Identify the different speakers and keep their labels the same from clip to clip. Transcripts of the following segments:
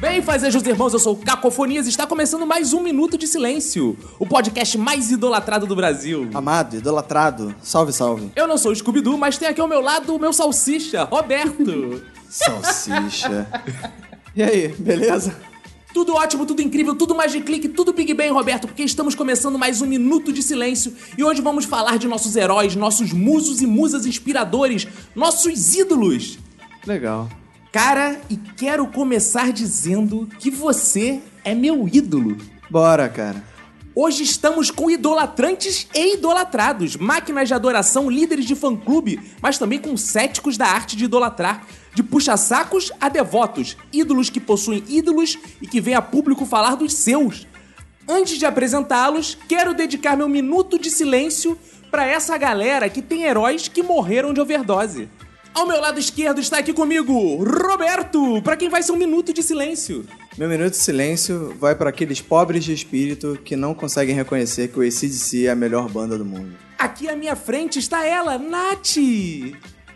Speaker 1: Bem, fazejos irmãos, eu sou o Cacofonias e está começando mais um Minuto de Silêncio, o podcast mais idolatrado do Brasil.
Speaker 2: Amado, idolatrado. Salve, salve.
Speaker 1: Eu não sou o Scooby-Doo, mas tem aqui ao meu lado o meu salsicha, Roberto.
Speaker 2: Salsicha. e aí, beleza?
Speaker 1: Tudo ótimo, tudo incrível, tudo mais de clique, tudo Big Bang, Roberto, porque estamos começando mais um Minuto de Silêncio e hoje vamos falar de nossos heróis, nossos musos e musas inspiradores, nossos ídolos.
Speaker 2: Legal.
Speaker 1: Cara, e quero começar dizendo que você é meu ídolo.
Speaker 2: Bora, cara.
Speaker 1: Hoje estamos com idolatrantes e idolatrados, máquinas de adoração, líderes de fã-clube, mas também com céticos da arte de idolatrar, de puxa-sacos a devotos, ídolos que possuem ídolos e que vêm a público falar dos seus. Antes de apresentá-los, quero dedicar meu minuto de silêncio para essa galera que tem heróis que morreram de overdose. Ao meu lado esquerdo está aqui comigo Roberto, para quem vai ser um minuto de silêncio.
Speaker 2: Meu minuto de silêncio vai para aqueles pobres de espírito que não conseguem reconhecer que o ACDC é a melhor banda do mundo.
Speaker 1: Aqui à minha frente está ela, Nath!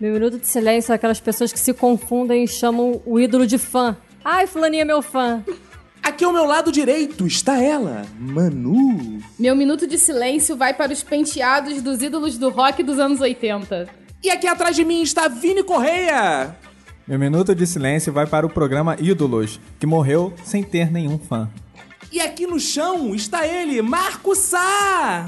Speaker 3: Meu minuto de silêncio é aquelas pessoas que se confundem e chamam o ídolo de fã. Ai, fulaninha é meu fã.
Speaker 1: Aqui ao meu lado direito está ela, Manu!
Speaker 4: Meu minuto de silêncio vai para os penteados dos ídolos do rock dos anos 80.
Speaker 1: E aqui atrás de mim está Vini Correia!
Speaker 5: Meu minuto de silêncio vai para o programa Ídolos, que morreu sem ter nenhum fã.
Speaker 1: E aqui no chão está ele, Marco Sá!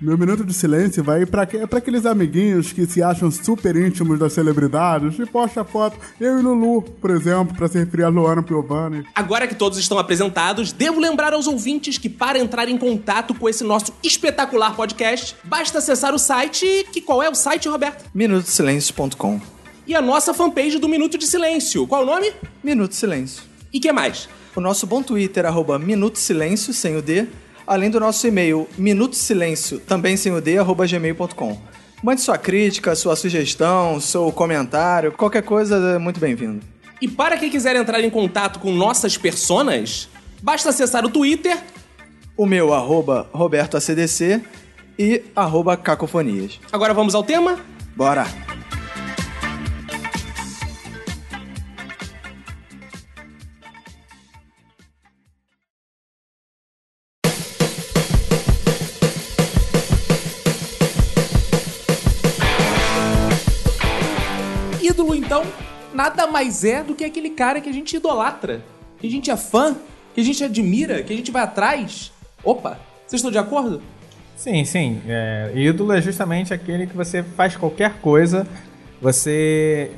Speaker 6: Meu minuto de silêncio vai pra, que- pra aqueles amiguinhos que se acham super íntimos das celebridades e posta foto, eu e Lulu, por exemplo, pra se referir a Luana Piovani.
Speaker 1: Agora que todos estão apresentados, devo lembrar aos ouvintes que para entrar em contato com esse nosso espetacular podcast, basta acessar o site, que qual é o site, Roberto?
Speaker 2: Minutosilencio.com.
Speaker 1: E a nossa fanpage do Minuto de Silêncio. Qual o nome?
Speaker 2: Minuto de Silêncio.
Speaker 1: E que mais?
Speaker 2: O nosso bom Twitter, arroba Minuto Silêncio, sem o D. Além do nosso e-mail, minutosilêncio, também sem o D, arroba gmail.com. Mande sua crítica, sua sugestão, seu comentário, qualquer coisa é muito bem-vindo.
Speaker 1: E para quem quiser entrar em contato com nossas personas, basta acessar o Twitter
Speaker 2: O meu, arroba robertoacdc e arroba cacofonias.
Speaker 1: Agora vamos ao tema?
Speaker 2: Bora!
Speaker 1: Ídolo, então, nada mais é do que aquele cara que a gente idolatra, que a gente é fã, que a gente admira, que a gente vai atrás. Opa, vocês estão de acordo?
Speaker 5: Sim, sim. é, ídolo é justamente aquele que você faz qualquer coisa, você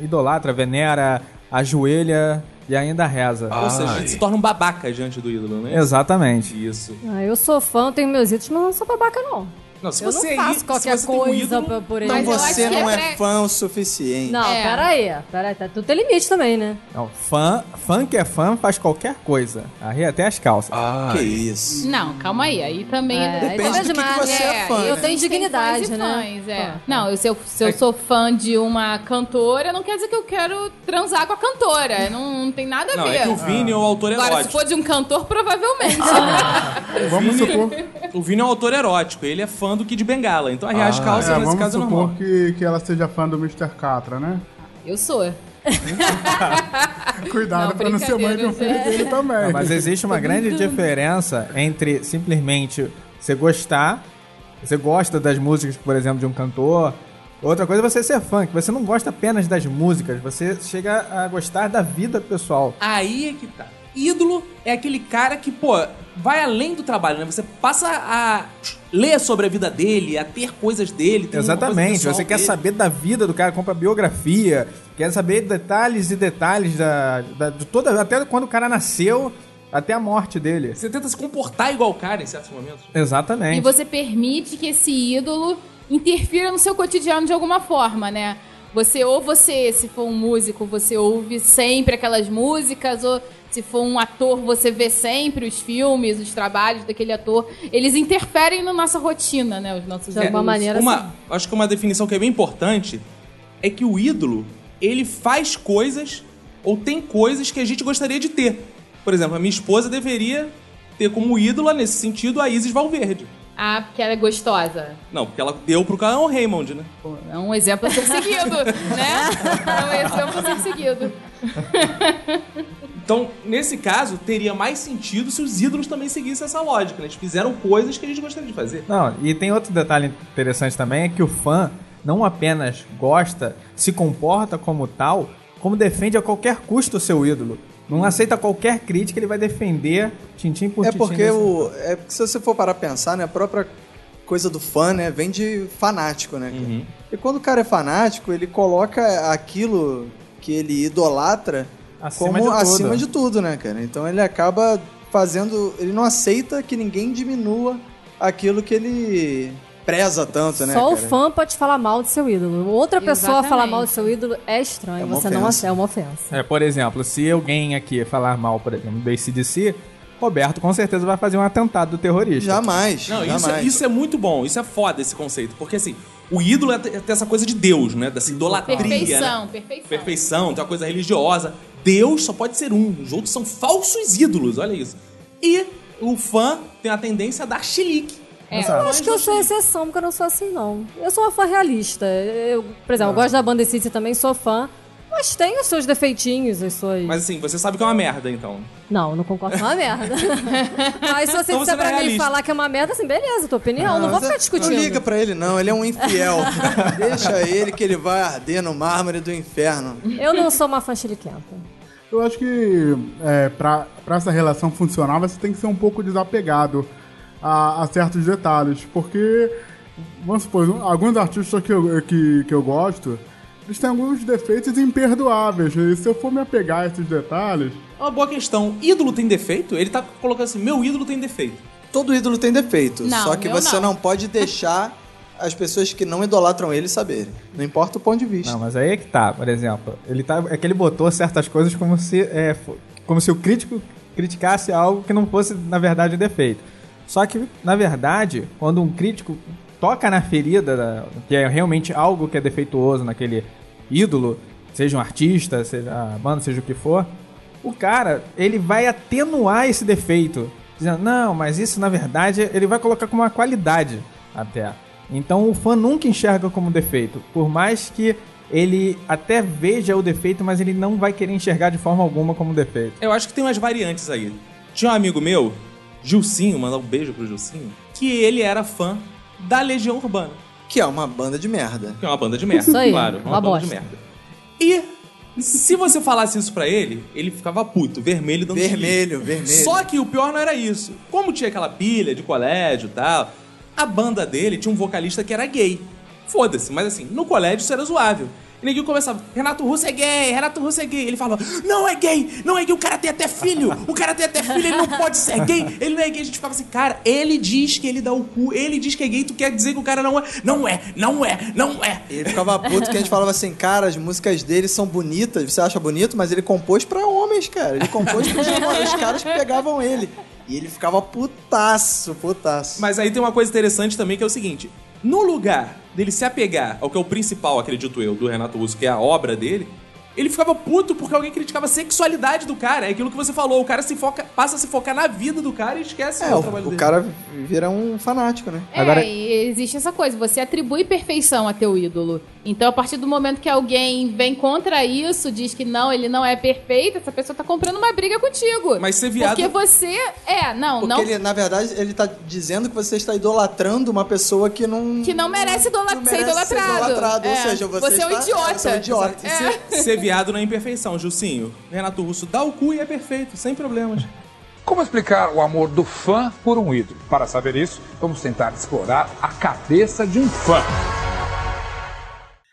Speaker 5: idolatra, venera, ajoelha e ainda reza.
Speaker 1: Ou seja, a gente se torna um babaca diante do ídolo, né?
Speaker 5: Exatamente.
Speaker 1: Isso.
Speaker 3: Ah, eu sou fã, eu tenho meus ídolos, mas não sou babaca, não.
Speaker 1: Não, se
Speaker 3: eu
Speaker 1: você é
Speaker 3: não faço
Speaker 1: í- se
Speaker 3: qualquer
Speaker 1: você tem um
Speaker 3: coisa
Speaker 1: ídolo-
Speaker 3: pra- por ele.
Speaker 2: Então
Speaker 4: Mas eu
Speaker 2: você
Speaker 4: acho que
Speaker 2: não
Speaker 4: é
Speaker 2: é,
Speaker 4: pra-
Speaker 2: fã o suficiente.
Speaker 3: Não,
Speaker 4: É.
Speaker 3: peraí, peraí, tá, tu tem limite também, né?
Speaker 5: Não, fã, fã que é fã faz qualquer coisa. Arria até as calças.
Speaker 2: Que isso.
Speaker 4: Não, calma aí. Aí também.
Speaker 3: É,
Speaker 2: Depende
Speaker 3: isso é
Speaker 2: do que que
Speaker 3: demais,
Speaker 2: você é
Speaker 3: né?
Speaker 2: fã,
Speaker 3: Eu
Speaker 2: né?
Speaker 3: tenho
Speaker 4: Tem
Speaker 3: dignidade,
Speaker 4: fãs e
Speaker 3: né?
Speaker 4: fãs, é.
Speaker 3: Fã.
Speaker 4: Não, se eu, se eu sou fã de uma cantora, não quer dizer que eu quero transar com a cantora. Não, não tem nada a
Speaker 1: Não,
Speaker 4: ver.
Speaker 1: é que
Speaker 6: Ah.
Speaker 1: o Vini é um autor
Speaker 4: Agora, se
Speaker 1: erótico.
Speaker 4: for de um cantor, provavelmente. né?
Speaker 6: Vamos supor,
Speaker 1: O Vini é um autor erótico, ele é fã do Kid Bengala, então a Reais Calças
Speaker 6: é,
Speaker 1: nesse
Speaker 6: vamos
Speaker 1: caso é
Speaker 6: supor
Speaker 1: normal.
Speaker 6: que, que ela seja fã do Mr. Catra, né?
Speaker 4: Eu sou.
Speaker 6: Cuidado
Speaker 4: Não,
Speaker 6: pra não ser mãe de um filho
Speaker 4: brincadeira,
Speaker 6: dele também.
Speaker 5: Não, mas existe uma grande diferença entre simplesmente você gostar, você gosta das músicas, por exemplo, de um cantor. Outra coisa é você ser fã, que você não gosta apenas das músicas, você chega a gostar da vida pessoal.
Speaker 1: Aí é que tá. Ídolo é aquele cara que, pô, vai além do trabalho, né? Você passa a ler sobre a vida dele, a ter coisas dele. tem uma coisa
Speaker 5: Exatamente,
Speaker 1: pessoal
Speaker 5: você quer
Speaker 1: dele.
Speaker 5: saber da vida do cara, compra biografia, quer saber detalhes e detalhes da, da- de toda, até quando o cara nasceu, até a morte dele.
Speaker 1: Você tenta se comportar igual o cara em certos momentos.
Speaker 5: Exatamente.
Speaker 4: E você permite que esse ídolo interfira no seu cotidiano de alguma forma, né? Você ou você, se for um músico, você ouve sempre aquelas músicas, ou se for um ator, você vê sempre os filmes, os trabalhos daquele ator. Eles interferem na nossa rotina, né? Os nossos
Speaker 3: De alguma
Speaker 4: ídolos.
Speaker 3: maneira,
Speaker 1: uma,
Speaker 3: assim.
Speaker 1: Acho que uma definição que é bem importante é que o ídolo, ele faz coisas ou tem coisas que a gente gostaria de ter. Por exemplo, a minha esposa deveria ter como ídola, nesse sentido, a Isis Valverde.
Speaker 4: Ah, porque ela é gostosa.
Speaker 1: Não, porque ela deu pro Caão Raymond, né?
Speaker 4: Pô, é um exemplo a ser seguido, né? É um exemplo a ser seguido.
Speaker 1: Então, nesse caso, teria mais sentido se os ídolos também seguissem essa lógica, né? Eles fizeram coisas que a gente gostaria de fazer.
Speaker 5: Não, e tem outro detalhe interessante também, é que o fã não apenas gosta, se comporta como tal, como defende a qualquer custo o seu ídolo. Não aceita qualquer crítica, ele vai defender tintim por
Speaker 2: É
Speaker 5: tintim.
Speaker 2: porque
Speaker 5: nesse-
Speaker 2: o. É porque se você for parar pra pensar, né? A própria coisa do fã, né? Vem de fanático, né? cara?
Speaker 1: Uhum.
Speaker 2: E quando o cara é fanático, ele coloca aquilo que ele idolatra
Speaker 5: Acima
Speaker 2: como
Speaker 5: de tudo.
Speaker 2: acima de tudo, né, cara? Então ele acaba fazendo. Ele não aceita que ninguém diminua aquilo que ele preza tanto, né?
Speaker 3: Só o
Speaker 2: cara?
Speaker 3: fã pode falar mal do seu ídolo. Outra pessoa
Speaker 4: Exatamente.
Speaker 3: falar mal do seu ídolo é estranho.
Speaker 2: É uma
Speaker 3: você não
Speaker 2: ofensa.
Speaker 3: ace- é uma ofensa.
Speaker 5: É, por exemplo, se alguém aqui falar mal, por exemplo, do ACDC, Roberto com certeza vai fazer um atentado terrorista.
Speaker 2: Jamais.
Speaker 1: Não, isso, é-
Speaker 2: jamais.
Speaker 1: isso é muito bom, isso é foda esse conceito. Porque assim, o ídolo é ter essa coisa de Deus, né? Dessa idolatria. né?
Speaker 4: Perfeição, perfeição.
Speaker 1: perfeição, tem uma coisa religiosa. Deus só pode ser um, os outros são falsos ídolos, olha isso. E o fã tem a tendência a dar chilique.
Speaker 4: É,
Speaker 1: Ah,
Speaker 5: Exato.
Speaker 3: Eu acho que eu
Speaker 1: assim
Speaker 3: sou exceção, porque eu não sou assim, não. Eu sou uma fã realista. Eu, por exemplo, eu gosto da banda City também, sou fã. Mas tem os seus defeitinhos, as suas.
Speaker 1: Mas assim, você sabe que é uma merda, então.
Speaker 3: Não, eu não concordo com uma merda. mas se você
Speaker 1: Então você
Speaker 3: disser
Speaker 1: não é
Speaker 3: pra mim
Speaker 1: realista.
Speaker 3: falar que é uma merda, assim, beleza, tua opinião, não vou ficar discutindo.
Speaker 2: Não liga pra ele, não. Ele é um infiel. Deixa ele que ele vai arder no mármore do inferno.
Speaker 3: Eu não sou uma fã chiliquenta.
Speaker 6: Eu acho que é, pra, pra essa relação funcionar, você tem que ser um pouco desapegado a, a certos detalhes. Porque, vamos supor, um- alguns artistas que eu, que, que eu gosto, eles têm alguns defeitos imperdoáveis. E se eu for me apegar a esses detalhes,
Speaker 1: É uma boa questão. Ídolo tem defeito? Ele tá colocando assim, meu ídolo tem defeito.
Speaker 2: Todo ídolo tem defeito,
Speaker 4: Não,
Speaker 2: só que
Speaker 4: meu
Speaker 2: você não.
Speaker 4: não.
Speaker 2: pode deixar as pessoas que não idolatram ele saberem. Não importa o ponto de vista.
Speaker 5: Não, mas aí é que tá, por exemplo, ele tá, é que ele botou certas coisas como se, é, fo- como se o crítico criticasse algo que não fosse, na verdade, um defeito. Só que, na verdade, quando um crítico toca na ferida, da- que é realmente algo que é defeituoso naquele ídolo, seja um artista, seja a banda, seja o que for, o cara, ele vai atenuar esse defeito. Dizendo, não, mas isso, na verdade, ele vai colocar como uma qualidade até. Então o fã nunca enxerga como um defeito. Por mais que ele até veja o defeito, mas ele não vai querer enxergar de forma alguma como um defeito.
Speaker 1: Eu acho que tem umas variantes aí. Tinha um amigo meu, Gilcinho, mandar um beijo pro Gilcinho, que ele era fã da Legião Urbana.
Speaker 2: Que é uma banda de merda.
Speaker 1: Que é uma banda de merda,
Speaker 3: Isso aí,
Speaker 1: claro.
Speaker 3: uma
Speaker 1: banda de
Speaker 3: bosta.
Speaker 1: merda. E se você falasse isso pra ele, ele ficava puto, vermelho dando chilique.
Speaker 2: Vermelho, vermelho.
Speaker 1: Só que o pior não era isso. Como tinha aquela pilha de colégio e tal, a banda dele tinha um vocalista que era gay. Foda-se, mas assim, no colégio isso era zoável. E ninguém começava, Renato Russo é gay, Renato Russo é gay. Ele falava, não é gay, não é gay, o cara tem até filho, o cara tem até filho, ele não pode ser gay, ele não é gay. A gente ficava assim, cara, ele diz que ele dá o cu, ele diz que é gay, tu quer dizer que o cara não é, não é, não é, não é.
Speaker 2: Ele ficava puto que a gente falava assim, cara, as músicas dele são bonitas, você acha bonito, mas ele compôs pra homens, cara. Ele compôs pros namorados, os caras que pegavam ele. E ele ficava putaço, putaço.
Speaker 1: Mas aí tem uma coisa interessante também que é o seguinte: no lugar dele se apegar ao que é o principal, acredito eu, do Renato Russo, que é a obra dele, ele ficava puto porque alguém criticava a sexualidade do cara. É aquilo que você falou, o cara se foca, passa a se focar na vida do cara e esquece
Speaker 2: é,
Speaker 1: o trabalho
Speaker 2: o, o
Speaker 1: dele.
Speaker 2: cara vira um fanático, né?
Speaker 4: É,
Speaker 5: Agora-
Speaker 4: e existe essa coisa, você atribui perfeição a teu ídolo. Então, a partir do momento que alguém vem contra isso, diz que não, ele não é perfeito, essa pessoa tá comprando uma briga contigo.
Speaker 1: Mas ser viado-
Speaker 4: Porque você. É, não,
Speaker 2: Porque
Speaker 4: não.
Speaker 2: ele, na verdade, ele tá dizendo que você está idolatrando uma pessoa que é não.
Speaker 4: Que não merece idola- ser idolatrado.
Speaker 2: Ou
Speaker 4: É.
Speaker 2: seja, você,
Speaker 4: Você é um
Speaker 2: está-
Speaker 4: idiota.
Speaker 2: Você é um idiota.
Speaker 4: É.
Speaker 1: Ser viado na imperfeição, Jucinho. Renato Russo dá o cu e é perfeito, sem problemas.
Speaker 7: Como explicar o amor do fã por um ídolo? Para saber isso, vamos tentar explorar a cabeça de um fã.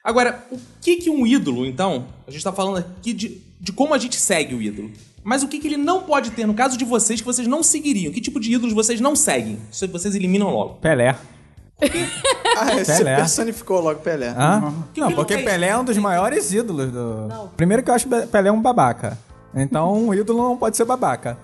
Speaker 1: Agora, o que que um ídolo, então? A gente tá falando aqui de, de como a gente segue o ídolo. Mas o que que ele não pode ter no caso de vocês que vocês não seguiriam? Que tipo de ídolos vocês não seguem? Isso vocês eliminam logo.
Speaker 5: Pelé.
Speaker 2: Ah, é, você
Speaker 5: Pelé.
Speaker 2: personificou logo Pelé.
Speaker 7: Uhum.
Speaker 5: Hã? Não,
Speaker 1: ele
Speaker 5: porque
Speaker 1: fez?
Speaker 5: Pelé é um dos maiores ídolos do. Primeiro que eu acho Be- Pelé um babaca. Então um ídolo não pode ser babaca.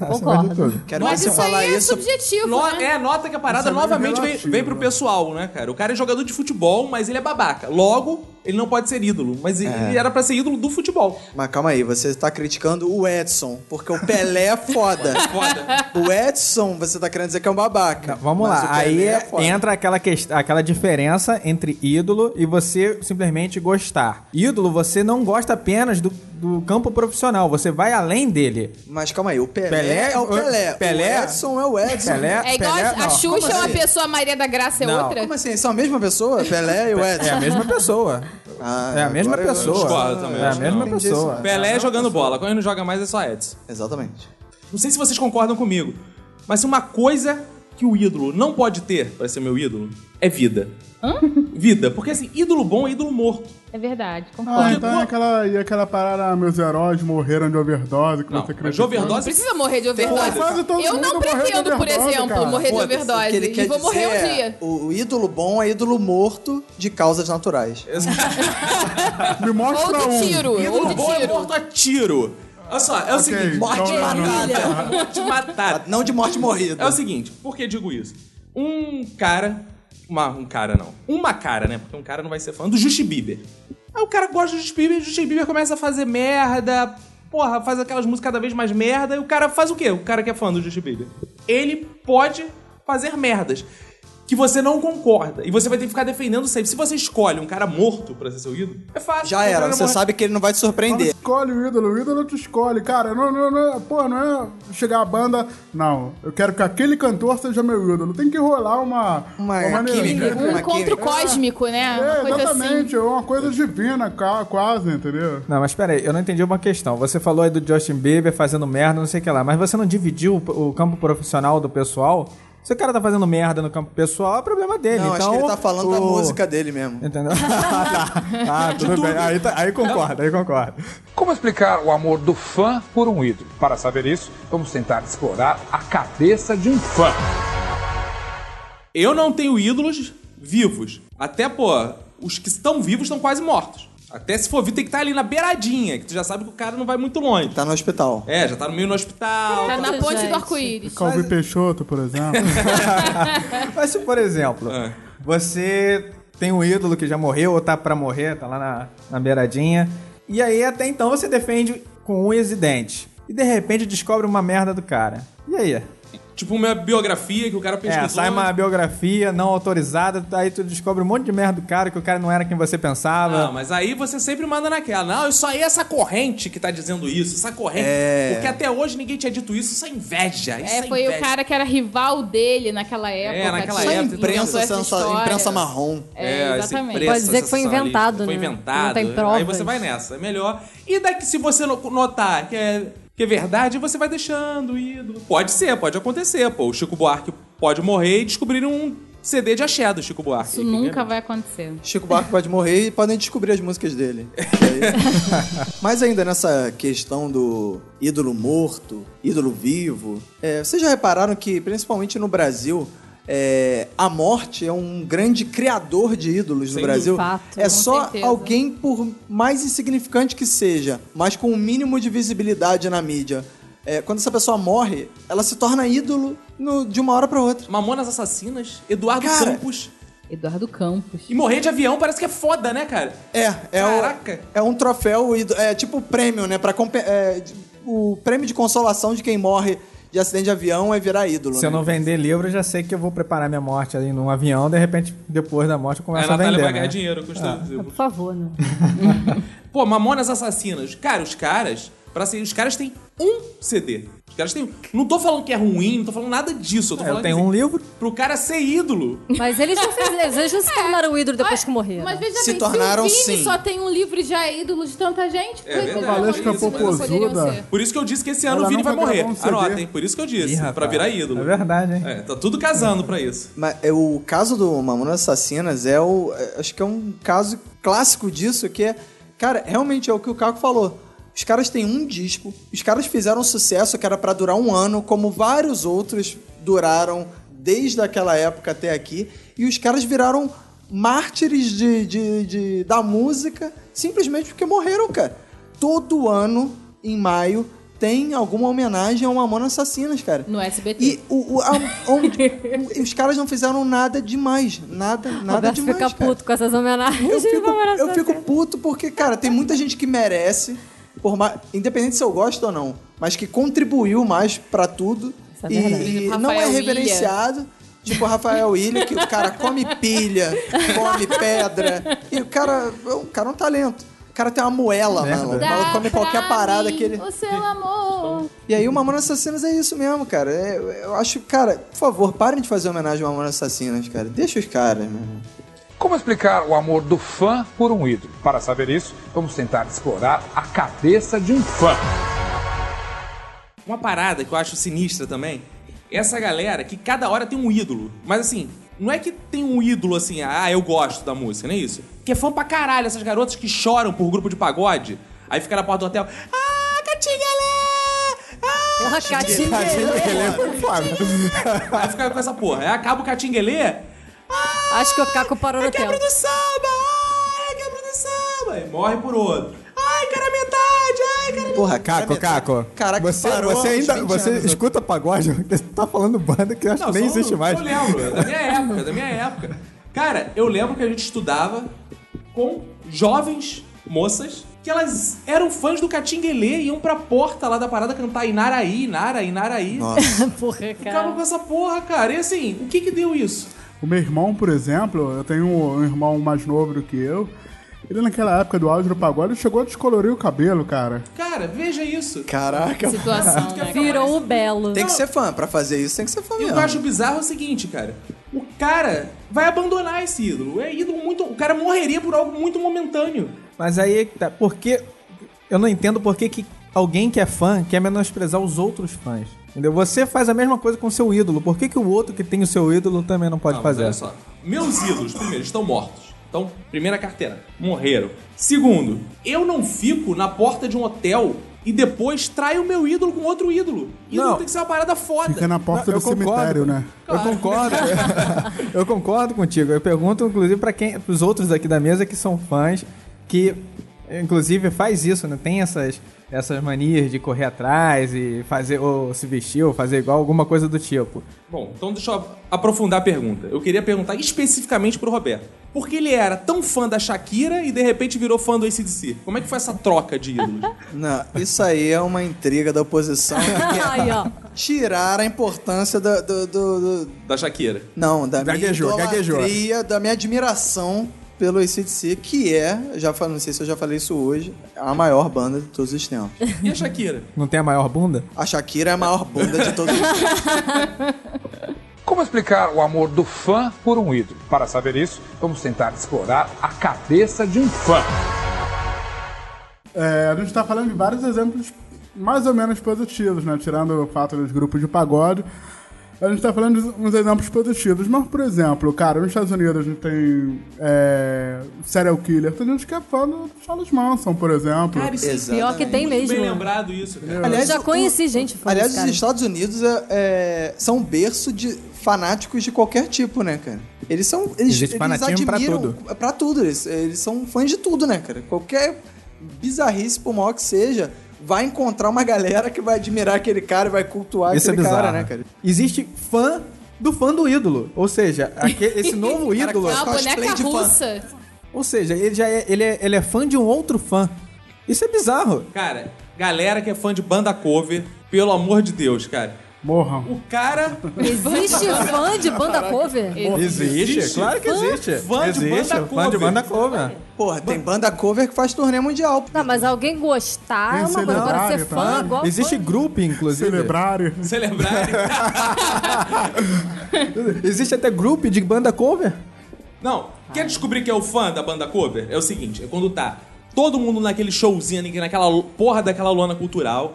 Speaker 3: Concordo.
Speaker 2: Quero ver
Speaker 4: Mas
Speaker 2: Tá, você
Speaker 4: isso
Speaker 2: falar
Speaker 4: aí é
Speaker 2: isso.
Speaker 4: subjetivo,
Speaker 1: No-
Speaker 4: né?
Speaker 1: é, nota que a parada
Speaker 6: Isso é meio
Speaker 1: novamente vem,
Speaker 6: relativo,
Speaker 1: vem pro
Speaker 6: né?
Speaker 1: pessoal, né, cara? O cara é jogador de futebol, mas ele é babaca. Logo, ele não pode ser ídolo. Mas
Speaker 6: É.
Speaker 1: ele era pra ser ídolo do futebol.
Speaker 2: Mas calma aí, você tá criticando o Edson, porque o Pelé é foda.
Speaker 1: Foda.
Speaker 2: O Edson, você tá querendo dizer que é um babaca.
Speaker 5: Vamos
Speaker 2: Mas o
Speaker 5: lá,
Speaker 2: Pelé
Speaker 5: aí
Speaker 2: é foda.
Speaker 5: entra aquela, quest- aquela diferença entre ídolo e você simplesmente gostar. Ídolo, você não gosta apenas do, do campo profissional, você vai além dele.
Speaker 2: Mas calma aí, o Pelé,
Speaker 5: Pelé-
Speaker 2: é o Pelé.
Speaker 5: Pelé-
Speaker 2: O Edson é o Edson.
Speaker 5: Pelé-
Speaker 4: É igual
Speaker 5: Pelé,
Speaker 4: a
Speaker 5: não.
Speaker 4: Xuxa é uma
Speaker 2: assim?
Speaker 4: pessoa, a Maria da Graça é
Speaker 5: Não.
Speaker 4: outra.
Speaker 2: Como assim? São a mesma pessoa? Pelé e o Edson?
Speaker 5: É a mesma pessoa.
Speaker 2: Ah,
Speaker 5: é a mesma
Speaker 2: agora eu
Speaker 5: pessoa.
Speaker 1: discordo também,
Speaker 5: é a
Speaker 1: acho
Speaker 5: mesma
Speaker 2: não.
Speaker 5: pessoa. é
Speaker 1: Pelé jogando bola. Quando ele não joga mais, é só Edson.
Speaker 2: Exatamente.
Speaker 1: Não sei se vocês concordam comigo, mas uma coisa que o ídolo não pode ter, pra ser meu ídolo, é vida. Vida. Porque assim, ídolo bom é ídolo morto.
Speaker 4: É verdade, concordo.
Speaker 6: Ah, então é aquela, e aquela parada, ah, meus heróis morreram de overdose, que
Speaker 1: Não,
Speaker 6: você
Speaker 1: mas
Speaker 6: acredita.
Speaker 4: Não
Speaker 1: overdose...
Speaker 4: precisa morrer de
Speaker 1: Foda-se.
Speaker 6: Quase todo
Speaker 4: overdose. Eu
Speaker 6: mundo
Speaker 4: não
Speaker 6: morreu de
Speaker 4: pretendo, por
Speaker 6: overdose,
Speaker 4: exemplo,
Speaker 6: cara.
Speaker 4: morrer de
Speaker 1: Foda-se,
Speaker 2: O que
Speaker 4: overdose.
Speaker 2: ele
Speaker 4: E
Speaker 2: quer
Speaker 4: vou morrer
Speaker 2: dizer
Speaker 4: um
Speaker 2: é,
Speaker 4: dia.
Speaker 2: o, o ídolo bom é ídolo morto de causas naturais.
Speaker 6: Me
Speaker 4: Ou
Speaker 6: mostra
Speaker 4: de
Speaker 6: um.
Speaker 4: tiro, ou
Speaker 1: Ídolo
Speaker 4: de
Speaker 1: bom é
Speaker 4: tiro.
Speaker 1: morto a tiro. Olha só, é o seguinte...
Speaker 6: então-
Speaker 2: Morte matada.
Speaker 1: Morte matada.
Speaker 2: Ah, Não de morte morrida.
Speaker 1: É o seguinte, por que digo isso? Um cara. Uma, um cara não. Uma cara, né? Porque um cara não vai ser fã do Justin Bieber. Aí o cara gosta do Justin Bieber, o Justin Bieber começa a fazer merda. Porra, faz aquelas músicas cada vez mais merda. E o cara faz o quê? O cara que é fã do Justin Bieber. Ele pode fazer merdas que você não concorda. E você vai ter que ficar defendendo sempre. Se você escolhe um cara morto pra ser seu ídolo, é fácil.
Speaker 2: Já
Speaker 1: O
Speaker 2: era,
Speaker 1: cara
Speaker 2: você
Speaker 1: morre.
Speaker 2: sabe que ele não vai te
Speaker 6: Não
Speaker 2: surpreender.
Speaker 6: escolhe o ídolo, o ídolo tu escolhe. Cara, não, não, não, pô, não é chegar a banda. Não, eu quero que aquele cantor seja meu ídolo. Tem que rolar uma.
Speaker 2: Uma química.
Speaker 6: energia.
Speaker 2: Uma
Speaker 4: Um
Speaker 2: química.
Speaker 4: encontro cósmico, né? Uma
Speaker 6: É,
Speaker 4: coisa assim.
Speaker 6: exatamente, é uma coisa divina, ca- quase, entendeu?
Speaker 5: Não, mas peraí, eu não entendi uma questão. Você falou aí do Justin Bieber fazendo merda, não sei o que lá, mas você não dividiu o, o campo profissional do pessoal? Se o cara tá fazendo merda no campo pessoal, é problema dele.
Speaker 2: Não, acho
Speaker 5: Então,
Speaker 2: que ele tá falando da
Speaker 5: o-
Speaker 2: música dele mesmo.
Speaker 5: Entendeu? ah, tá. ah, tudo bem. Aí, tá- aí concordo, aí concordo.
Speaker 7: Como explicar o amor do fã por um ídolo? Para saber isso, vamos tentar explorar a cabeça de um fã.
Speaker 1: Eu não tenho ídolos vivos. Até, pô, os que estão vivos estão quase mortos. Até se for vivo, tem que estar ali na beiradinha, que tu já sabe que o cara não vai muito longe.
Speaker 2: Tá no hospital.
Speaker 1: É, já tá no meio no hospital.
Speaker 4: Tá na ponte
Speaker 3: Gente.
Speaker 4: do arco-íris.
Speaker 6: Calvi Peixoto, por exemplo.
Speaker 5: Mas se, por exemplo,
Speaker 1: Ah.
Speaker 5: você tem um ídolo que já morreu ou tá pra morrer, tá lá na, na beiradinha, e aí até então você defende com unhas e dentes. E de repente descobre uma merda do cara. E aí?
Speaker 1: Tipo uma biografia que o cara pesquisou.
Speaker 5: É, sai uma biografia não autorizada, aí tu descobre um monte de merda do cara que o cara não era quem você pensava.
Speaker 1: Não, Ah, mas aí você sempre manda naquela. Não, isso aí é essa corrente que tá dizendo isso, essa corrente.
Speaker 2: É.
Speaker 1: Porque até hoje ninguém tinha dito isso, isso é inveja. Isso é,
Speaker 4: É, foi
Speaker 1: inveja.
Speaker 4: o cara que era rival dele naquela época.
Speaker 1: naquela
Speaker 4: que
Speaker 1: época.
Speaker 4: inventou
Speaker 2: É, Imprensa,
Speaker 4: essa
Speaker 2: sensa-
Speaker 4: história.
Speaker 2: imprensa marrom.
Speaker 4: É,
Speaker 1: essa
Speaker 4: exatamente.
Speaker 1: imprensa,
Speaker 3: Pode dizer que foi
Speaker 1: essa sensacionalista.
Speaker 3: inventado,
Speaker 1: Foi
Speaker 3: né?
Speaker 1: inventado.
Speaker 3: Não tem
Speaker 1: Aí
Speaker 3: provas.
Speaker 1: você vai nessa, é melhor. E daqui, se você no- notar que é, que é verdade, você vai deixando o ídolo. Pode ser, pode acontecer, pô. O Chico Buarque pode morrer e descobrir um CD de axé do Chico Buarque.
Speaker 4: Isso nunca vai acontecer.
Speaker 2: Chico Buarque pode morrer e podem descobrir as músicas dele. Aí- Mas ainda nessa questão do ídolo morto, ídolo vivo, é, vocês já repararam que, principalmente no Brasil, é, a morte é um grande criador de ídolos no
Speaker 1: Sem
Speaker 2: Brasil.
Speaker 3: dúvida. Fato,
Speaker 2: é
Speaker 3: com
Speaker 2: só
Speaker 4: certeza.
Speaker 2: alguém, por mais insignificante que seja, mas com o mínimo de visibilidade na mídia. É, quando essa pessoa morre, ela se torna ídolo no- de uma hora pra outra.
Speaker 1: Mamonas Assassinas, Eduardo
Speaker 2: Cara.
Speaker 1: Campos.
Speaker 4: Eduardo Campos.
Speaker 1: E morrer de avião parece que é foda, né, cara?
Speaker 2: É, é,
Speaker 1: Caraca.
Speaker 2: O, é um troféu, ido- é tipo o prêmio, né? Pra compe- é, de- o prêmio de consolação de quem morre de acidente de avião é virar ídolo.
Speaker 5: Se eu
Speaker 2: né?
Speaker 5: não vender livro, eu já sei que eu vou preparar minha morte ali num avião, de repente, depois da morte, eu
Speaker 1: Aí
Speaker 5: começo
Speaker 1: a
Speaker 5: a
Speaker 1: É, Natália
Speaker 5: vender.
Speaker 1: vai
Speaker 5: né?
Speaker 1: ganhar dinheiro
Speaker 3: É.
Speaker 1: com os teus
Speaker 3: Por
Speaker 1: ídolos.
Speaker 3: favor, né?
Speaker 1: Pô, Mamonas Assassinas. Cara, os caras, para ser, os caras têm um CD. Os caras têm um. Não tô falando que é ruim, não tô falando nada disso. Eu tô
Speaker 5: É,
Speaker 1: falando
Speaker 5: eu tenho
Speaker 1: assim,
Speaker 5: um livro.
Speaker 1: pro cara ser ídolo.
Speaker 3: Mas eles não fizeram, eles não se tornaram ídolo depois que morreram.
Speaker 4: Mas veja
Speaker 2: Se
Speaker 4: bem,
Speaker 2: tornaram,
Speaker 4: se o Vini
Speaker 2: sim.
Speaker 4: só tem um livro e já é ídolo de tanta gente,
Speaker 1: É
Speaker 4: por que
Speaker 1: verdade.
Speaker 4: os
Speaker 6: Valesca
Speaker 4: ídolos não poderiam
Speaker 6: Popozuda.
Speaker 4: ser?
Speaker 1: Por isso que eu disse que esse ano
Speaker 6: Ela
Speaker 1: o Vini
Speaker 6: não
Speaker 1: vai
Speaker 6: vai
Speaker 1: morrer.
Speaker 6: gravar um CD.
Speaker 1: Anotem, por isso que eu disse,
Speaker 5: Ih,
Speaker 1: pra
Speaker 5: rapaz,
Speaker 1: virar ídolo.
Speaker 5: É verdade, hein?
Speaker 1: É, tá tudo casando pra isso.
Speaker 2: Mas é, o caso do Mamonas Assassinas é o. é, acho que é um caso clássico disso, que é. Cara, realmente é o que o Caco falou. Os caras têm um disco, os caras fizeram sucesso que era pra durar um ano, como vários outros duraram desde aquela época até aqui. E os caras viraram mártires de, de- de- da música simplesmente porque morreram, cara. Todo ano, em maio, tem alguma homenagem ao Mamona Assassinas, cara.
Speaker 4: No SBT.
Speaker 2: E o- o- a- onde- os caras não fizeram nada demais. Nada, nada
Speaker 3: Roberto
Speaker 2: demais.
Speaker 3: fica
Speaker 2: cara.
Speaker 3: puto com essas homenagens.
Speaker 2: Eu fico,
Speaker 3: Vamos abraçar
Speaker 2: eu fico
Speaker 3: você.
Speaker 2: puto porque, cara, tem muita gente que merece, por mais, independente se eu gosto ou não, mas que contribuiu mais pra tudo
Speaker 3: Isso é
Speaker 2: e,
Speaker 3: verdade.
Speaker 2: e
Speaker 4: Rafael
Speaker 2: não é
Speaker 4: Ilha.
Speaker 2: reverenciado. Tipo o Rafael Ilha, que o cara come pilha, come pedra. E o cara, o cara é um talento. O cara tem uma moela, mano. O maluco come qualquer parada que ele...
Speaker 4: O seu amor.
Speaker 2: E aí o Mamona Assassinas é isso mesmo, cara. É, Eu, acho, cara, por favor, parem de fazer homenagem ao Mamona Assassinas, cara. Deixa os caras, meu irmão.
Speaker 7: Como explicar o amor do fã por um ídolo? Para saber isso, vamos tentar explorar a cabeça de um fã.
Speaker 1: Uma parada que eu acho sinistra também é essa galera que cada hora tem um ídolo. Mas assim, não é que tem um ídolo assim, ah, eu gosto da música, não é isso? Que é fã pra caralho, essas garotas que choram por grupo de pagode, aí fica na porta do hotel, ah, Catinguelê! Ah!
Speaker 3: Porra, Catinguelê.
Speaker 5: é
Speaker 1: Aí fica com essa porra. Aí acaba o Catinguelê,
Speaker 3: Acho que o Caco parou
Speaker 1: é
Speaker 3: no
Speaker 1: quebra
Speaker 3: tempo.
Speaker 1: do samba! Ai, é quebra do samba! Aí morre por outro. Ai, cara, metade! Ai, cara,
Speaker 2: Porra,
Speaker 5: Caco, Caco.
Speaker 2: Caraca,
Speaker 5: você,
Speaker 2: parou
Speaker 5: você
Speaker 2: há uns
Speaker 5: ainda
Speaker 2: 20
Speaker 5: você
Speaker 2: anos,
Speaker 5: escuta pagode, você tá falando banda que eu acho que nem
Speaker 1: só- um
Speaker 5: existe mais.
Speaker 1: Eu lembro, da minha época, da minha época. Cara, eu lembro que a gente estudava com jovens moças que elas eram fãs do Catinguelê e iam pra porta lá da parada cantar Inaraí, Inara, Inaraí.
Speaker 3: Porra, cara.
Speaker 1: Ficava com essa porra, cara. E assim, o que que deu isso?
Speaker 6: O meu irmão, por exemplo, eu tenho um irmão mais novo do que eu. Ele naquela época do áudio do pagode chegou a descolorir o cabelo, cara.
Speaker 1: Cara, veja isso.
Speaker 2: Caraca,
Speaker 4: Situação, né?
Speaker 3: Virou o belo.
Speaker 2: Tem que ser fã. Pra fazer isso, tem que ser
Speaker 1: E
Speaker 2: fã
Speaker 1: o
Speaker 2: mesmo.
Speaker 1: que eu acho bizarro é o seguinte, cara. O cara vai abandonar esse ídolo. É ídolo muito. O cara morreria por algo muito momentâneo.
Speaker 5: Mas aí é que tá. Por que. Eu não entendo por que, que alguém que é fã quer menosprezar os outros fãs. Entendeu? Você faz a mesma coisa com o seu ídolo. Por que, que o outro que tem o seu ídolo também não pode
Speaker 1: Não, mas
Speaker 5: fazer?
Speaker 1: Olha só. Meus ídolos, primeiro, estão mortos. Então, primeira carteira, morreram. Segundo, eu não fico na porta de um hotel e depois traio o meu ídolo com outro ídolo. Ídolo
Speaker 5: Não.
Speaker 1: tem que ser uma parada foda.
Speaker 6: Fica na porta
Speaker 5: Não, eu
Speaker 6: do cemitério,
Speaker 5: concordo.
Speaker 6: né?
Speaker 5: Eu concordo. eu concordo contigo. Eu pergunto, inclusive, para quem, pros outros aqui da mesa que são fãs, que inclusive faz isso, né? Tem essas, essas manias de correr atrás e fazer ou se vestir ou fazer igual alguma coisa do tipo.
Speaker 1: Bom, então deixa eu aprofundar a pergunta. Eu queria perguntar especificamente pro Roberto. Por que ele era tão fã da Shakira e de repente virou fã do ACDC? Como é que foi essa troca de ídolos?
Speaker 2: Não, isso aí é uma intriga da oposição que quer
Speaker 3: Aí, ó.
Speaker 2: tirar a importância do. do- do- do-
Speaker 1: da Shakira.
Speaker 2: não, da minha
Speaker 5: Gaguejou, gaguejou.
Speaker 2: idolatria, da minha admiração pelo ACDC, que é, já fa- não sei se eu já falei isso hoje, a maior banda de todos os tempos.
Speaker 1: E a Shakira?
Speaker 5: Não tem a maior bunda?
Speaker 2: A Shakira é a maior banda de todos os tempos.
Speaker 7: Como explicar o amor do fã por um ídolo? Para saber isso, vamos tentar explorar a cabeça de um fã.
Speaker 6: É, a gente tá falando de vários exemplos mais ou menos positivos, né? Tirando o fato dos grupos de pagode. A gente tá falando de uns exemplos positivos. Mas, por exemplo, cara, nos Estados Unidos a gente tem é, serial killer. Tem gente que é fã do Charles Manson, por exemplo.
Speaker 1: Cara, isso
Speaker 2: Exato.
Speaker 3: Pior que tem
Speaker 1: é
Speaker 3: mesmo.
Speaker 1: bem lembrado isso, cara.
Speaker 2: Aliás,
Speaker 3: já
Speaker 2: o-
Speaker 3: conheci gente fã
Speaker 2: Aliás,
Speaker 3: desse
Speaker 2: os
Speaker 3: cara.
Speaker 2: Estados Unidos é- é- são berço de fanáticos de qualquer tipo, né, cara? Eles são. Eles,
Speaker 5: Existe
Speaker 2: eles
Speaker 5: fanatismo pra
Speaker 2: admiram é
Speaker 5: tudo.
Speaker 2: pra tudo, Eles, eles são fãs de tudo, né, cara? Qualquer bizarrice, por maior que seja, vai encontrar uma galera que vai admirar aquele cara e vai cultuar
Speaker 5: Isso é
Speaker 2: aquele
Speaker 5: bizarro.
Speaker 2: cara, né, cara?
Speaker 5: Existe fã do fã do ídolo. Ou seja, aque- esse novo ídolo.
Speaker 4: É uma
Speaker 2: Cosplay
Speaker 4: boneca
Speaker 2: de fã.
Speaker 4: russa.
Speaker 5: Ou seja, ele já é, ele é, ele é fã de um outro fã. Isso é bizarro.
Speaker 1: Cara, galera que é fã de banda cover, pelo amor de Deus, cara.
Speaker 6: Morram.
Speaker 1: O cara
Speaker 3: Existe fã de banda cover?
Speaker 5: Existe, claro que existe.
Speaker 1: Fã de
Speaker 5: existe,
Speaker 1: banda
Speaker 5: fã de
Speaker 1: cover.
Speaker 5: banda cover.
Speaker 2: Porra, tem banda cover que faz turnê mundial.
Speaker 3: Não, mas alguém gostar é
Speaker 6: Tem
Speaker 3: uma coisa. Agora ser
Speaker 6: celebrário,
Speaker 3: fã,
Speaker 6: tá?
Speaker 3: igual
Speaker 5: Ah, Existe
Speaker 3: fã.
Speaker 5: grupo, inclusive.
Speaker 6: Celebrário.
Speaker 1: celebrar.
Speaker 5: Existe até grupo de banda cover.
Speaker 1: Não, quer descobrir que é o fã da banda cover? É o seguinte, é quando tá todo mundo naquele showzinho, naquela porra daquela lona cultural,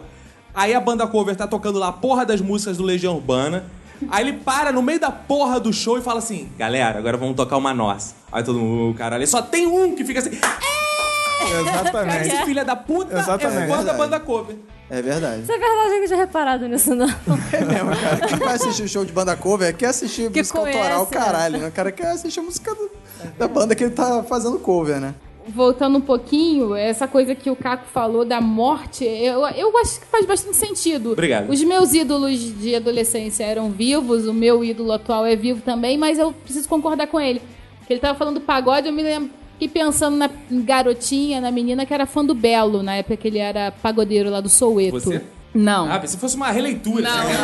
Speaker 1: aí a banda cover tá tocando lá a porra das músicas do Legião Urbana, aí ele para no meio da porra do show e fala assim, galera, agora vamos tocar uma nossa. Aí todo mundo, "Uh, caralho, só tem um que fica assim... "É!"
Speaker 5: Exatamente.
Speaker 1: Esse filho da puta é
Speaker 5: Exatamente.
Speaker 1: fã da
Speaker 2: Verdade.
Speaker 1: banda cover.
Speaker 2: É verdade.
Speaker 3: Isso é verdade, eu não tinha reparado nisso, não.
Speaker 2: É mesmo, cara. Quem vai assistir show de banda cover quer assistir
Speaker 4: Que
Speaker 2: música
Speaker 4: conhece,
Speaker 2: autoral,
Speaker 4: né?
Speaker 2: caralho, né? O cara quer assistir a música do- da banda que ele tá fazendo cover, né?
Speaker 4: voltando um pouquinho, essa coisa que o Caco falou da morte, eu, eu acho que faz bastante sentido.
Speaker 1: Obrigado.
Speaker 4: Os meus ídolos de adolescência eram vivos, o meu ídolo atual é vivo também, mas eu preciso concordar com ele. Que ele tava falando do pagode, eu me lembro. Fiquei pensando na garotinha, na menina que era fã do Belo, na época que ele era pagodeiro lá do Soueto.
Speaker 1: Você?
Speaker 4: Não.
Speaker 1: Ah, se fosse uma releitura.
Speaker 4: Não,
Speaker 1: né?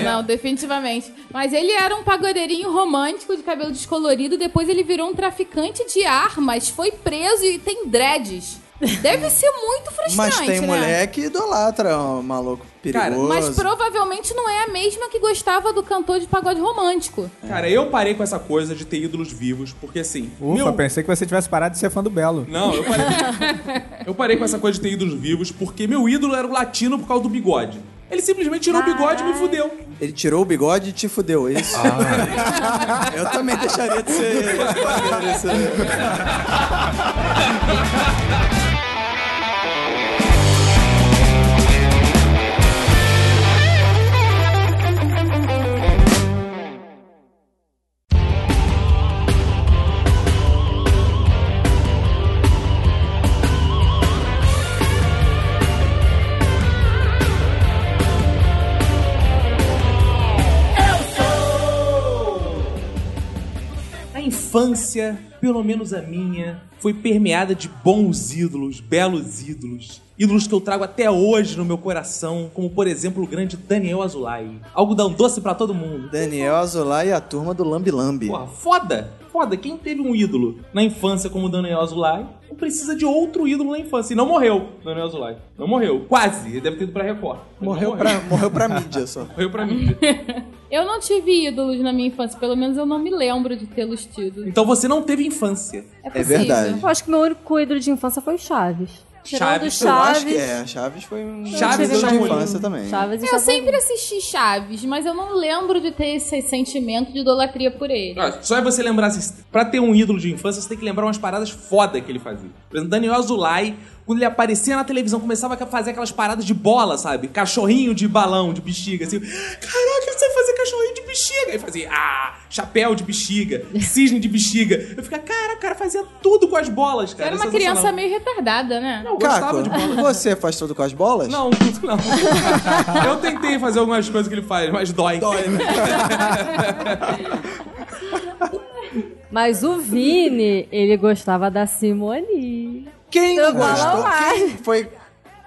Speaker 2: É,
Speaker 4: não. Não, definitivamente. Mas ele era um pagodeirinho romântico de cabelo descolorido. Depois ele virou um traficante de armas, foi preso e tem dreads. Deve ser muito frustrante,
Speaker 2: Mas tem
Speaker 4: né?
Speaker 2: mulher que idolatra um maluco
Speaker 1: Cara,
Speaker 2: perigoso.
Speaker 4: Mas provavelmente não é a mesma que gostava do cantor de pagode romântico.
Speaker 1: Cara, eu parei com essa coisa de ter ídolos vivos, porque assim.
Speaker 5: Ufa,
Speaker 1: meu-
Speaker 5: pensei que você tivesse parado de ser fã do Belo.
Speaker 1: Não, eu parei. eu parei com essa coisa de ter ídolos vivos, porque meu ídolo era o latino por causa do bigode. Ele simplesmente tirou o bigode e me fudeu.
Speaker 2: Ele tirou o bigode e te fudeu, é isso? Eu também deixaria de ser.
Speaker 1: A infância, pelo menos a minha, foi permeada de bons ídolos, belos ídolos. Ídolos que eu trago até hoje no meu coração, como por exemplo o grande Daniel Azulay. Algodão doce pra todo mundo.
Speaker 2: Daniel Azulay e a turma do Lambi Lambi.
Speaker 1: Porra, foda! Foda, quem teve um ídolo na infância como o Daniel Azulay, não precisa de outro ídolo na infância. E não morreu, Daniel Azulay. Não morreu. Quase. Ele deve ter ido pra Record. Ele
Speaker 2: Morreu
Speaker 1: não
Speaker 2: pra, morreu pra mídia só.
Speaker 1: Morreu pra mim.
Speaker 4: Eu não tive ídolos na minha infância, pelo menos eu não me lembro de tê-los tido.
Speaker 1: então você não teve infância.
Speaker 4: É,
Speaker 2: É
Speaker 4: possível.
Speaker 2: verdade.
Speaker 3: Eu acho que meu único ídolo de infância foi o Chaves. Tirando
Speaker 1: Chaves,
Speaker 3: Chaves.
Speaker 2: Eu acho que é. Chaves foi um
Speaker 3: eu
Speaker 1: Chaves
Speaker 3: tive
Speaker 2: ídolo de
Speaker 3: mais
Speaker 1: Chapolin.
Speaker 2: infância também.
Speaker 3: Chaves e
Speaker 4: Eu
Speaker 3: Chapolin.
Speaker 4: sempre assisti Chaves, mas eu não lembro de ter esse sentimento de idolatria por ele.
Speaker 1: Ah, Só é você lembrar, assim, pra ter um ídolo de infância, você tem que lembrar umas paradas foda que ele fazia. Por exemplo, Daniel Azulay, quando ele aparecia na televisão, começava a fazer aquelas paradas de bola, sabe? Cachorrinho de balão, de bexiga, assim. Caraca, ele sabe fazer cachorrinho de bexiga. Ele fazia, ah, chapéu de bexiga, cisne de bexiga. Eu ficava, cara, o cara fazia tudo com as bolas,
Speaker 4: Eu
Speaker 1: cara. é
Speaker 4: era uma
Speaker 1: sensacional.
Speaker 4: criança meio retardada, né?
Speaker 1: Não, eu gostava
Speaker 2: Caco,
Speaker 1: de bola.
Speaker 2: você faz tudo com as bolas?
Speaker 1: Não, não. Eu tentei fazer algumas coisas que ele faz, mas dói.
Speaker 2: Dói, né?
Speaker 3: Mas o Vini, ele gostava da Simone.
Speaker 2: Quem
Speaker 3: Eu
Speaker 2: não
Speaker 3: falo
Speaker 2: gostou?
Speaker 3: mais.
Speaker 2: Quem foi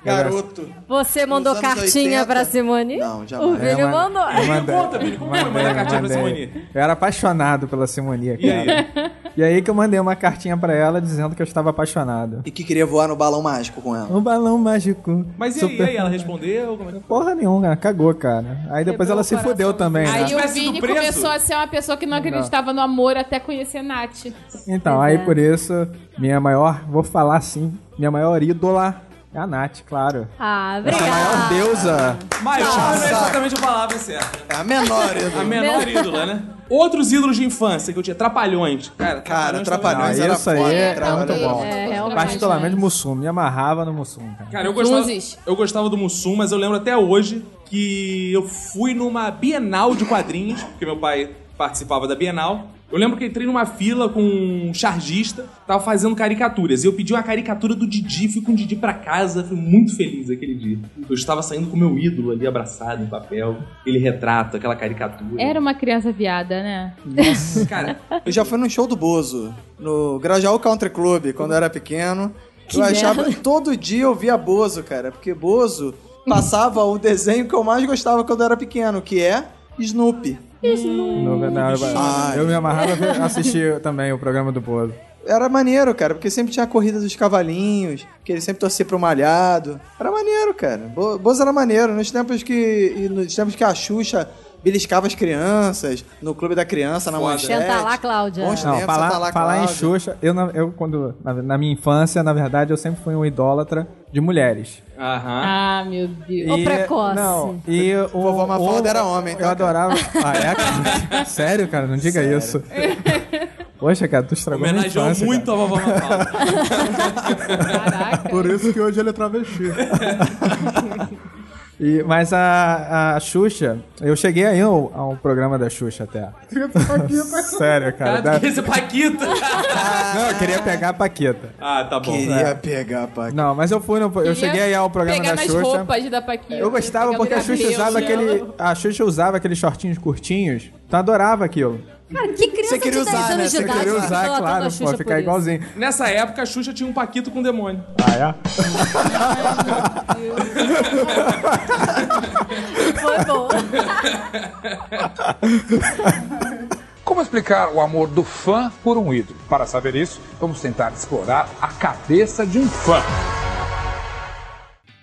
Speaker 2: garoto?
Speaker 3: Você mandou
Speaker 2: anos
Speaker 3: cartinha
Speaker 2: 80?
Speaker 3: pra Simone?
Speaker 2: Não,
Speaker 3: O
Speaker 2: jamais.
Speaker 6: É,
Speaker 3: Vini
Speaker 5: É, Eu ma-
Speaker 3: mandou.
Speaker 5: eu mandei-
Speaker 1: Conta, Vini, como é foi
Speaker 5: mandei,
Speaker 1: mandar cartinha pra
Speaker 5: mandei.
Speaker 1: Simone?
Speaker 5: Eu era apaixonado pela Simonia,
Speaker 1: E aí?
Speaker 5: cara. E aí que eu mandei uma cartinha pra ela dizendo que eu estava apaixonado.
Speaker 2: E que queria voar no balão mágico com ela.
Speaker 5: Um balão mágico.
Speaker 1: Mas e aí,
Speaker 5: super-
Speaker 1: aí ela respondeu? Como é que...
Speaker 5: Porra nenhuma, cara. Cagou, cara. Aí depois
Speaker 4: Quebrou
Speaker 5: ela
Speaker 4: o
Speaker 5: se
Speaker 4: coração.
Speaker 5: fudeu também, né?
Speaker 4: Aí o
Speaker 1: tivesse sido
Speaker 4: Vini
Speaker 1: preso.
Speaker 4: começou a ser uma pessoa que não acreditava no amor até conhecer Nath.
Speaker 5: Então, aí por isso, minha maior, vou falar assim, minha maior ídola é a Nath, claro.
Speaker 3: Ah,
Speaker 5: Essa maior
Speaker 3: obrigada.
Speaker 5: deusa.
Speaker 1: Maior não é exatamente a palavra certa.
Speaker 2: É a menor,
Speaker 1: A
Speaker 2: Edu.
Speaker 1: menor ídola, né? Outros ídolos de infância que eu tinha. Trapalhões. Cara,
Speaker 2: Cara,
Speaker 1: também.
Speaker 2: Trapalhões
Speaker 5: Não,
Speaker 2: era
Speaker 5: isso aí
Speaker 2: foda,
Speaker 5: é
Speaker 2: Trapalhões
Speaker 5: muito
Speaker 2: era
Speaker 5: bom.
Speaker 2: foda.
Speaker 3: É, realmente.
Speaker 5: Particularmente Mussum, me amarrava no Mussum, cara.
Speaker 1: Cara, eu gostava,
Speaker 4: Zunzis.
Speaker 1: eu gostava do Mussum, mas eu lembro até hoje que eu fui numa Bienal de quadrinhos, porque meu pai participava da Bienal. Eu lembro que eu entrei numa fila com um chargista, tava fazendo caricaturas. E eu pedi uma caricatura do Didi, fui com o Didi pra casa, fui muito feliz aquele dia. Eu estava saindo com meu ídolo ali abraçado em papel, ele retrato, aquela caricatura.
Speaker 4: Era uma criança viada, né?
Speaker 1: Cara,
Speaker 2: Eu já fui num show do Bozo, no Grajaú Country Club, quando eu era pequeno. eu achava. Todo dia eu via Bozo, cara, porque Bozo passava o desenho que eu mais gostava quando eu era pequeno, que é Snoopy.
Speaker 5: Não, não, eu-
Speaker 2: Ai.
Speaker 5: eu me amarrava a ver- assistir também o programa do Bozo.
Speaker 2: Era maneiro, cara, porque sempre tinha a corrida dos cavalinhos, que ele sempre torcia pro malhado. Era maneiro, cara. Bo- Bozo era maneiro. Nos tempos que. e Nos tempos que a Xuxa beliscava as crianças, no clube da criança, na
Speaker 1: Foda.
Speaker 2: manchete.
Speaker 3: Senta lá, Cláudia.
Speaker 2: Bons
Speaker 5: Não,
Speaker 2: tempos,
Speaker 5: falar,
Speaker 4: tá
Speaker 2: Santa Lá,
Speaker 5: falar em
Speaker 2: Cláudia.
Speaker 5: Xuxa, eu, na- eu quando, na, na minha infância, na verdade, eu sempre fui um idólatra de mulheres.
Speaker 1: aham.
Speaker 4: Ah, meu Deus.
Speaker 3: Ou precoce.
Speaker 5: Não, e o...
Speaker 2: Vovó Mafalda
Speaker 5: o-
Speaker 2: era homem, tá,
Speaker 5: Eu
Speaker 2: cara?
Speaker 5: adorava... Ah, é? cara? Sério, cara? Não diga isso. Poxa, cara, tu estragou minha
Speaker 1: Homenageou
Speaker 5: infância,
Speaker 1: muito
Speaker 5: cara.
Speaker 1: a vovó Mafalda.
Speaker 4: Caraca.
Speaker 6: Por isso que hoje ele é travesti.
Speaker 5: E- mas a, a Xuxa, eu cheguei aí ao, ao programa da Xuxa até. Sério, cara. tá-
Speaker 1: Cara,
Speaker 5: da-
Speaker 1: que esse Paquito.
Speaker 5: Não, eu queria pegar a Paquita.
Speaker 1: Ah, tá bom.
Speaker 2: Queria pegar, pá.
Speaker 5: Não, mas eu fui, no, eu cheguei aí ao programa
Speaker 4: pegar
Speaker 5: da
Speaker 4: nas
Speaker 5: Xuxa.
Speaker 4: roupas da Paquita.
Speaker 5: Eu gostava
Speaker 4: pegar
Speaker 5: porque a
Speaker 4: o
Speaker 5: Xuxa
Speaker 4: cabelo
Speaker 5: usava aquele.
Speaker 4: dela.
Speaker 5: A Xuxa usava aqueles shortinhos curtinhos. Então adorava aquilo.
Speaker 3: Cara, que
Speaker 2: Você
Speaker 3: criança de
Speaker 2: queria
Speaker 3: 10
Speaker 2: usar, né?
Speaker 3: anos
Speaker 2: Você
Speaker 3: de idade
Speaker 5: Queria
Speaker 3: vai
Speaker 5: usar,
Speaker 3: falar tanto
Speaker 5: claro,
Speaker 3: da
Speaker 5: pô,
Speaker 3: Xuxa por
Speaker 5: ficar
Speaker 3: isso?
Speaker 5: igualzinho.
Speaker 1: Nessa época, a Xuxa tinha um Paquito com demônio.
Speaker 3: Foi bom.
Speaker 7: Como explicar o amor do fã por um ídolo? Para saber isso, vamos tentar explorar a cabeça de um fã.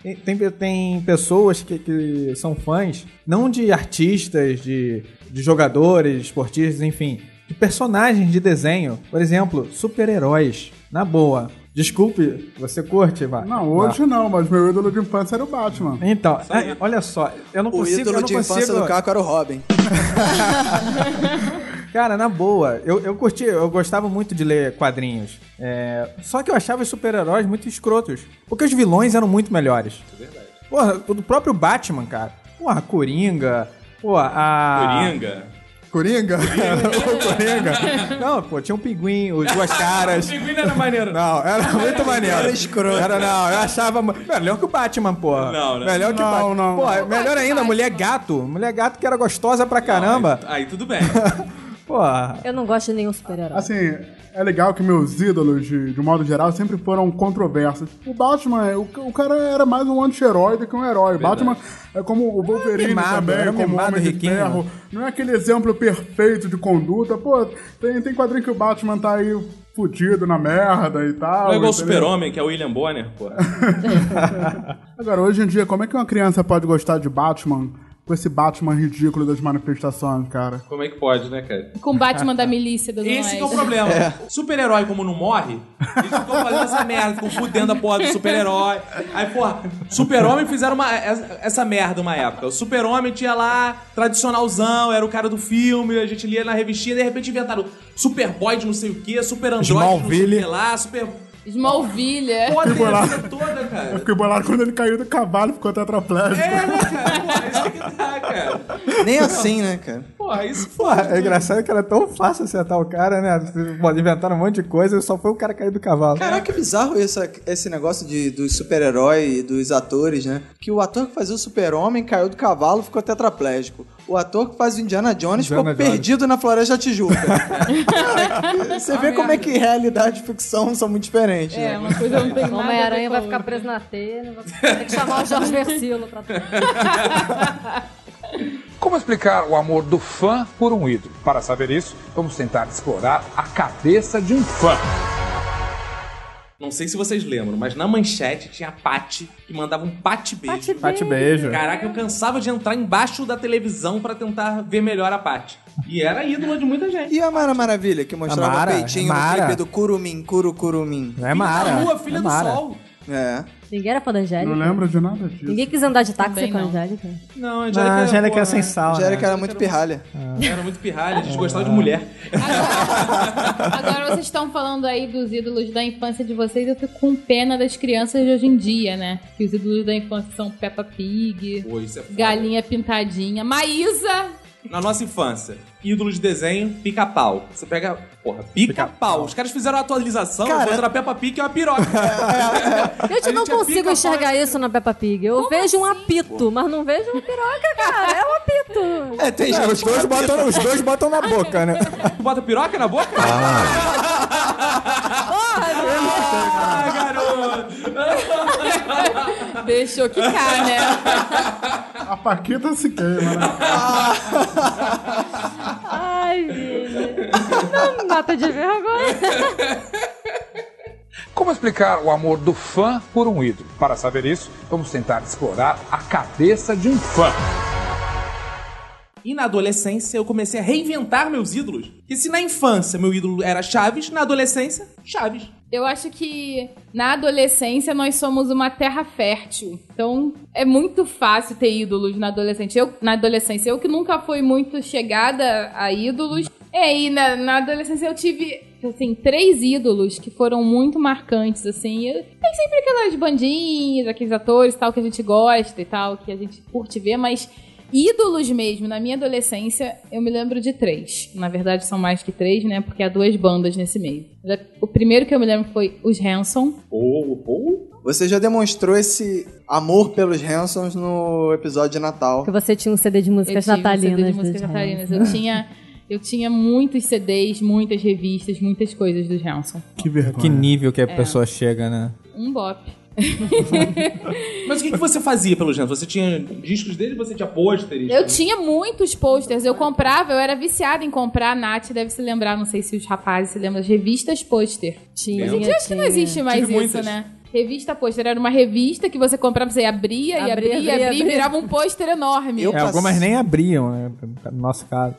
Speaker 5: Tem- Tem, tem pessoas que, que são fãs, não de artistas, de, de jogadores, esportistas, enfim, de personagens de desenho. Por exemplo, super-heróis. Na boa. Desculpe, você curte, Vá?
Speaker 6: Não, hoje não, mas meu ídolo de infância era o Batman.
Speaker 5: Vá. Então, é, olha só, eu não
Speaker 2: O
Speaker 5: consigo. eu
Speaker 2: ídolo
Speaker 5: não
Speaker 2: de infância
Speaker 5: consigo-
Speaker 2: do Caco era o Robin.
Speaker 5: Cara, na boa, eu, eu curti, eu gostava muito de ler quadrinhos. É, só que eu achava os super-heróis muito escrotos. Porque os vilões eram muito melhores. É verdade. Porra, o do próprio Batman, cara. Porra, a Coringa. Porra, a.
Speaker 1: Coringa.
Speaker 6: Coringa?
Speaker 5: Coringa. Não, pô, tinha um pinguim, os duas caras.
Speaker 1: O pinguim não era maneiro.
Speaker 5: Não, era muito maneiro.
Speaker 2: Era escroto.
Speaker 5: Era, não, eu achava. mu- Melhor que o Batman, porra.
Speaker 1: Não, né?
Speaker 5: Melhor que o
Speaker 6: Não,
Speaker 5: Batman.
Speaker 6: não,
Speaker 5: Porra,
Speaker 6: não.
Speaker 5: melhor ainda, a mulher gato. Mulher gato que era gostosa pra caramba.
Speaker 1: Aí, tudo bem.
Speaker 5: Porra.
Speaker 3: Eu não gosto de nenhum super-herói.
Speaker 6: Assim, é legal que meus ídolos, de, de um modo geral, sempre foram controversos. O Batman, o, o cara era mais um anti-herói do que um herói. Batman é como o Wolverine
Speaker 5: mimado,
Speaker 6: também,
Speaker 5: era
Speaker 6: como o
Speaker 5: mimado,
Speaker 6: Homem de
Speaker 5: riquinho.
Speaker 6: Ferro. Não é aquele exemplo perfeito de conduta. Pô, tem, tem quadrinho que o Batman tá aí fudido na merda e tal.
Speaker 1: Não é igual o
Speaker 6: entendeu?
Speaker 1: super-homem, que é o William Bonner, pô.
Speaker 6: Agora, hoje em dia, como é que uma criança pode gostar de Batman com esse Batman ridículo das manifestações, cara?
Speaker 1: Como é que pode, né, cara?
Speaker 4: Com Batman da milícia do
Speaker 1: Esse que é o
Speaker 4: Oeste.
Speaker 1: problema. Super-herói, como não morre, eles ficam fazendo essa merda, ficam fudendo a porra do super-herói. Aí, porra, super-homem fizeram uma, essa essa merda uma época. O super-homem tinha lá, tradicionalzão, era o cara do filme, a gente lia na revistinha, de repente inventaram Superboy de não sei o quê, super-android de não sei o
Speaker 5: Smallville.
Speaker 1: que lá, super...
Speaker 4: Smallville, é.
Speaker 1: Porra, tem a
Speaker 6: bolado.
Speaker 1: vida toda, cara.
Speaker 6: Fiquei bolado quando ele caiu do cavalo e ficou tetraplégico.
Speaker 1: É, né, cara? Porra, isso que dá, cara.
Speaker 2: Nem assim, né, cara?
Speaker 1: Porra, isso...
Speaker 5: Porra, é engraçado que era tão fácil acertar o cara, né? Pode inventar um monte de coisa, só foi o cara cair do cavalo.
Speaker 2: Caraca, que bizarro isso, esse negócio de, dos super-herói e dos atores, né? Que o ator que fazia o super-homem caiu do cavalo ficou tetraplégico. O ator que faz o Indiana Jones
Speaker 5: Indiana
Speaker 2: ficou
Speaker 5: Jones.
Speaker 2: perdido na Floresta da Tijuca. Cara, você vê como é que realidade e ficção são muito diferentes,
Speaker 4: É,
Speaker 2: né?
Speaker 4: uma coisa não tem nada. a ver
Speaker 3: Homem-Aranha
Speaker 4: com
Speaker 3: vai
Speaker 4: a
Speaker 3: ficar
Speaker 4: outra.
Speaker 3: preso na teia. vai- Tem que chamar o Jorge Versilo pra
Speaker 7: Como explicar o amor do fã por um ídolo? Para saber isso, vamos tentar explorar a cabeça de um fã.
Speaker 1: Não sei se vocês lembram, mas na manchete tinha a Pati, que mandava um Pati-beijo.
Speaker 3: Pati
Speaker 5: Bate beijo.
Speaker 1: Caraca, eu cansava de entrar embaixo da televisão pra tentar ver melhor a Paty. E era ídolo de muita gente.
Speaker 2: E a Mara Maravilha, que mostrava
Speaker 5: Mara, é
Speaker 2: peitinho
Speaker 5: Mara.
Speaker 2: no clipe do Curumim, Curu Curumim.
Speaker 5: É Mara.
Speaker 1: Filha da lua, filha
Speaker 5: é
Speaker 1: do
Speaker 5: Mara.
Speaker 1: sol.
Speaker 2: É.
Speaker 3: Ninguém era fã da
Speaker 6: Não
Speaker 3: Angélica.
Speaker 6: lembro de nada disso.
Speaker 3: Ninguém quis andar de táxi
Speaker 4: Também
Speaker 3: com a
Speaker 4: não.
Speaker 3: Angélica.
Speaker 1: Não, a
Speaker 5: Não,
Speaker 1: Angélica,
Speaker 5: a Angélica
Speaker 1: porra,
Speaker 5: é sem sal,
Speaker 2: Já era
Speaker 5: né?
Speaker 2: que era muito pirralha.
Speaker 1: Era muito pirralha, a gente gostava de mulher.
Speaker 4: Agora vocês estão falando aí dos ídolos da infância de vocês, eu fico com pena das crianças de hoje em dia, né? Que os ídolos da infância são Peppa Pig,
Speaker 1: Pô, isso é foda.
Speaker 4: Galinha Pintadinha, Maísa.
Speaker 1: Na nossa infância, ídolo de desenho, pica-pau. Você pega, porra, pica-pau. Os caras fizeram a atualização,
Speaker 2: Cara-
Speaker 1: botaram a Peppa Pig e é uma piroca.
Speaker 3: Eu
Speaker 1: A
Speaker 3: não
Speaker 1: gente é
Speaker 3: consigo
Speaker 1: pica-pau,
Speaker 3: enxergar isso na Peppa Pig. Eu vejo um apito, mas não vejo uma piroca, cara. É um apito.
Speaker 2: É, tem
Speaker 5: É, os,
Speaker 2: gente.
Speaker 5: dois botam, os dois botam na boca, né?
Speaker 1: tu bota piroca na boca? Ah, garoto!
Speaker 4: Deixou quicar, né?
Speaker 6: A Paquita se queima, né?
Speaker 3: Ai, filho. Não me mata de vergonha.
Speaker 7: Como explicar o amor do fã por um ídolo? Para saber isso, vamos tentar explorar a cabeça de um fã.
Speaker 1: E na adolescência eu comecei a reinventar meus ídolos. E se na infância meu ídolo era Chaves, na adolescência, Chaves.
Speaker 4: Eu acho que na adolescência nós somos uma terra fértil. Então é muito fácil ter ídolos na adolescência. Eu, na adolescência, eu que nunca fui muito chegada a ídolos. É, e na, na adolescência eu tive, assim, três ídolos que foram muito marcantes, assim. Eu- Tem sempre aquelas bandinhas, aqueles atores e tal que a gente gosta e tal, que a gente curte ver, mas ídolos mesmo, na minha adolescência, eu me lembro de três. Na verdade, são mais que três, né? Porque há duas bandas nesse meio. Mas a- O primeiro que eu me lembro foi os Hanson.
Speaker 1: Ou, ou.
Speaker 2: Você já demonstrou esse amor pelos Hansons no episódio de Natal.
Speaker 3: Porque você tinha um CD de
Speaker 4: Eu
Speaker 3: músicas
Speaker 4: tive um
Speaker 3: natalinas.
Speaker 4: CD de
Speaker 3: dos
Speaker 4: músicas
Speaker 3: Hanson.
Speaker 4: natalinas. Eu tinha, eu tinha muitos CDs, muitas revistas, muitas coisas dos Hanson.
Speaker 6: Que vergonha.
Speaker 5: Que nível que a
Speaker 1: É.
Speaker 5: pessoa chega, né?
Speaker 4: Um bop.
Speaker 1: Mas o que, que você fazia pelo Jantos? Você tinha discos dele, você tinha pôsteres?
Speaker 3: Uhum.
Speaker 4: Eu tinha muitos posters, eu comprava, eu era viciada em comprar. A Nath deve se lembrar, não sei se os rapazes se lembram, as revistas pôster.
Speaker 3: Tinha.
Speaker 4: Hoje em dia acho que não existe mais isso,
Speaker 1: muitas.
Speaker 4: né? Revista pôster era uma revista que você comprava, você abria e
Speaker 3: Abria, abria,
Speaker 4: abria, e abria, e
Speaker 3: abria.
Speaker 4: virava um pôster enorme.
Speaker 2: Eu
Speaker 5: É,
Speaker 2: passe-
Speaker 5: algumas nem abriam, né? No nosso caso.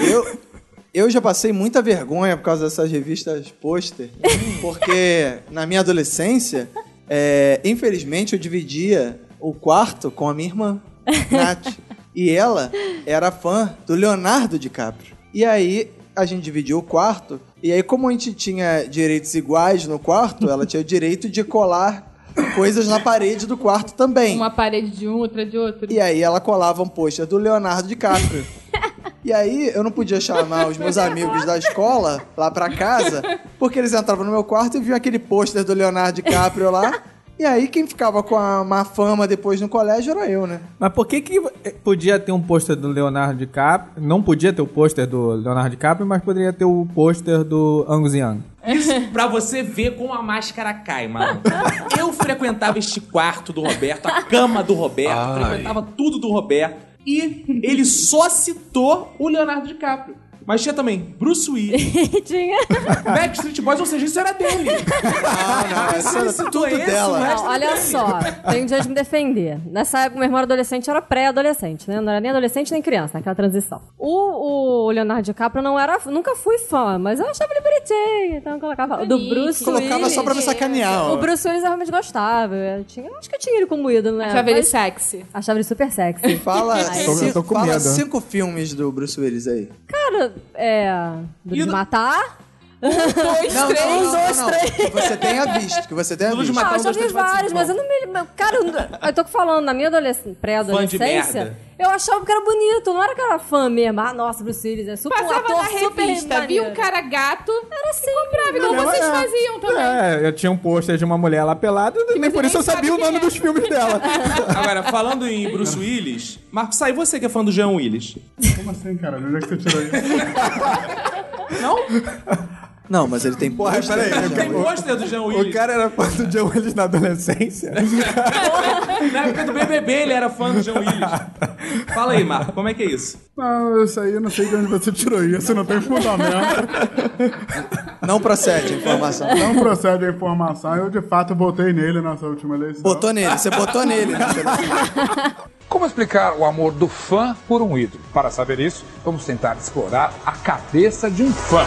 Speaker 2: Eu, eu já passei muita vergonha por causa dessas revistas pôster, porque na minha adolescência, é, infelizmente, eu dividia o quarto com a minha irmã, Nath. e ela era fã do Leonardo DiCaprio. E aí a gente dividiu o quarto, e aí, como a gente tinha direitos iguais no quarto, ela tinha o direito de colar coisas na parede do quarto também.
Speaker 4: Uma parede de um, outra de outro.
Speaker 2: E aí ela colava um pôster do Leonardo DiCaprio. E aí eu não podia chamar os meus amigos da escola lá pra casa, porque eles entravam no meu quarto e viam aquele pôster do Leonardo DiCaprio lá. E aí quem ficava com a má fama depois no colégio era eu, né?
Speaker 5: Mas por que que podia ter um pôster do Leonardo DiCaprio? Não podia ter o pôster do Leonardo DiCaprio, mas poderia ter o pôster do Angus Young.
Speaker 1: Pra você ver como a máscara cai, mano. Eu frequentava este quarto do Roberto, a cama do Roberto, frequentava tudo do Roberto. E ele só citou o Leonardo DiCaprio. Mas tinha também Bruce Willis,
Speaker 3: né, tinha.
Speaker 1: Backstreet Boys, ou seja, isso era dele.
Speaker 2: Ah, não, isso era
Speaker 1: Citou
Speaker 2: tudo
Speaker 1: esse, o
Speaker 2: dela.
Speaker 1: resto
Speaker 3: Não, olha só, tenho dias de me defender. Nessa época, meu irmão era adolescente, eu era pré-adolescente, né? Não era nem adolescente nem criança, naquela transição. O, o Leonardo DiCaprio não era, nunca fui fã, mas eu achava ele bonitinho, então eu colocava. Do
Speaker 4: Bonito.
Speaker 3: Bruce
Speaker 2: Colocava
Speaker 3: Willis.
Speaker 2: só pra me sacanear,
Speaker 3: O
Speaker 2: ó.
Speaker 3: Bruce Willis eu realmente gostava. Eu tinha, acho que eu tinha ele como ídolo, né?
Speaker 4: Achava ele
Speaker 3: Mas
Speaker 4: sexy.
Speaker 3: achava ele super sexy.
Speaker 2: Fala,
Speaker 6: Tô-
Speaker 2: ci-
Speaker 6: tô com
Speaker 2: fala
Speaker 6: medo.
Speaker 2: cinco filmes do Bruce Willis aí.
Speaker 3: Cara, é. Do
Speaker 1: E
Speaker 3: de
Speaker 1: do-
Speaker 3: matar.
Speaker 4: Dois, três.
Speaker 2: Que você tenha visto, que você tenha
Speaker 1: Luz de
Speaker 2: visto.
Speaker 1: Matar
Speaker 3: Ah,
Speaker 1: um,
Speaker 3: eu já
Speaker 1: dois,
Speaker 3: vi
Speaker 1: três, quatro,
Speaker 3: vários,
Speaker 1: cinco,
Speaker 3: mas eu não me. Cara, eu, não- eu tô falando, na minha adolescência,
Speaker 1: Fã de merda.
Speaker 3: pré-adolescência, eu achava que era bonito, não era que era fã mesmo. Ah, nossa, Bruce Willis é super um
Speaker 4: Passava
Speaker 3: ator
Speaker 4: na
Speaker 3: super
Speaker 4: revista,
Speaker 3: maneiro.
Speaker 4: via um cara gato.
Speaker 3: Era assim.
Speaker 4: Como
Speaker 3: não,
Speaker 4: vocês
Speaker 5: é.
Speaker 4: faziam também.
Speaker 5: É, eu tinha um pôster de uma mulher lá pelada, nem
Speaker 4: você
Speaker 5: por
Speaker 4: nem
Speaker 5: isso eu
Speaker 4: sabe
Speaker 5: sabia o
Speaker 4: quem
Speaker 5: nome
Speaker 4: é.
Speaker 5: dos filmes dela.
Speaker 1: Agora, falando em Bruce Willis, Marcos, sai você que é fã do Jean Willis.
Speaker 6: Como assim, cara? Onde é que você tirou isso?
Speaker 2: Não, mas ele tem
Speaker 5: Porra,
Speaker 2: pôster,
Speaker 5: peraí,
Speaker 2: né,
Speaker 5: eu
Speaker 2: já?
Speaker 1: Tem pôster do Jean Willis.
Speaker 5: O cara era fã do John Willis na adolescência.
Speaker 1: Na época do BBB ele era fã do Jean Willis. Fala aí, Marco, como é que é isso?
Speaker 6: Não, isso aí eu não sei de onde você tirou isso, não tem fundamento. É
Speaker 2: Não procede a informação.
Speaker 6: Não procede a informação. Eu de fato votei nele nessa última eleição.
Speaker 2: Botou nele, você botou nele. né?
Speaker 7: Como explicar o amor do fã por um ídolo? Para saber isso, vamos tentar explorar a cabeça de um fã.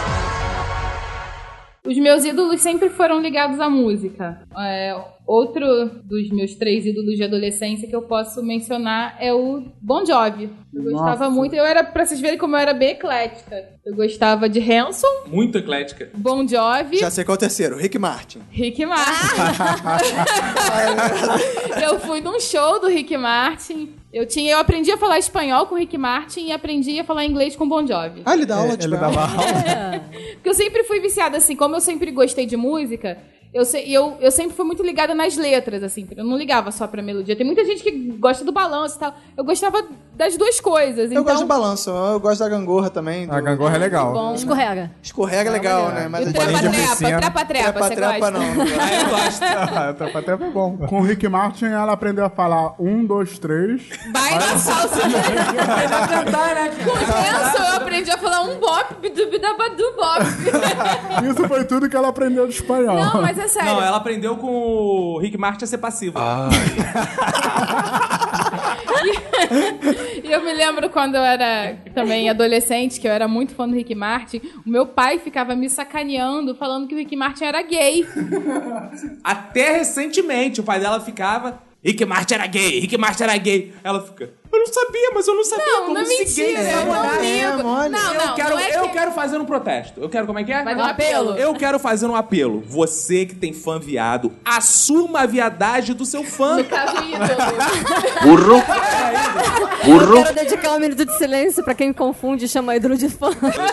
Speaker 4: Os meus ídolos sempre foram ligados à música. É, outro dos meus três ídolos de adolescência que eu posso mencionar é o Bon Jovi. Eu gostava
Speaker 6: Nossa.
Speaker 4: muito. Eu era, pra vocês verem como eu era bem eclética. Eu gostava de Hanson,
Speaker 1: Muito eclética.
Speaker 4: Bon Jovi,
Speaker 2: Já sei qual é o terceiro, Rick Martin.
Speaker 4: Rick Martin. eu fui num show do Rick Martin. Eu, tinha, eu aprendi a falar espanhol com o Rick Martin e aprendi a falar inglês com o Bon Jovi.
Speaker 2: Ah, ele dá aula de
Speaker 5: Ele dava aula.
Speaker 4: Porque eu sempre fui viciada, assim, como eu sempre gostei de música, eu, se- eu, eu sempre fui muito ligada nas letras, assim. Eu não ligava só pra melodia. Tem muita gente que gosta do balanço e tal. Eu gostava das duas coisas.
Speaker 2: Eu
Speaker 4: então,
Speaker 2: gosto de balanço, eu gosto da gangorra também. do-
Speaker 5: A gangorra é legal.
Speaker 4: Bom,
Speaker 3: Escorrega.
Speaker 2: Escorrega é legal, né? Mas
Speaker 4: e
Speaker 2: a
Speaker 5: Além de
Speaker 4: trapa-trepa,
Speaker 5: oficina.
Speaker 4: trapa-trepa, você gosta?
Speaker 2: não. não gosto.
Speaker 1: Ah, eu gosto.
Speaker 5: Ah, até foi bom.
Speaker 6: Com o Rick Martin, ela aprendeu a falar um, dois, três.
Speaker 4: Vai na salsa. Com o Nelson, eu aprendi a falar um bop, bidubidabadu bop.
Speaker 6: Isso foi tudo que ela aprendeu de espanhol.
Speaker 4: Não, mas é sério.
Speaker 1: Não, ela aprendeu com o Rick Martin a ser passiva.
Speaker 4: E eu me lembro quando eu era também adolescente, que eu era muito fã do Rick Martin, o meu pai ficava me sacaneando, falando que o Rick Martin era gay.
Speaker 1: Até recentemente, o pai dela ficava. Rick Martin era gay, Rick Martin era gay. Ela fica. Eu não sabia, mas eu não sabia
Speaker 4: Não,
Speaker 1: como assim né?
Speaker 4: não é
Speaker 1: seguir
Speaker 4: mentira,
Speaker 1: esse
Speaker 4: eu não
Speaker 1: monarca.
Speaker 4: ligo.
Speaker 2: mano.
Speaker 4: Não, não,
Speaker 1: eu quero,
Speaker 4: não é que...
Speaker 1: eu quero fazer um protesto. Eu quero, como é que é?
Speaker 4: Vai dar um apelo.
Speaker 1: Eu quero fazer um apelo. Você que tem fã viado, assuma a viadagem do seu fã. tá
Speaker 4: No é um caso, o ídolo.
Speaker 8: Burro. Burro.
Speaker 3: Quero dedicar um minuto de silêncio pra quem confunde e chama ídolo de fã.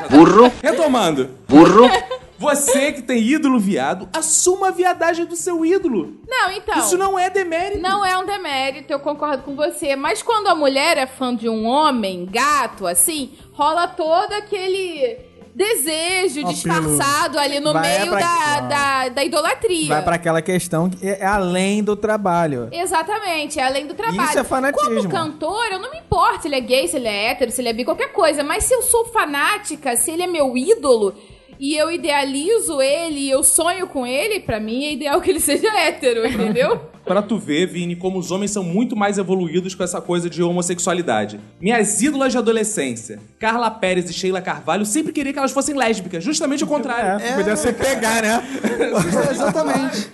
Speaker 8: Burro.
Speaker 1: Retomando.
Speaker 8: Burro.
Speaker 1: Você que tem ídolo viado, assuma a viadagem do seu ídolo.
Speaker 4: Não, então.
Speaker 1: Isso não é demérito.
Speaker 4: Não é um demérito, eu concordo com você. Mas quando a mulher é fã de um homem, gato, assim, rola todo aquele desejo
Speaker 6: Apelo.
Speaker 4: disfarçado ali no
Speaker 5: Vai
Speaker 4: meio
Speaker 5: pra-
Speaker 4: da,
Speaker 5: Ah.
Speaker 4: da, da idolatria.
Speaker 5: Vai pra aquela questão que é além do trabalho.
Speaker 4: Exatamente, é além do trabalho.
Speaker 5: Isso é fanatismo.
Speaker 4: Como cantor, eu não me importo se ele é gay, se ele é hétero, se ele é bi, qualquer coisa. Mas se eu sou fanática, se ele é meu ídolo e eu idealizo ele e eu sonho com ele, pra mim é ideal que ele seja hétero, entendeu?
Speaker 1: Pra tu ver, Vini, como os homens são muito mais evoluídos com essa coisa de homossexualidade. Minhas ídolas de adolescência, Carla Pérez e Sheila Carvalho, sempre queria que elas fossem lésbicas, justamente o contrário.
Speaker 5: Podia ser pegar, né?
Speaker 2: Exatamente.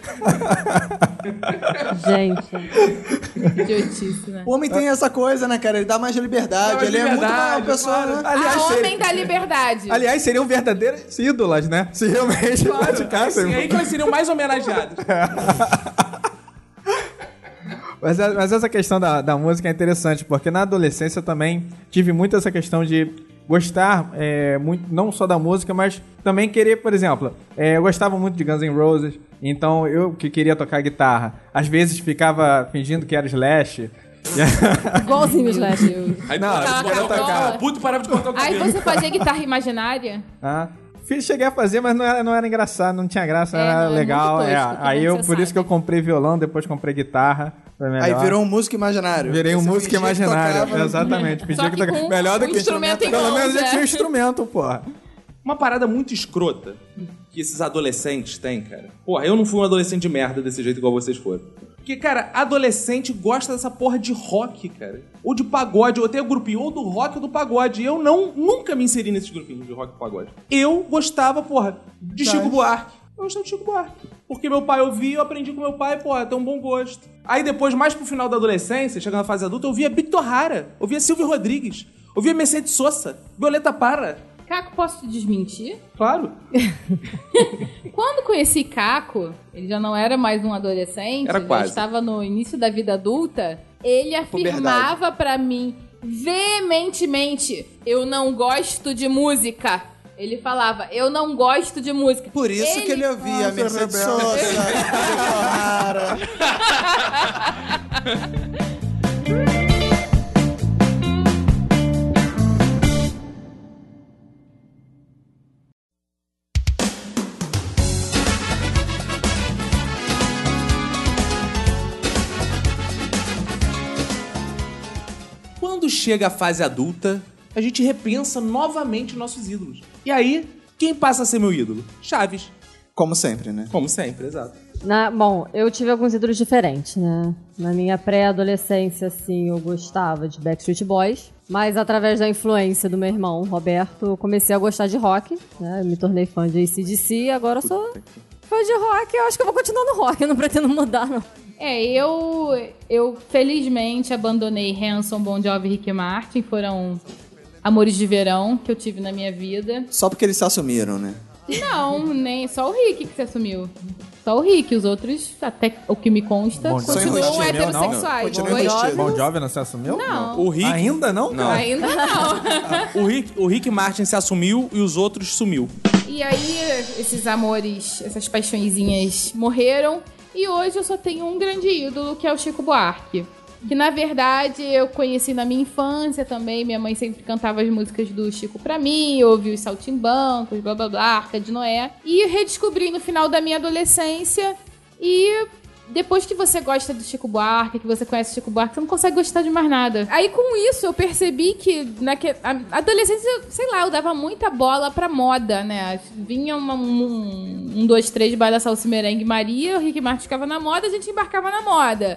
Speaker 3: Gente,
Speaker 4: Idiotice, né?
Speaker 2: O homem tem essa coisa, né, cara? Ele dá mais liberdade.
Speaker 1: mais
Speaker 2: ele é muito mais
Speaker 1: liberdade,
Speaker 2: uma pessoa,
Speaker 1: claro.
Speaker 2: né?
Speaker 5: Aliás,
Speaker 4: a
Speaker 5: seria-
Speaker 4: homem da liberdade.
Speaker 5: Aliás, seriam verdadeiros ídolas, né? Se realmente praticassem.
Speaker 1: E É. aí que elas seriam mais homenageadas.
Speaker 5: Mas, a- mas essa questão da, da música é interessante, porque na adolescência também tive muito essa questão de gostar é, muito, não só da música, mas também querer, por exemplo, é, eu gostava muito de Guns N' Roses, então eu que queria tocar guitarra, às vezes ficava fingindo que era Slash.
Speaker 3: igualzinho o Slash.
Speaker 1: Aí
Speaker 5: Não,
Speaker 1: tu
Speaker 4: ela
Speaker 1: cortava o
Speaker 4: cortava.
Speaker 1: cabelo, puto parava de cortar o
Speaker 4: Aí
Speaker 1: cabelo.
Speaker 4: você fazia guitarra imaginária?
Speaker 5: Ah, fiz- cheguei a fazer, mas não era, não era engraçado, não tinha graça,
Speaker 4: É,
Speaker 5: não era
Speaker 4: não, é
Speaker 5: legal.
Speaker 4: muito
Speaker 5: é.
Speaker 4: tosco, todo
Speaker 5: aí eu,
Speaker 4: mundo já
Speaker 5: por isso
Speaker 4: sabe.
Speaker 5: que eu comprei violão, depois comprei guitarra. foi
Speaker 2: Aí
Speaker 5: melhor.
Speaker 2: virou um músico imaginário.
Speaker 5: Virei um
Speaker 2: Você
Speaker 5: músico
Speaker 2: fingia que
Speaker 5: imaginário.
Speaker 2: tocava, né?
Speaker 5: Exatamente. Fingia
Speaker 4: Só
Speaker 5: que
Speaker 4: que
Speaker 5: tocava.
Speaker 4: com
Speaker 5: Melhor do
Speaker 4: o
Speaker 5: que
Speaker 4: instrumento em
Speaker 5: Pelo
Speaker 4: mãos,
Speaker 5: menos eu
Speaker 4: né?
Speaker 5: tinha um instrumento, porra.
Speaker 1: Uma parada muito escrota que esses adolescentes têm, cara. Porra, eu não fui um adolescente de merda desse jeito igual vocês foram. Porque, cara, adolescente gosta dessa porra de rock, cara. Ou de pagode, ou até grupinho, ou do rock ou do pagode. E Eu não, nunca me inseri nesses grupinhos de rock e pagode. Eu gostava, porra, de Chico Buarque. Eu gostava de Chico Buarque. Porque meu pai ouvia, eu aprendi com meu pai, porra, tem um bom gosto. Aí depois, mais pro final da adolescência, chegando na fase adulta, eu via Victor Hara, eu via Silvio Rodrigues, eu via Mercedes Sosa, Violeta Parra.
Speaker 4: Caco, posso te desmentir?
Speaker 1: Claro.
Speaker 4: Quando conheci Caco, ele já não era mais um adolescente,
Speaker 1: Era
Speaker 4: já
Speaker 1: quase.
Speaker 4: estava no início da vida adulta, ele afirmava pra mim veementemente: "Eu não gosto de música". Ele falava: "Eu não gosto de música".
Speaker 2: Por isso que ele ouvia a
Speaker 4: né,
Speaker 2: Mercedes Sosa, Rara.
Speaker 1: Quando chega a fase adulta, a gente repensa novamente nossos ídolos. E aí, quem passa a ser meu ídolo? Chaves.
Speaker 2: Como sempre, né?
Speaker 1: Como sempre, exato.
Speaker 3: Na- bom, eu tive alguns ídolos diferentes, né? Na minha pré-adolescência, assim, eu gostava de Backstreet Boys. Mas através da influência do meu irmão, Roberto, eu comecei a gostar de rock. Né? Eu me tornei fã de ACDC e agora eu sou fã de rock. Eu acho que eu vou continuar no rock, eu não pretendo mudar, não.
Speaker 4: É, eu, eu felizmente abandonei Hanson, Bon Jovi e Rick Martin, foram amores de verão que eu tive na minha vida.
Speaker 2: Só porque eles se assumiram, né?
Speaker 4: Não, nem só o Rick que se assumiu. Só o Rick, os outros, até o que me consta,
Speaker 5: Bom, só
Speaker 4: continuam
Speaker 2: enrosquei,
Speaker 5: meu, não?
Speaker 4: heterossexuais.
Speaker 2: Continua
Speaker 4: Oi?
Speaker 2: investido.
Speaker 5: Bom Jovem não se assumiu?
Speaker 4: Não.
Speaker 1: O Rick,
Speaker 5: Ainda não?
Speaker 1: Não.
Speaker 5: cara?
Speaker 4: Ainda não.
Speaker 1: o Rick, o Rick Martin se assumiu e os outros sumiu.
Speaker 4: E aí, esses amores, essas paixõezinhas morreram. E hoje eu só tenho um grande ídolo, que é o Chico Buarque. Que na verdade eu conheci na minha infância também. Minha mãe sempre cantava as músicas do Chico pra mim, eu ouvi os saltimbancos, blá blá blá, Arca de Noé. E redescobri no final da minha adolescência. E depois que você gosta do Chico Buarque, que você conhece o Chico Buarque, você não consegue gostar de mais nada. Aí com isso eu percebi que na que- a adolescência, eu- sei lá, eu dava muita bola pra moda, né? Vinha uma- um, um, dois, três, baila salsa merengue Maria, o Rick Martin ficava na moda, a gente embarcava na moda.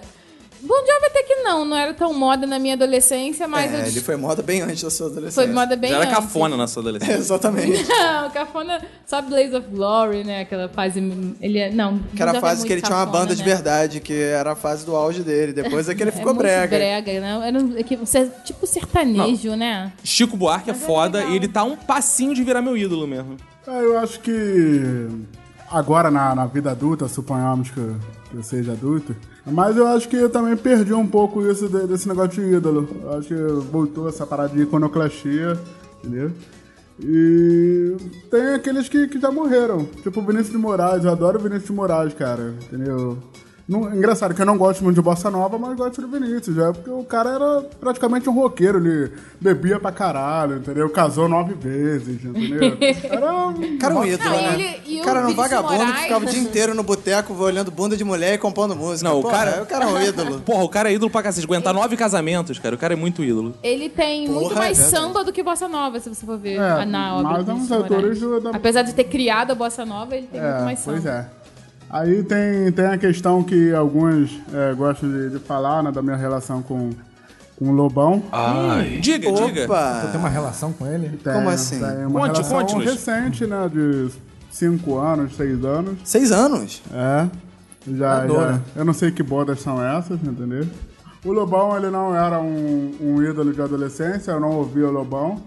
Speaker 4: Bom Jovi até que não, não era tão moda na minha adolescência, mas eu
Speaker 2: É, ele
Speaker 4: des-
Speaker 2: foi moda bem antes da sua adolescência.
Speaker 4: foi moda bem
Speaker 1: Já era
Speaker 4: antes.
Speaker 1: cafona na sua
Speaker 2: É,
Speaker 1: adolescência.
Speaker 2: Exatamente.
Speaker 4: Não, cafona, só Blaze of Glory, né? Aquela fase. Ele é. Não.
Speaker 2: Que era
Speaker 4: Bon Jovi
Speaker 2: a
Speaker 4: é
Speaker 2: fase que
Speaker 4: muito
Speaker 2: ele tinha uma
Speaker 4: cafona,
Speaker 2: banda de
Speaker 4: né?
Speaker 2: verdade, que era a fase do auge dele. Depois é que ele
Speaker 4: É
Speaker 2: ficou
Speaker 4: muito
Speaker 2: brega.
Speaker 4: brega, né? Era um- é que você- tipo sertanejo, né?
Speaker 1: Chico Buarque é foda e ele tá um passinho de virar meu ídolo mesmo.
Speaker 6: É, eu acho que agora na, na vida adulta, suponhamos que eu, que eu seja adulto, mas eu acho que eu também perdi um pouco isso de- desse negócio de ídolo. Eu acho que voltou essa parada de iconoclastia, entendeu? E tem aqueles que, que já morreram, tipo o Vinícius de Moraes, eu adoro o Vinícius de Moraes, cara, entendeu? Não- engraçado que eu não gosto muito de bossa nova, mas gosto do Vinícius, é porque o cara era praticamente um roqueiro, ele bebia pra caralho, entendeu? Casou nove vezes, entendeu? Era um
Speaker 2: Cara, um ídolo,
Speaker 4: Não, e
Speaker 2: né?
Speaker 4: ele- e o
Speaker 2: cara, era um
Speaker 4: Vinícius
Speaker 2: vagabundo que
Speaker 4: Moraes-
Speaker 2: ficava o dia inteiro no boteco olhando bunda de mulher e compondo música.
Speaker 1: Não, o
Speaker 2: Porra,
Speaker 1: cara-
Speaker 2: O cara é um ídolo.
Speaker 1: Porra, o cara é ídolo pra cacete. Aguentar nove casamentos, cara. O cara é muito ídolo.
Speaker 4: Ele tem
Speaker 2: Porra,
Speaker 4: muito mais
Speaker 2: é verdade.
Speaker 4: samba do que bossa nova, se você for ver
Speaker 6: É,
Speaker 4: na obra.
Speaker 6: mas
Speaker 4: do
Speaker 6: é um dos
Speaker 4: Vinícius
Speaker 6: autores
Speaker 4: Moraes.
Speaker 6: do- da-
Speaker 4: Apesar de ter criado a bossa nova, ele tem muito mais samba.
Speaker 6: pois é. Aí tem, tem a questão que alguns é, gostam de, de falar, né, da minha relação com, com o Lobão.
Speaker 2: Ah,
Speaker 1: Diga, diga.
Speaker 5: Tem
Speaker 2: Opa!
Speaker 5: uma relação com ele?
Speaker 6: Tem-
Speaker 2: como assim?
Speaker 6: Tem uma
Speaker 1: Conte,
Speaker 6: relação
Speaker 1: conte-nos.
Speaker 6: recente, né, de 5 anos, 6 anos.
Speaker 2: Seis anos.
Speaker 6: É. Já,
Speaker 2: Adoro.
Speaker 6: já. Eu não sei que bodas são essas, entendeu? O Lobão, ele não era um, um ídolo de adolescência, eu não ouvia o Lobão.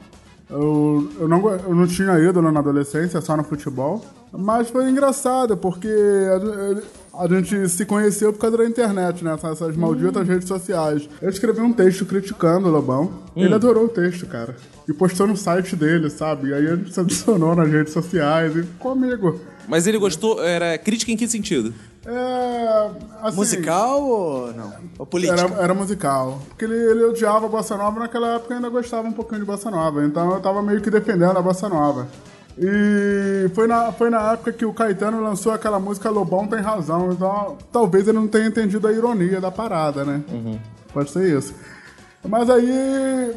Speaker 6: Eu, eu, não, go- eu não tinha ídolo na adolescência, só no futebol. Mas foi engraçado, porque a gen- a, gente se conheceu por causa da internet, né? Essas, essas malditas redes sociais. Eu escrevi um texto criticando o Lobão. Ele adorou o texto, cara. E postou no site dele, sabe? E aí a gente se adicionou nas redes sociais e ficou amigo.
Speaker 1: Mas ele gostou, era crítica em que sentido?
Speaker 6: É, assim,
Speaker 2: Musical ou não? Ou política?
Speaker 6: Era, era musical. Porque ele, ele odiava a bossa nova, naquela época eu ainda gostava um pouquinho de bossa nova. Então eu tava meio que defendendo a bossa nova. E foi na, foi na época que o Caetano lançou aquela música Lobão Tem Razão. Então talvez ele não tenha entendido a ironia da parada, né?
Speaker 5: Uhum.
Speaker 6: Pode ser isso. Mas aí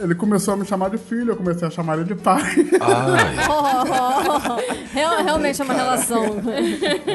Speaker 6: ele começou a me chamar de filho, eu comecei a chamar ele de pai.
Speaker 5: Ah.
Speaker 3: Real- realmente é uma relação.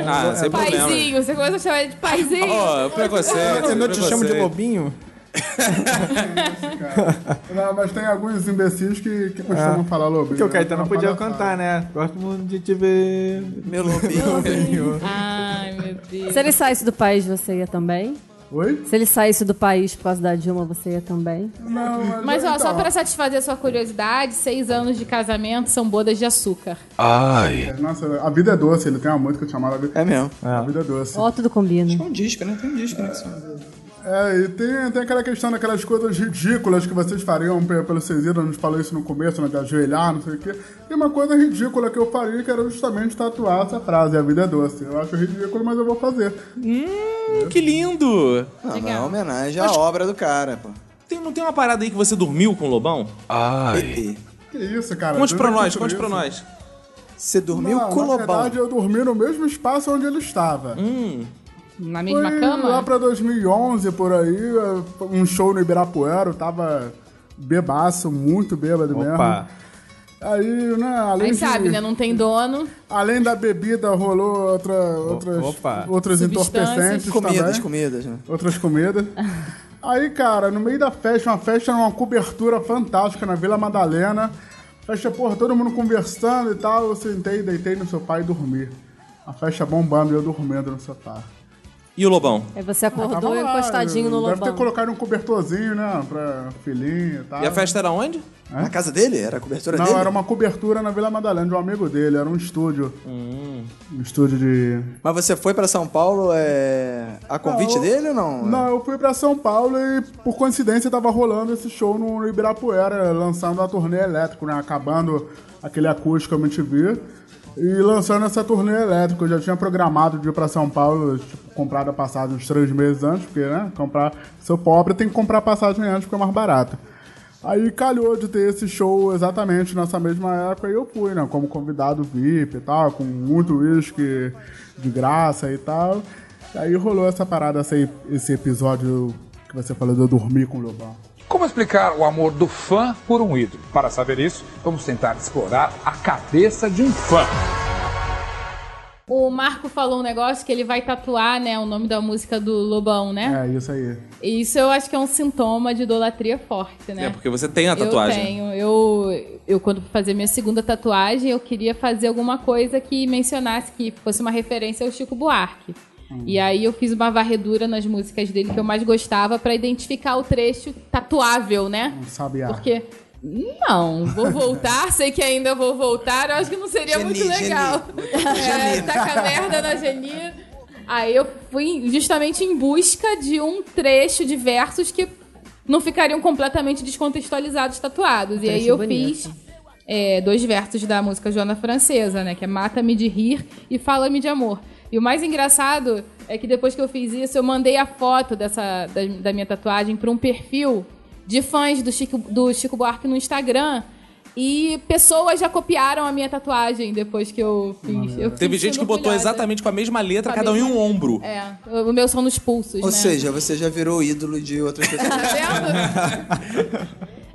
Speaker 1: Ah, sem problema.
Speaker 2: né?
Speaker 4: Paizinho, você começa a chamar ele de paizinho.
Speaker 1: Ó, preconceito.
Speaker 5: Eu não te chamo de
Speaker 1: preconceito.
Speaker 5: bobinho?
Speaker 6: Não, mas tem alguns imbecis que, que costumam falar lobinho.
Speaker 5: Porque É. o
Speaker 6: né?
Speaker 5: Caetano
Speaker 6: Uma
Speaker 5: podia
Speaker 6: palhaçada.
Speaker 5: cantar, né? Gosto muito de te ver.
Speaker 2: Meu lobinho.
Speaker 4: Ai, meu Deus.
Speaker 3: Se ele saísse do país, você ia também?
Speaker 6: Oi?
Speaker 3: Se ele saísse do país por causa da Dilma, você ia também?
Speaker 6: Não,
Speaker 4: Mas ó, só
Speaker 6: então,
Speaker 4: pra satisfazer a sua curiosidade, seis anos de casamento são bodas de açúcar.
Speaker 6: é, Nossa, a vida é doce, ele tem uma música chamada A
Speaker 2: É mesmo.
Speaker 6: Vida é Doce.
Speaker 3: Ó, tudo combina.
Speaker 2: É um disco, né? Tem um disco, né? que são-
Speaker 6: É, e tem, tem aquela questão daquelas coisas ridículas que vocês fariam pe- pelo vocês iram, a gente falou isso no começo, né, de ajoelhar, não sei o quê. Tem uma coisa ridícula que eu faria que era justamente tatuar essa frase, a vida é doce. Eu acho ridículo, mas eu vou fazer.
Speaker 1: Hum, que lindo.
Speaker 2: Não, mas é uma homenagem à obra do cara, pô.
Speaker 1: Tem- não tem uma parada aí que você dormiu com o Lobão?
Speaker 2: E- e
Speaker 6: Que isso, cara.
Speaker 1: Conte
Speaker 6: Deus
Speaker 1: pra
Speaker 6: me
Speaker 1: nós,
Speaker 6: livre
Speaker 1: conte
Speaker 6: disso.
Speaker 1: pra nós.
Speaker 2: Você dormiu
Speaker 6: Não,
Speaker 2: com o
Speaker 6: na
Speaker 2: Lobão.
Speaker 6: verdade, eu dormi no mesmo espaço onde ele estava.
Speaker 1: Hum.
Speaker 4: Na mesma
Speaker 6: Foi
Speaker 4: cama?
Speaker 6: Lá pra 2011, por aí, um show no Ibirapuera, eu tava bebaço, muito bêbado
Speaker 5: Opa.
Speaker 6: mesmo. Aí, né, além,
Speaker 4: Aí
Speaker 6: de-
Speaker 4: sabe, né? Não tem dono.
Speaker 6: além da bebida, rolou outra, outras,
Speaker 5: opa.
Speaker 6: outros
Speaker 4: Substâncias.
Speaker 6: entorpecentes
Speaker 2: Comidas,
Speaker 6: também.
Speaker 2: comidas, né?
Speaker 6: Outras comidas. Aí, cara, no meio da festa, uma festa numa cobertura fantástica na Vila Madalena. Festa, porra, todo mundo conversando e tal. Eu sentei, deitei no sofá e dormi. A festa bombando e eu dormindo no sofá.
Speaker 1: E o Lobão?
Speaker 3: Aí você
Speaker 6: Tava
Speaker 3: acordou
Speaker 6: lá,
Speaker 3: encostadinho no
Speaker 6: Ah, tá Deve ter
Speaker 3: lobão.
Speaker 6: colocado um cobertorzinho, né? Pra filhinha e
Speaker 7: Ah.
Speaker 6: tal.
Speaker 1: E a festa era onde?
Speaker 2: Na casa dele? Era a cobertura
Speaker 6: Não,
Speaker 2: dele?
Speaker 6: era um- uma cobertura na Vila Madalena de um amigo dele, era um estúdio. Um estúdio de.
Speaker 2: Mas você foi pra São Paulo é... a convite
Speaker 6: Não, eu-
Speaker 2: dele ou não?
Speaker 6: Não, eu fui pra São Paulo e, por coincidência, tava rolando esse show no Ibirapuera, lançando a turnê elétrico, né? Acabando aquele acústico MTV. E lançando essa turnê elétrico, eu já tinha programado de ir pra São Paulo, tipo, comprar a passagem uns três meses antes, porque, né? Comprar. Se eu pobre, tem que comprar passagem antes, porque é mais barato. Aí calhou de ter esse show exatamente nessa mesma época e eu fui, né? Como convidado VIP e tal, com muito uísque de graça e tal. E aí rolou essa parada, esse, esse episódio que você falou de eu dormir com o Lobão.
Speaker 7: Como explicar o amor do fã por um ídolo? Para saber isso, vamos tentar explorar a cabeça de um fã.
Speaker 4: O Marco falou um negócio que ele vai tatuar, né, o nome da música do Lobão, né?
Speaker 6: É, isso aí.
Speaker 4: E isso eu acho que é um sintoma de idolatria forte, né?
Speaker 1: É, porque você tem a tatuagem.
Speaker 4: Eu tenho. Eu, eu, quando fui fazer minha segunda tatuagem, eu queria fazer alguma coisa que mencionasse, que fosse uma referência ao Chico Buarque. E
Speaker 1: Hum.
Speaker 4: aí eu fiz uma varredura nas músicas dele que eu mais gostava pra identificar o trecho tatuável, né?
Speaker 6: Sabiá.
Speaker 4: Porque... Não, vou voltar, sei que ainda vou voltar, eu acho que não seria muito legal. É, taca merda na Geni. Aí eu fui justamente em busca de um trecho de versos que não ficariam completamente descontextualizados, tatuados. e aí
Speaker 3: trecho
Speaker 4: eu
Speaker 3: bonito.
Speaker 4: fiz é, dois versos da música Joana Francesa, né? Que é Mata-me de rir e Fala-me de amor. E o mais engraçado é que depois que eu fiz isso, eu mandei a foto dessa, da, da minha tatuagem para um perfil de fãs do Chico, do Chico Buarque no Instagram. E pessoas já copiaram a minha tatuagem depois que eu fiz. Eu
Speaker 1: Teve
Speaker 4: fico
Speaker 1: gente que botou
Speaker 4: orgulhosa.
Speaker 1: exatamente com a mesma letra,
Speaker 4: Com a
Speaker 1: cada um em um
Speaker 4: mesma
Speaker 1: ombro.
Speaker 4: É, o meu são nos pulsos,
Speaker 2: Ou
Speaker 4: né?
Speaker 2: seja, você já virou ídolo de outras pessoas.
Speaker 4: Tá vendo?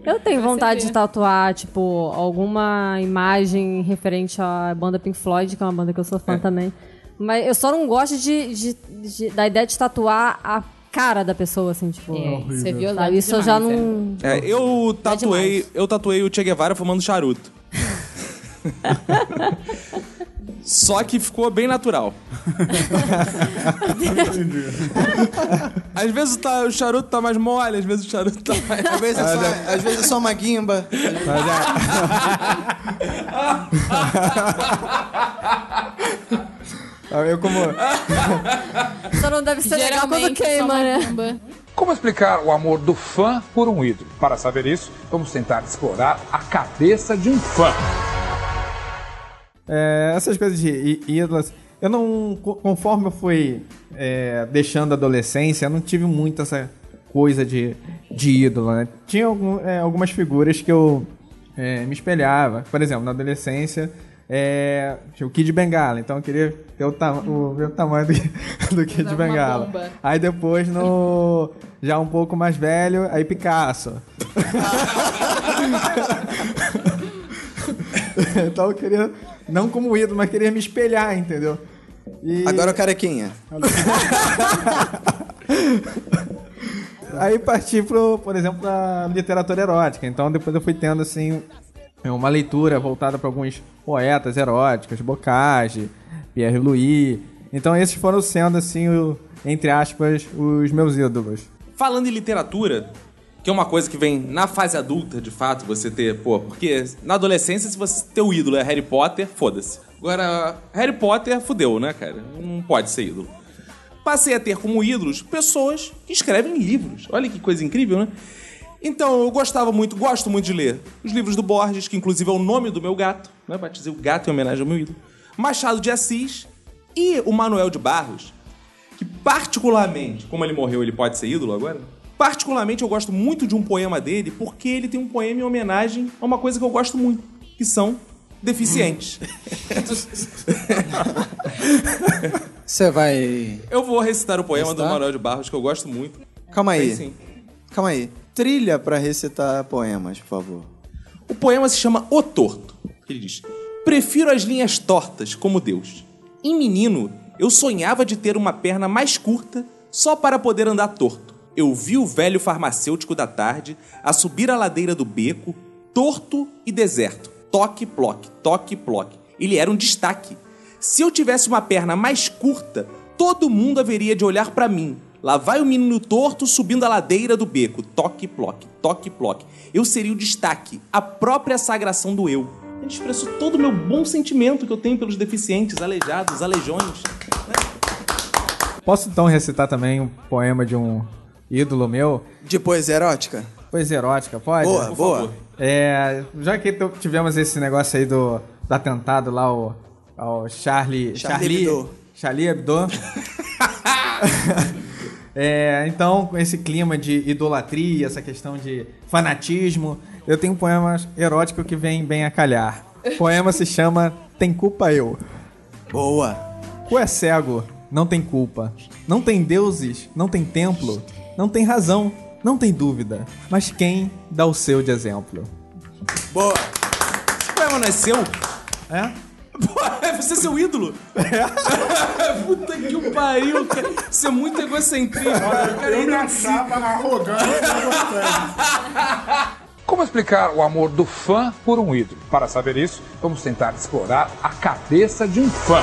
Speaker 3: Eu tenho vontade
Speaker 4: vê.
Speaker 3: de tatuar, tipo, alguma imagem referente à banda Pink Floyd, que é uma banda que eu sou fã também. Mas eu só não gosto de, de- de- da ideia de tatuar a cara da pessoa, assim, tipo.
Speaker 4: É, isso é violento
Speaker 3: sabe? Isso eu já
Speaker 4: demais, é.
Speaker 3: não.
Speaker 1: É, eu tatuei, eu tatuei o Che Guevara fumando charuto. Só que ficou bem natural. às vezes tá- o charuto tá mais mole, às vezes o charuto tá mais.
Speaker 2: Às vezes, é só, às vezes é só uma guimba.
Speaker 5: Eu como...
Speaker 4: é.
Speaker 3: Só não deve ser é legal quando queima, né?
Speaker 4: né?
Speaker 7: Como explicar o amor do fã por um ídolo? Para saber isso, vamos tentar explorar a cabeça de um fã.
Speaker 5: É, essas coisas de í- ídolos. Eu não. co- Conforme eu fui é, deixando a adolescência, eu não tive muito essa coisa de, de ídolo, né? Tinha algum- é, algumas figuras que eu é, me espelhava. Por exemplo, na adolescência. É, tinha o Kid Bengala, então eu queria ter o, ta- o meu tamanho do, do Kid
Speaker 4: Usava uma bomba.
Speaker 5: Bengala. Aí depois, no já um pouco mais velho, aí Picasso. então eu queria, não como ídolo, mas queria me espelhar, entendeu? E
Speaker 2: Agora é o carequinha.
Speaker 5: aí parti, pro, por exemplo, pra literatura erótica. Então depois eu fui tendo, assim, uma leitura voltada para alguns poetas eróticos, Bocage, Pierre Louis. Então esses foram sendo, assim, o- entre aspas, os meus ídolos.
Speaker 1: Falando em literatura, que é uma coisa que vem na fase adulta, de fato, você ter, pô, porque na adolescência, se você teu ídolo é Harry Potter, foda-se. Agora, Harry Potter fudeu, né, cara? Não pode ser ídolo. Passei a ter como ídolos pessoas que escrevem livros. Olha que coisa incrível, né? Então, eu gostava muito, gosto muito de ler os livros do Borges, que inclusive é o nome do meu gato, né? Batizei o gato em homenagem ao meu ídolo. Machado de Assis e o Manuel de Barros, que particularmente, como ele morreu, ele pode ser ídolo agora? Particularmente eu gosto muito de um poema dele porque ele tem um poema em homenagem a uma coisa que eu gosto muito, que são deficientes.
Speaker 2: Você vai.
Speaker 1: eu vou recitar o poema do
Speaker 2: Recitar?
Speaker 1: Manuel de Barros que eu gosto muito.
Speaker 2: Calma
Speaker 1: Tem
Speaker 2: aí.
Speaker 1: sim.
Speaker 2: Calma aí. Trilha pra recitar poemas, por favor.
Speaker 1: O poema se chama O Torto. Ele diz: Prefiro as linhas tortas, como Deus. Em menino, eu sonhava de ter uma perna mais curta só para poder andar torto. Eu vi o velho farmacêutico da tarde a subir a ladeira do beco, torto e deserto. Toque, ploque, toque, ploque. Ele era um destaque. Se eu tivesse uma perna mais curta, todo mundo haveria de olhar pra mim. Lá vai o menino torto subindo a ladeira do beco. Toque, ploque, toque, ploque. Eu seria o destaque, a própria sagração do eu. Ele expressou todo o meu bom sentimento que eu tenho pelos deficientes, aleijados, aleijões.
Speaker 5: Posso então recitar também um poema de um ídolo meu?
Speaker 2: De poesia erótica?
Speaker 5: Coisa erótica, pode?
Speaker 2: Boa, boa.
Speaker 5: É, já que tu- tivemos esse negócio aí do, do atentado lá ao, ao Charlie...
Speaker 2: Charlie Hebdo.
Speaker 5: Charlie Hebdo. É, então, com esse clima de idolatria, essa questão de fanatismo, eu tenho um poema erótico que vem bem a calhar. O poema se chama Tem Culpa Eu.
Speaker 2: Boa.
Speaker 5: Cu é cego, não tem culpa. Não tem deuses, não tem templo. Não tem razão, não tem dúvida. Mas quem dá o seu de exemplo?
Speaker 2: Boa.
Speaker 1: O poema não é seu?
Speaker 5: É?
Speaker 1: Pô, é você é seu ídolo. Puta que o pariu, cara. Isso é muito egocentrismo. Cara,
Speaker 6: Eu
Speaker 1: ele
Speaker 6: me
Speaker 1: é assim.
Speaker 6: achava arrogante e gostei.
Speaker 7: Como explicar o amor do fã por um ídolo? Para saber isso, vamos tentar explorar a cabeça de um fã.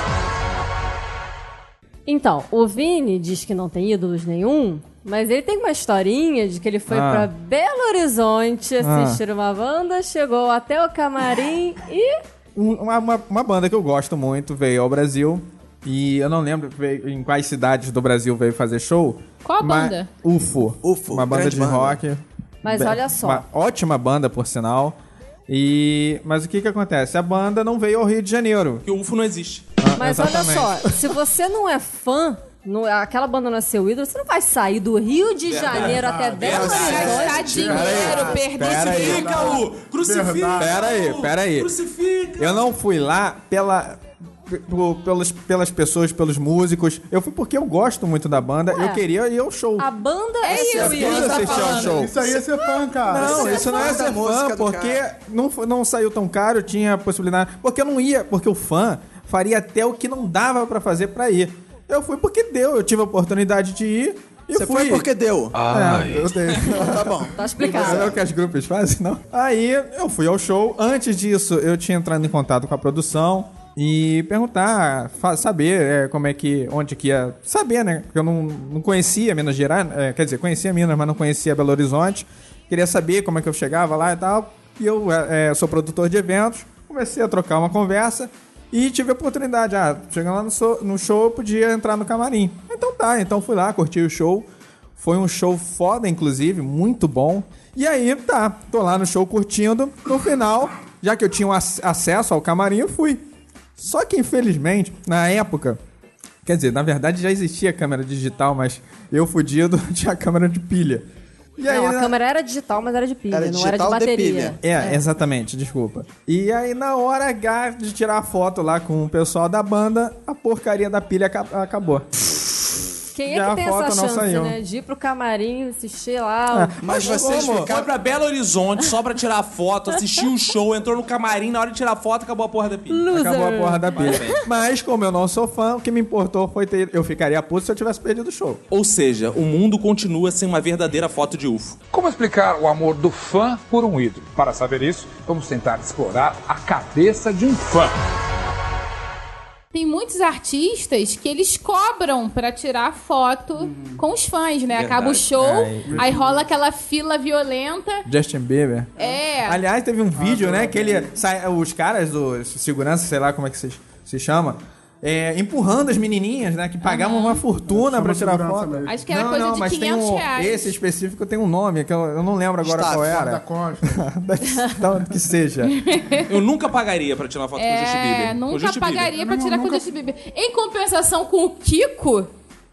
Speaker 3: Então, o Vini diz que não tem ídolos nenhum, mas ele tem uma historinha de que ele foi
Speaker 5: Ah.
Speaker 3: pra Belo Horizonte assistir uma banda, chegou até o camarim e.
Speaker 5: Um, uma, uma- uma banda que eu gosto muito veio ao Brasil. E eu não lembro veio- em quais cidades do Brasil veio fazer show.
Speaker 4: Qual a
Speaker 5: mas-
Speaker 4: banda?
Speaker 5: UFO.
Speaker 2: UFO,
Speaker 5: Uma banda
Speaker 2: grande
Speaker 5: de
Speaker 2: banda.
Speaker 5: rock.
Speaker 3: Mas
Speaker 5: Be-
Speaker 3: olha só.
Speaker 5: Uma ótima banda, por sinal. E... Mas o que que acontece? A banda não veio ao Rio de Janeiro.
Speaker 1: Porque o UFO não existe.
Speaker 5: Ah,
Speaker 3: Mas
Speaker 5: exatamente.
Speaker 3: olha só, se você não é fã, não- aquela banda não é seu ídolo, você não vai sair do Rio de Janeiro até Belo
Speaker 4: é
Speaker 3: Horizonte.
Speaker 4: Gastar dinheiro, perder
Speaker 5: Pera aí.
Speaker 1: Crucifica-o! Crucifica-o!
Speaker 5: Pera aí, pera aí.
Speaker 1: Crucifica!
Speaker 5: Eu não fui lá pela. p- p- Pelas, pelas pessoas, pelos músicos. Eu fui porque eu gosto muito da banda. Eu queria ir ao show.
Speaker 3: A banda é,
Speaker 4: É isso,
Speaker 3: seu
Speaker 4: é
Speaker 3: ídolo.
Speaker 4: isso. tá falando.
Speaker 6: Isso aí é ser fã, cara.
Speaker 5: Não,
Speaker 2: Você é
Speaker 5: isso não
Speaker 2: fã
Speaker 5: é
Speaker 2: da
Speaker 5: ser
Speaker 2: música
Speaker 5: fã,
Speaker 2: do
Speaker 5: porque
Speaker 2: cara.
Speaker 5: não, fo- não saiu tão caro, tinha possibilidade. Porque eu não ia, porque o fã faria até o que não dava pra fazer pra ir. Eu fui porque deu, eu tive a oportunidade de ir e
Speaker 2: Você
Speaker 5: fui.
Speaker 2: foi porque deu.
Speaker 5: É, eu dei.
Speaker 2: Tá bom.
Speaker 3: Tá
Speaker 5: Mas é
Speaker 3: explicado.
Speaker 5: o que as grupos fazem, não? Aí eu fui ao show. Antes disso, eu tinha entrado em contato com a produção e perguntar, fa- saber é, como é que, onde que ia. Saber, né? Porque eu não, não conhecia Minas Gerais, é, quer dizer, conhecia Minas, mas não conhecia Belo Horizonte. Queria saber como é que eu chegava lá e tal. E eu é, é, sou produtor de eventos, comecei a trocar uma conversa. E tive a oportunidade, ah, chegando lá no so- no show, eu podia entrar no camarim. Então tá, então fui lá, curti o show. Foi um show foda, inclusive, muito bom. E aí, tá, tô lá no show curtindo. No final, já que eu tinha um ac- acesso ao camarim, eu fui. Só que, infelizmente, na época, quer dizer, na verdade já existia câmera digital, mas eu fudido tinha câmera de pilha. E aí, né?
Speaker 3: Não, a
Speaker 5: na-
Speaker 3: câmera era digital, mas era de pilha,
Speaker 2: Era
Speaker 3: não era de
Speaker 2: digital de
Speaker 3: bateria.
Speaker 2: pilha.
Speaker 5: é, exatamente, desculpa. E aí, na hora H de tirar a foto lá com o pessoal da banda, a porcaria da pilha aca- acabou.
Speaker 3: Quem é
Speaker 5: Já
Speaker 3: que
Speaker 5: a
Speaker 3: tem
Speaker 5: foto
Speaker 3: essa
Speaker 5: não
Speaker 3: chance,
Speaker 5: saiu.
Speaker 3: né? De ir pro camarim, assistir
Speaker 5: Ah,
Speaker 3: lá. o-
Speaker 2: Mas vocês
Speaker 5: como?
Speaker 1: Foi
Speaker 2: ficaram.
Speaker 1: pra Belo Horizonte só pra tirar foto, assistiu o show, entrou no camarim, na hora de tirar foto, acabou a porra da pilha.
Speaker 3: Loser.
Speaker 5: Acabou a porra da pilha. Mas, como eu não sou fã, o que me importou foi ter. Eu ficaria puto se eu tivesse perdido o show.
Speaker 1: Ou seja, o mundo continua sem uma verdadeira foto de UFO.
Speaker 7: Como explicar o amor do fã por um ídolo? Para saber isso, vamos tentar explorar a cabeça de um fã.
Speaker 4: Tem muitos artistas que eles cobram pra tirar foto com os fãs, né? Acaba o show,
Speaker 1: É,
Speaker 4: aí rola aquela fila violenta.
Speaker 5: Justin Bieber.
Speaker 4: É.
Speaker 5: Aliás, teve
Speaker 6: Ah,
Speaker 5: um vídeo, né? Que ele. sai- os caras do segurança, sei lá como é que se, se chama. é, empurrando as menininhas, né? Que pagavam uma fortuna pra tirar
Speaker 6: segurança
Speaker 5: foto.
Speaker 6: mesmo.
Speaker 4: Acho que era coisa de
Speaker 5: mas tem
Speaker 4: 500
Speaker 5: um-
Speaker 4: reais.
Speaker 5: Esse específico tem um nome, que eu, eu não lembro agora
Speaker 2: Staff,
Speaker 5: qual
Speaker 6: Da
Speaker 5: era.
Speaker 6: Costa.
Speaker 5: Da onde que seja.
Speaker 1: Eu nunca pagaria pra tirar foto com o Justin
Speaker 4: É,
Speaker 1: Bieber. Com o
Speaker 4: nunca
Speaker 1: Justin Bieber.
Speaker 4: pagaria pra
Speaker 6: Não,
Speaker 4: tirar com
Speaker 6: nunca-
Speaker 4: o Justin Bieber. Em compensação com o Kiko,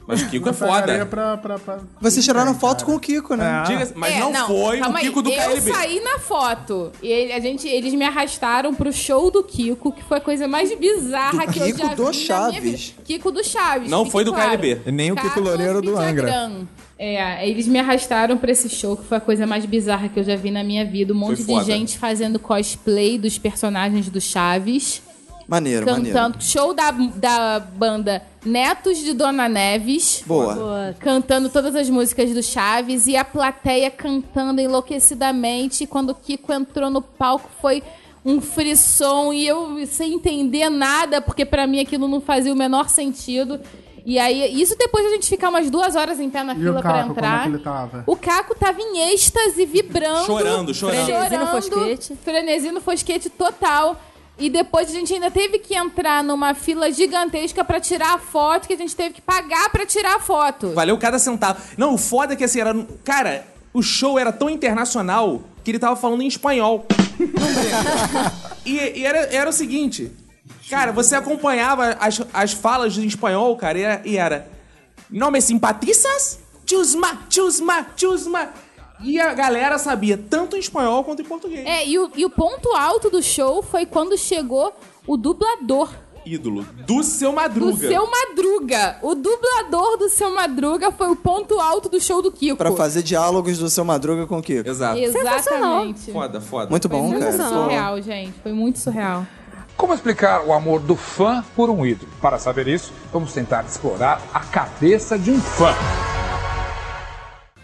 Speaker 1: Mas o Kiko é
Speaker 6: Pagaria
Speaker 1: foda.
Speaker 6: pra- pra- pra-
Speaker 2: Vocês tiraram foto com o Kiko, né?
Speaker 1: Diga- mas
Speaker 4: É,
Speaker 1: não, foi o
Speaker 4: calma aí.
Speaker 1: Kiko do
Speaker 4: Eu
Speaker 1: KLB.
Speaker 4: saí na foto. E ele- a gente, eles me arrastaram pro show do Kiko, que foi a coisa mais bizarra
Speaker 2: Do
Speaker 4: que eu
Speaker 2: Kiko
Speaker 4: já vi
Speaker 2: do
Speaker 4: na minha
Speaker 2: Chaves.
Speaker 4: vida. Kiko do Chaves.
Speaker 1: Não
Speaker 4: fique
Speaker 1: foi do
Speaker 4: claro.
Speaker 1: KLB.
Speaker 5: Nem o Kiko
Speaker 4: Carlos
Speaker 5: Loureiro do Angra.
Speaker 4: Vidagrán. É, eles me arrastaram pra esse show, que foi a coisa mais bizarra que eu já vi na minha vida. Um monte
Speaker 1: foda.
Speaker 4: de gente fazendo cosplay dos personagens do Chaves.
Speaker 2: Maneiro, maneiro.
Speaker 4: Cantando. Show da, da banda Netos de Dona Neves
Speaker 2: Boa.
Speaker 3: Pô,
Speaker 4: cantando todas as músicas do Chaves e a plateia cantando enlouquecidamente. Quando o Kiko entrou no palco, foi um frisson e eu sem entender nada, porque pra mim aquilo não fazia o menor sentido. E aí, isso depois de a gente ficar umas duas horas em pé na
Speaker 6: E o
Speaker 4: fila pra
Speaker 6: Caco, como é
Speaker 4: entrar.
Speaker 6: que ele tava?
Speaker 4: O Caco tava em êxtase, vibrando.
Speaker 1: Chorando, chorando.
Speaker 3: Frenesi no fosquete.
Speaker 4: Frenesi no fosquete total. E depois a gente ainda teve que entrar numa fila gigantesca pra tirar a foto, que a gente teve que pagar pra tirar a foto.
Speaker 1: Valeu cada centavo. Não, o foda é que assim, era. Cara, o show era tão internacional que ele tava falando em espanhol. e e era, era o seguinte. Cara, você acompanhava as, as falas em espanhol, cara, e era. E era não me simpatizas? Chusma, chusma, chusma. E a galera sabia tanto em espanhol quanto em português.
Speaker 4: É, e o, e o ponto alto do show foi quando chegou o dublador
Speaker 1: Ídolo. Do seu
Speaker 4: do
Speaker 1: madruga.
Speaker 4: Seu Madruga. O dublador do Seu Madruga foi o ponto alto do show do Kiko.
Speaker 2: Pra fazer diálogos do seu Madruga com o Kiko.
Speaker 1: Exato.
Speaker 4: Exatamente.
Speaker 1: Foda, foda.
Speaker 2: Muito
Speaker 4: Foi
Speaker 2: bom,
Speaker 4: muito
Speaker 2: cara.
Speaker 4: surreal, gente. Foi muito surreal.
Speaker 7: Como explicar o amor do fã por um ídolo? Para saber isso, vamos tentar explorar a cabeça de um fã.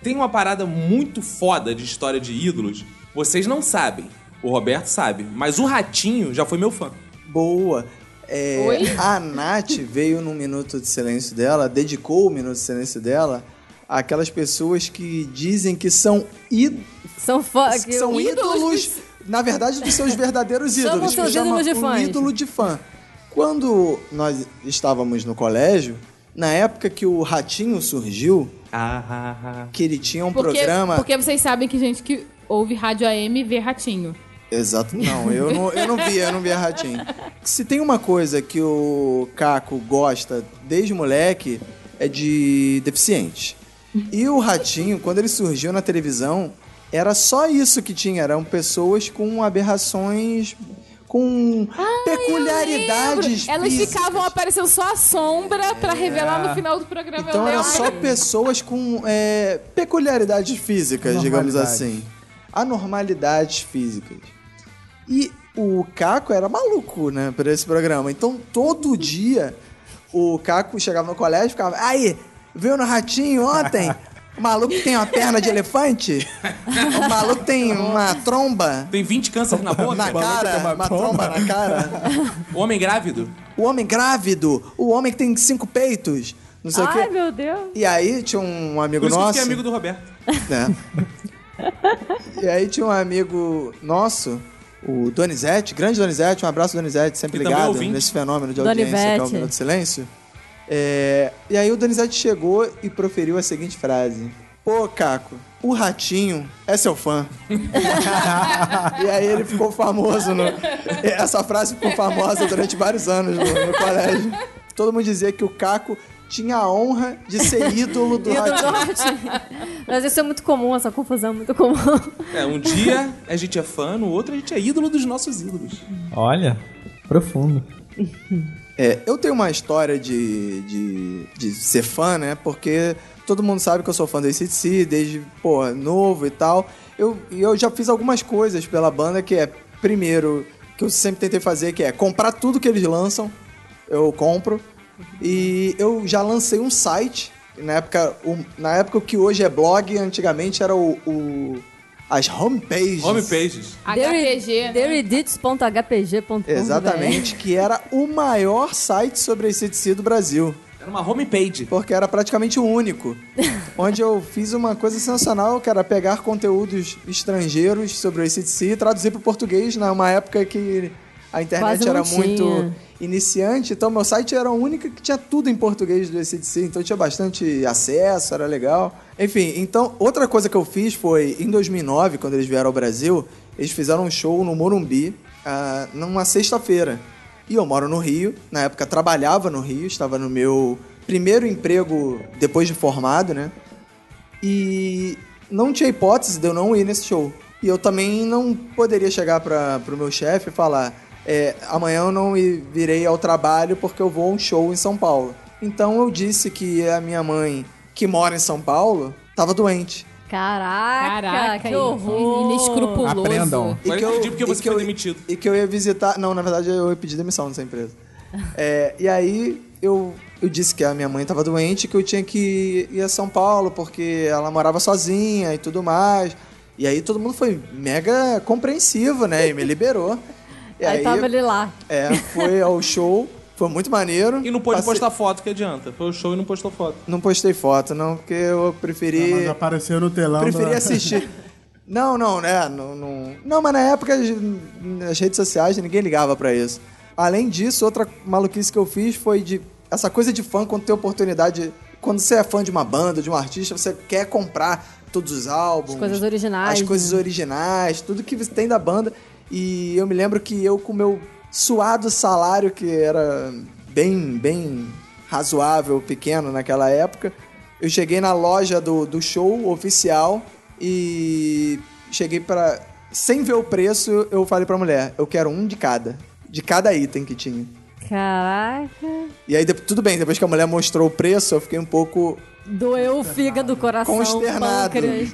Speaker 1: Tem uma parada muito foda de história de ídolos. Vocês não sabem. O Roberto sabe. Mas o Ratinho já foi meu fã.
Speaker 2: Boa. É,
Speaker 4: Oi?
Speaker 2: A Nath veio num minuto de silêncio dela, dedicou o minuto de silêncio dela àquelas pessoas que dizem que são, id-
Speaker 3: São fã.
Speaker 2: que são ídolos, na verdade, dos seus verdadeiros
Speaker 3: Chamam
Speaker 2: ídolos,
Speaker 3: seus
Speaker 2: que chama
Speaker 3: ídolos de
Speaker 2: um
Speaker 3: fãs.
Speaker 2: ídolo de fã. Quando nós estávamos no colégio, na época que o Ratinho surgiu, que ele tinha um
Speaker 4: Porque,
Speaker 2: programa.
Speaker 4: porque vocês sabem que gente que ouve rádio AM vê ratinho.
Speaker 2: Exato, não, eu não, eu não via, eu não via ratinho. Se tem uma coisa que o Caco gosta desde moleque, é de deficiente. E o ratinho, quando ele surgiu na televisão, era só isso que tinha, eram pessoas com aberrações, com peculiaridades.
Speaker 4: Lembro. Elas
Speaker 2: físicas.
Speaker 4: ficavam, apareceu só a sombra pra revelar no final do programa.
Speaker 2: Então
Speaker 4: eu
Speaker 2: eram
Speaker 4: lembro.
Speaker 2: só pessoas com é, peculiaridades físicas, digamos assim. Anormalidades físicas. E o Caco era maluco, né, pra esse programa. Então todo dia o Caco chegava no colégio e ficava: Aí, viu no ratinho ontem? O maluco tem uma perna de elefante? O maluco tem uma tromba?
Speaker 1: Tem 20 cânceres na boca.
Speaker 2: Na cara, uma tromba na cara.
Speaker 1: Homem grávido.
Speaker 2: O homem grávido, o homem que tem cinco peitos, não sei o
Speaker 3: Ai,
Speaker 2: quê.
Speaker 3: meu Deus.
Speaker 2: E aí tinha um
Speaker 1: Por
Speaker 2: amigo
Speaker 1: isso que eu
Speaker 2: nosso.
Speaker 1: fiquei amigo do Roberto.
Speaker 2: né? e aí tinha um amigo nosso, o Donizete, grande Donizete, um abraço Donizete,
Speaker 1: E
Speaker 2: sempre
Speaker 1: também é
Speaker 2: ligado
Speaker 1: ouvinte.
Speaker 2: nesse fenômeno de audiência que é o
Speaker 3: Donivete.
Speaker 2: Minuto de Silêncio. É, e aí o Donizete chegou e proferiu a seguinte frase: Pô, Caco, o ratinho é seu fã. e aí ele ficou famoso. No... Essa frase ficou famosa durante vários anos no, no colégio. Todo mundo dizia que o Caco tinha a honra de ser ídolo do
Speaker 3: Ídolo do
Speaker 2: ratinho.
Speaker 3: Ratinho. Mas isso é muito comum, essa confusão é muito comum.
Speaker 1: É, um dia a gente é fã, no outro a gente é ídolo dos nossos ídolos.
Speaker 5: Olha, profundo.
Speaker 2: É, eu tenho uma história de, de, de ser fã, né? Porque todo mundo sabe que eu sou fã do ACDC desde, pô, novo e tal. Eu, e eu já fiz algumas coisas pela banda que é, primeiro, que eu sempre tentei fazer, que é comprar tudo que eles lançam. Eu compro. E eu já lancei um site. Na época, o, na época o que hoje é blog, antigamente era o... o- as homepages.
Speaker 1: Homem peixes.
Speaker 4: HPG. né?
Speaker 3: Derredits.hpg.com.
Speaker 2: Exatamente, que era o maior site sobre ACDC do Brasil.
Speaker 1: Era uma homepage.
Speaker 2: porque era praticamente o único. onde eu fiz uma coisa sensacional, que era pegar conteúdos estrangeiros sobre o ACDC e traduzir para o português, numa época que a internet
Speaker 3: Quase não
Speaker 2: era muito
Speaker 3: tinha.
Speaker 2: iniciante. Então, meu site era o único que tinha tudo em português do ACDC, então eu tinha bastante acesso, era legal. Enfim, então, outra coisa que eu fiz foi, em 2009, quando eles vieram ao Brasil, eles fizeram um show no Morumbi, ah, numa sexta-feira. E eu moro no Rio, na época trabalhava no Rio, estava no meu primeiro emprego depois de formado, né? E não tinha hipótese de eu não ir nesse show. E eu também não poderia chegar para pro meu chefe e falar: é, amanhã eu não i- virei ao trabalho porque eu vou a um show em São Paulo. Então eu disse que a minha mãe, que mora em São Paulo, estava doente.
Speaker 3: Caraca,
Speaker 4: Caraca,
Speaker 3: que horror.
Speaker 4: inescrupuloso.
Speaker 5: Aprendam.
Speaker 1: Agora eu entendi porque
Speaker 2: e
Speaker 1: você
Speaker 2: que
Speaker 1: foi
Speaker 2: eu-
Speaker 1: demitido.
Speaker 2: E que eu ia visitar. Não, na verdade eu ia pedir demissão dessa empresa. É, e aí eu, eu disse que a minha mãe estava doente, que eu tinha que ir a São Paulo, porque ela morava sozinha e tudo mais. E aí todo mundo foi mega compreensivo, né? E me liberou. E
Speaker 3: Aí, tava ele lá.
Speaker 2: é, foi ao show, foi muito maneiro.
Speaker 1: E não pôde
Speaker 2: Passei-
Speaker 1: postar foto, que adianta. Foi o show e não postou foto.
Speaker 2: Não postei foto, não, porque eu preferi.
Speaker 6: Mas apareceu no telão.
Speaker 2: Preferi
Speaker 6: da-
Speaker 2: assistir. Não, não, né? Não, não... não, mas na época as- nas redes sociais ninguém ligava pra isso. Além disso, outra maluquice que eu fiz foi de. Essa coisa de fã, quando tem oportunidade. Quando você é fã de uma banda, de um artista, você quer comprar todos os álbuns.
Speaker 3: As coisas originais, né?
Speaker 2: As coisas originais, tudo que você tem da banda. E eu me lembro que eu, com o meu suado salário, que era bem, bem razoável, pequeno naquela época, eu cheguei na loja do, do show oficial e cheguei pra. Sem ver o preço, eu falei pra mulher: eu quero um de cada. De cada item que tinha.
Speaker 3: Caraca.
Speaker 2: E aí, de- tudo bem, depois que a mulher mostrou o preço, eu fiquei um pouco
Speaker 3: Doeu o fígado, o coração,
Speaker 2: Consternado.
Speaker 3: pâncreas.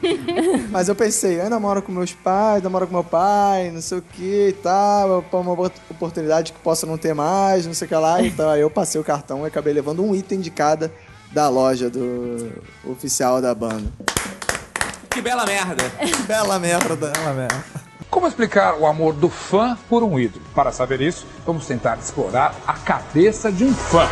Speaker 2: Mas eu pensei, eu namoro com meus pais, namoro com meu pai, não sei o que e tal, pra uma boa oportunidade que posso não ter mais, não sei o que lá. Então aí eu passei o cartão e acabei levando um item de cada da loja do oficial da banda.
Speaker 1: Que bela merda.
Speaker 2: Bela merda.
Speaker 7: Como explicar o amor do fã por um ídolo? Para saber isso, vamos tentar explorar a cabeça de um fã.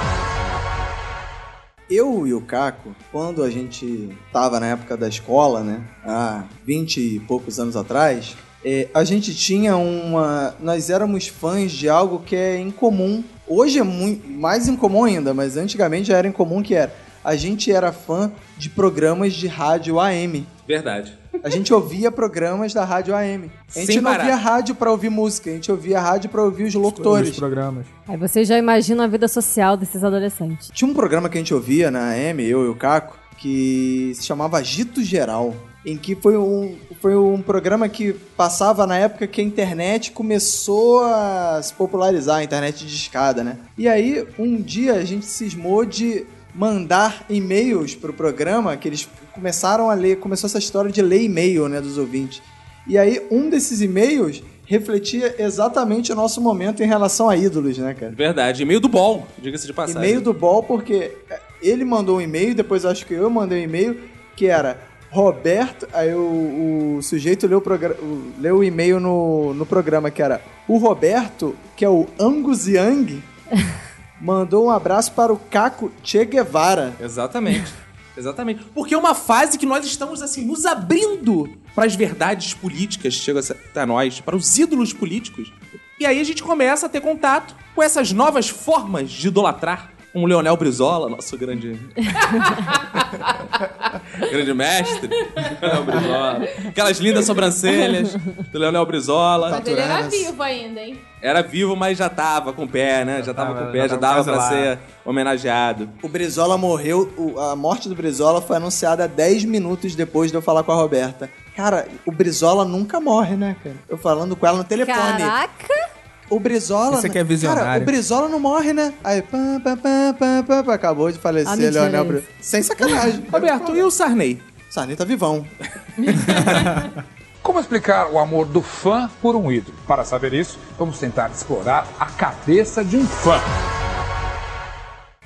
Speaker 2: Eu e o Caco, quando a gente tava na época da escola, né? Há 20 e poucos anos atrás, é, a gente tinha uma. Nós éramos fãs de algo que é incomum. Hoje é muito mais incomum ainda, mas antigamente já era incomum que era. A gente era fã de programas de rádio AM.
Speaker 1: Verdade.
Speaker 2: A gente ouvia programas da rádio AM. A gente
Speaker 1: Sem
Speaker 2: não
Speaker 1: parar.
Speaker 2: ouvia rádio pra ouvir música, a gente ouvia rádio pra ouvir os
Speaker 5: Os
Speaker 2: locutores.
Speaker 5: programas.
Speaker 3: Aí você já imagina a vida social desses adolescentes.
Speaker 2: Tinha um programa que a gente ouvia na AM, eu e o Caco, que se chamava Agito Geral. Em que foi um, foi um programa que passava na época que a internet começou a se popularizar, a internet de escada, né? E aí, um dia a gente cismou de mandar e-mails pro programa, que eles começaram a ler, começou essa história de ler e-mail, né, dos ouvintes. E aí, um desses e-mails refletia exatamente o nosso momento em relação a ídolos, né, cara?
Speaker 1: Verdade. E-mail do bom, diga-se de passagem.
Speaker 2: E-mail do Ball, porque ele mandou um e-mail, depois acho que eu mandei um e-mail, que era Roberto. Aí o, o sujeito leu o, progra- o- leu o e-mail no, no programa, que era o Roberto, que é o Angus Young, mandou um abraço para o Caco Che Guevara.
Speaker 1: Exatamente. Exatamente. Porque é uma fase que nós estamos, assim, nos abrindo para as verdades políticas, chega até nós, para os ídolos políticos. E aí a gente começa a ter contato com essas novas formas de idolatrar. Como Leonel Brizola, nosso grande. grande mestre. Leonel Brizola. Aquelas lindas sobrancelhas do Leonel Brizola.
Speaker 4: Mas ele era é vivo ainda, hein?
Speaker 1: Era vivo, mas já tava com o pé, né? Já, tava, com o pé, já, dava
Speaker 5: quase
Speaker 1: pra
Speaker 5: lá.
Speaker 1: ser homenageado.
Speaker 2: O Brizola morreu, o- a morte do Brizola foi anunciada 10 minutos depois de eu falar com a Roberta. Cara, o Brizola nunca morre, né, cara? Eu falando com ela no telefone.
Speaker 3: Caraca!
Speaker 2: O Brizola.
Speaker 5: Esse aqui é visionário.
Speaker 2: Cara, o Brizola não morre, né? Aí. Pam, pam, pam, pam, pam, pam, acabou de falecer,
Speaker 3: Ah, mentira,
Speaker 2: Leonel
Speaker 3: é
Speaker 2: Brizola. Sem sacanagem.
Speaker 1: Roberto, e o Sarney?
Speaker 2: Sarney tá vivão.
Speaker 7: Como explicar o amor do fã por um ídolo? Para saber isso, vamos tentar explorar a cabeça de um fã.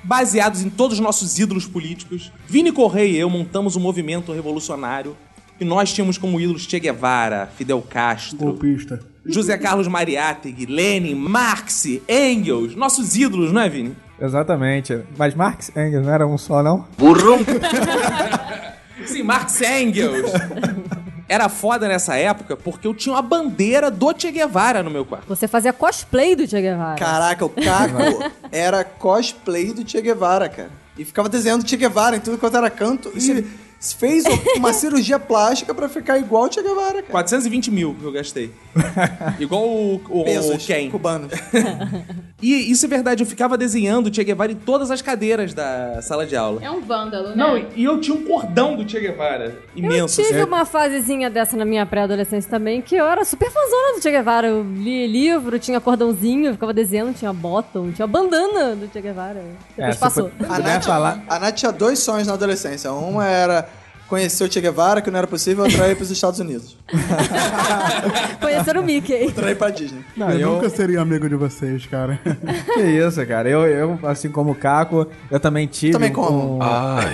Speaker 1: baseados em todos os nossos ídolos políticos, Vini Correia e eu montamos um movimento revolucionário e nós tínhamos como ídolos Che Guevara, Fidel Castro,
Speaker 6: Golpista.
Speaker 1: José Carlos Mariátegui, Lenin, Marx, Engels, nossos ídolos, não é, Vini?
Speaker 5: Exatamente. Mas Marx Engels não era um só, não?
Speaker 8: burro,
Speaker 1: Sim, Marx Engels. Era foda nessa época porque eu tinha uma bandeira do Che Guevara no meu quarto.
Speaker 3: Você fazia cosplay do Che Guevara.
Speaker 2: Caraca, o Caco era cosplay do Che Guevara, cara. E ficava desenhando Che Guevara em tudo quanto era canto. E fez uma cirurgia plástica pra ficar igual o Che Guevara, cara.
Speaker 1: 420 mil que eu gastei. Igual o, o, o
Speaker 2: Pesos
Speaker 1: Ken.
Speaker 2: cubanos.
Speaker 1: E isso é verdade, eu ficava desenhando o Che Guevara em todas as cadeiras da sala de aula.
Speaker 4: É um vândalo, né?
Speaker 1: Não, e eu tinha um cordão do Che Guevara. Imenso.
Speaker 3: Eu tive
Speaker 1: assim.
Speaker 3: uma fasezinha dessa na minha pré-adolescência também, que eu era super fãzona do Che Guevara. Eu li livro, tinha cordãozinho, eu ficava desenhando, tinha bottom, tinha bandana do Che
Speaker 2: É,
Speaker 3: Guevara. Depois
Speaker 5: você
Speaker 3: passou.
Speaker 5: pode-
Speaker 2: A
Speaker 5: Vai
Speaker 2: Nath,
Speaker 5: falar-
Speaker 2: a Nath tinha dois sonhos na adolescência. Uma era conhecer o Che Guevara, que não era possível, atrair pros Estados Unidos.
Speaker 3: Conheceram o Mickey.
Speaker 2: Atrair pra Disney.
Speaker 5: Não,
Speaker 6: eu, nunca seria amigo de vocês, cara.
Speaker 5: Que isso, cara. Eu, eu, assim como o Caco, eu também tive.
Speaker 2: Também
Speaker 5: um-
Speaker 2: como.
Speaker 5: um-
Speaker 1: Ah,
Speaker 9: Ai,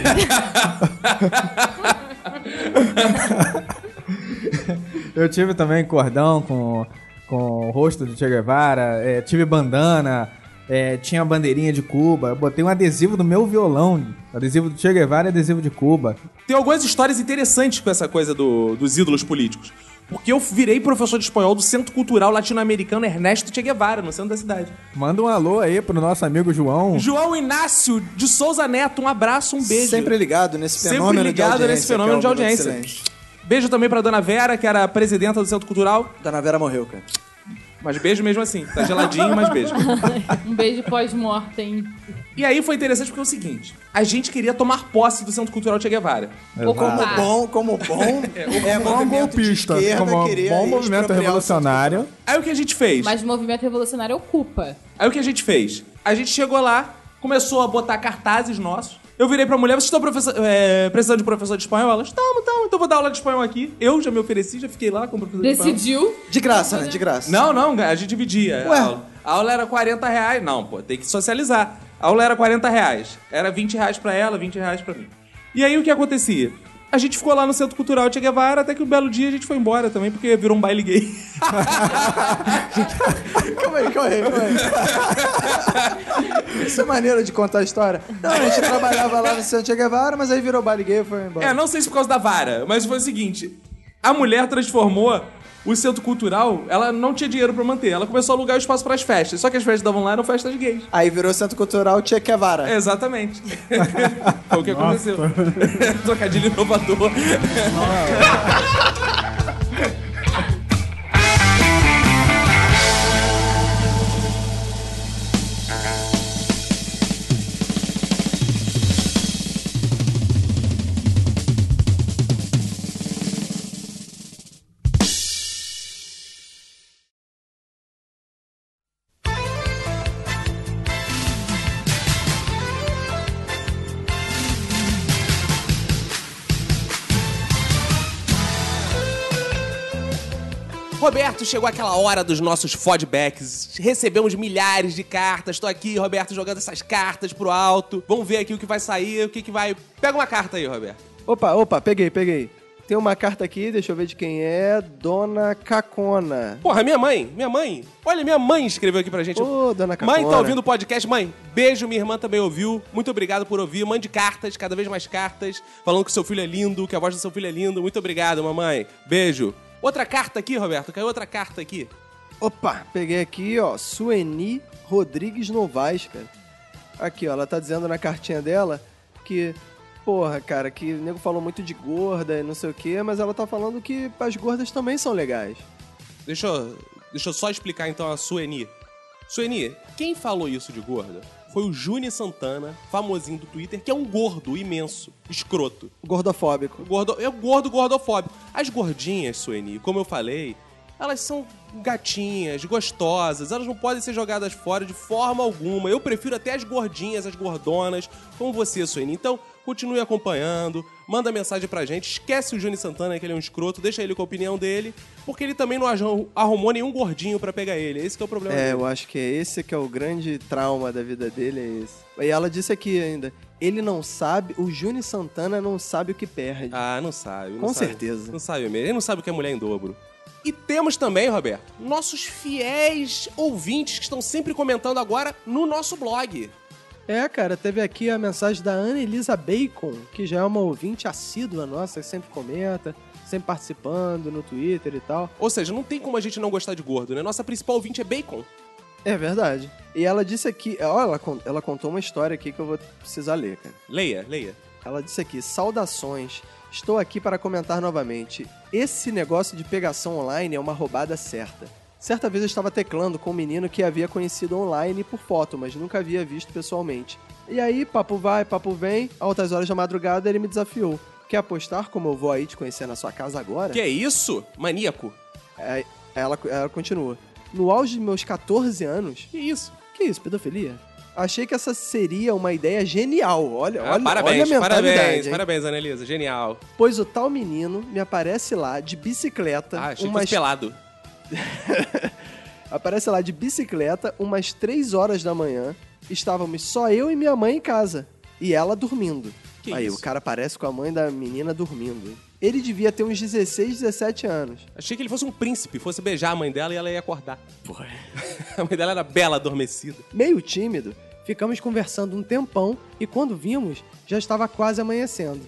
Speaker 5: Eu tive também cordão com, com o rosto do Che Guevara, é, tive bandana, é, tinha a bandeirinha de Cuba. Eu botei um adesivo do meu violão. Adesivo do Che Guevara e adesivo de Cuba.
Speaker 1: Tem algumas histórias interessantes com essa coisa do- dos ídolos políticos. Porque eu virei professor de espanhol do Centro Cultural Latino-Americano Ernesto Che Guevara, no centro da cidade.
Speaker 5: Manda um alô aí pro nosso amigo João.
Speaker 1: João Inácio de Souza Neto, um abraço, um beijo.
Speaker 2: Sempre ligado nesse
Speaker 1: Sempre
Speaker 2: fenômeno
Speaker 1: ligado
Speaker 2: de audiência.
Speaker 1: nesse fenômeno
Speaker 2: que é o
Speaker 1: de
Speaker 2: Minuto
Speaker 1: audiência.
Speaker 2: Silêncio.
Speaker 1: Beijo também pra Dona Vera, que era a presidenta do Centro Cultural.
Speaker 2: Dona Vera morreu, cara.
Speaker 1: Mas beijo mesmo assim. Tá geladinho, mas beijo.
Speaker 4: Um beijo pós-mortem.
Speaker 1: E aí foi interessante porque é o seguinte. A gente queria tomar posse do Centro Cultural Che Guevara.
Speaker 2: Como
Speaker 4: Ocupar.
Speaker 2: bom, como bom, é
Speaker 6: como bom
Speaker 2: movimento de
Speaker 6: golpista,
Speaker 2: esquerda
Speaker 5: Como um
Speaker 2: querer
Speaker 5: bom movimento
Speaker 2: expropriar o
Speaker 5: revolucionário.
Speaker 1: Aí o que a gente fez?
Speaker 4: Mas o movimento revolucionário ocupa.
Speaker 1: Aí o que a gente fez? A gente chegou lá, começou a botar cartazes nossos Eu virei pra mulher, vocês estão professor- é, precisando de professor de espanhol? Ela, tamo, tamo, então vou dar aula de espanhol aqui. Eu já me ofereci, já fiquei lá com o professor de espanhol.
Speaker 4: Decidiu.
Speaker 2: De graça, né? De graça.
Speaker 1: Não, não, a gente dividia
Speaker 2: Ué.
Speaker 1: a aula. A aula era 40 reais. Não, pô, tem que socializar. A aula era 40 reais. Era 20 reais pra ela, 20 reais pra mim. E aí o que acontecia? A gente ficou lá no Centro Cultural Che Guevara até que um belo dia a gente foi embora também, porque virou um baile gay.
Speaker 2: Calma aí, calma aí, calma aí. Isso é maneira de contar a história. Não, a gente trabalhava lá no Santo Che Guevara, mas aí virou baile gay e foi embora.
Speaker 1: É, não sei se por causa da vara, mas foi o seguinte: a mulher transformou o centro cultural, ela não tinha dinheiro pra manter, ela começou a alugar o espaço pras festas, só que as festas davam lá eram festas gays. É,
Speaker 2: Aí virou Centro Cultural Che Guevara.
Speaker 1: Exatamente. foi o que aconteceu. Trocadilho inovador. Roberto, chegou aquela hora dos nossos fodbacks. Recebemos milhares de cartas. Tô aqui, Roberto, jogando essas cartas pro alto. Vamos ver aqui o que vai sair, o que, que vai. Pega uma carta aí, Roberto.
Speaker 2: Opa, opa, peguei, peguei. Tem uma carta aqui, deixa eu ver de quem é. Dona Cacona.
Speaker 1: Porra, minha mãe, minha mãe. Olha, minha mãe escreveu aqui pra gente.
Speaker 2: Ô, dona Cacona.
Speaker 1: Mãe tá ouvindo o podcast. Mãe, beijo, minha irmã também ouviu. Muito obrigado por ouvir. Mande cartas, cada vez mais cartas, falando que seu filho é lindo, que a voz do seu filho é lindo. Muito obrigado, mamãe. Beijo. Outra carta aqui, Roberto. Caiu outra carta aqui.
Speaker 2: Opa, peguei aqui, ó, Sueni Rodrigues Novaes, cara. Aqui, ó, ela tá dizendo na cartinha dela que, porra, cara, que o nego falou muito de gorda e não sei o quê, mas ela tá falando que as gordas também são legais.
Speaker 1: Deixa eu, deixa eu só explicar então a Sueni. Sueni, quem falou isso de gorda foi o Juni Santana, famosinho do Twitter, que é um gordo imenso, escroto.
Speaker 2: Gordofóbico.
Speaker 1: Gordo, é o gordo gordofóbico. As gordinhas, Sueni, como eu falei, elas são gatinhas, gostosas, elas não podem ser jogadas fora de forma alguma. Eu prefiro até as gordinhas, as gordonas, como você, Sueni. Então, continue acompanhando, manda mensagem pra gente, esquece o Juni Santana, que ele é um escroto, deixa ele com a opinião dele, porque ele também não arran- arrumou nenhum gordinho pra pegar ele. Esse que é o problema
Speaker 2: É,
Speaker 1: dele.
Speaker 2: eu acho que é esse que é o grande trauma da vida dele, é esse. E ela disse aqui ainda, ele não sabe, o Juni Santana não sabe o que perde.
Speaker 1: Ah, não sabe. Não
Speaker 2: Com
Speaker 1: sabe.
Speaker 2: certeza.
Speaker 1: Não sabe mesmo. Ele não sabe o que é mulher em dobro. E temos também, Roberto, nossos fiéis ouvintes que estão sempre comentando agora no nosso blog.
Speaker 2: É, cara, teve aqui a mensagem da Ana Elisa Bacon, que já é uma ouvinte assídua nossa, que sempre comenta, sempre participando no Twitter e tal.
Speaker 1: Ou seja, não tem como a gente não gostar de gordo, né? Nossa principal ouvinte é bacon.
Speaker 2: É verdade. E ela disse aqui, ó, ela, con- ela contou uma história aqui que eu vou precisar ler, cara.
Speaker 1: Leia, leia.
Speaker 2: Ela disse aqui: Saudações, estou aqui para comentar novamente. Esse negócio de pegação online é uma roubada certa. Certa vez eu estava teclando com um menino que havia conhecido online por foto, mas nunca havia visto pessoalmente. E aí, papo vai, papo vem, altas horas da madrugada ele me desafiou. Quer apostar como eu vou aí te conhecer na sua casa agora?
Speaker 1: Que é isso? Maníaco.
Speaker 2: Aí Ela, ela continua. No auge de meus 14 anos.
Speaker 1: Que isso?
Speaker 2: Que isso, pedofilia? Achei que essa seria uma ideia genial. Olha,
Speaker 1: Ah,
Speaker 2: olha,
Speaker 1: parabéns,
Speaker 2: olha a mentalidade.
Speaker 1: parabéns,
Speaker 2: hein?
Speaker 1: parabéns, Anelisa. Genial.
Speaker 2: Pois o tal menino me aparece lá de bicicleta,
Speaker 1: Ah, achei que
Speaker 2: umas...
Speaker 1: fosse pelado.
Speaker 2: aparece lá de bicicleta umas 3 horas da manhã. Estávamos só eu e minha mãe em casa e ela dormindo.
Speaker 1: Que
Speaker 2: Aí
Speaker 1: isso?
Speaker 2: o cara aparece com a mãe da menina dormindo. Ele devia ter uns 16, 17 anos.
Speaker 1: Achei que ele fosse um príncipe, fosse beijar a mãe dela e ela ia acordar. Pô. a mãe dela era bela, adormecida.
Speaker 2: Meio tímido, ficamos conversando um tempão e quando vimos, já estava quase amanhecendo.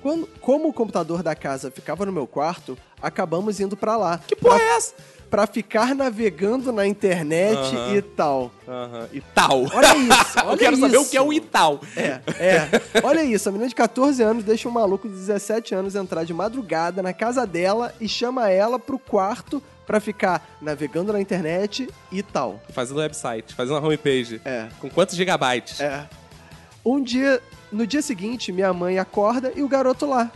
Speaker 2: Quando, como o computador da casa ficava no meu quarto, acabamos indo pra lá. Que
Speaker 1: porra é essa?
Speaker 2: Pra ficar navegando na internet
Speaker 1: Aham.
Speaker 2: e tal.
Speaker 1: Aham. E tal.
Speaker 2: Olha isso, olha
Speaker 1: Eu quero saber
Speaker 2: isso.
Speaker 1: o que é o Ital.
Speaker 2: É, é. Olha isso, a menina de 14 anos deixa um maluco de 17 anos entrar de madrugada na casa dela e chama ela pro quarto pra ficar navegando na internet e tal.
Speaker 1: Fazendo um website, fazendo uma homepage.
Speaker 2: É.
Speaker 1: Com quantos gigabytes?
Speaker 2: É. Um dia, no dia seguinte, minha mãe acorda e o garoto lá.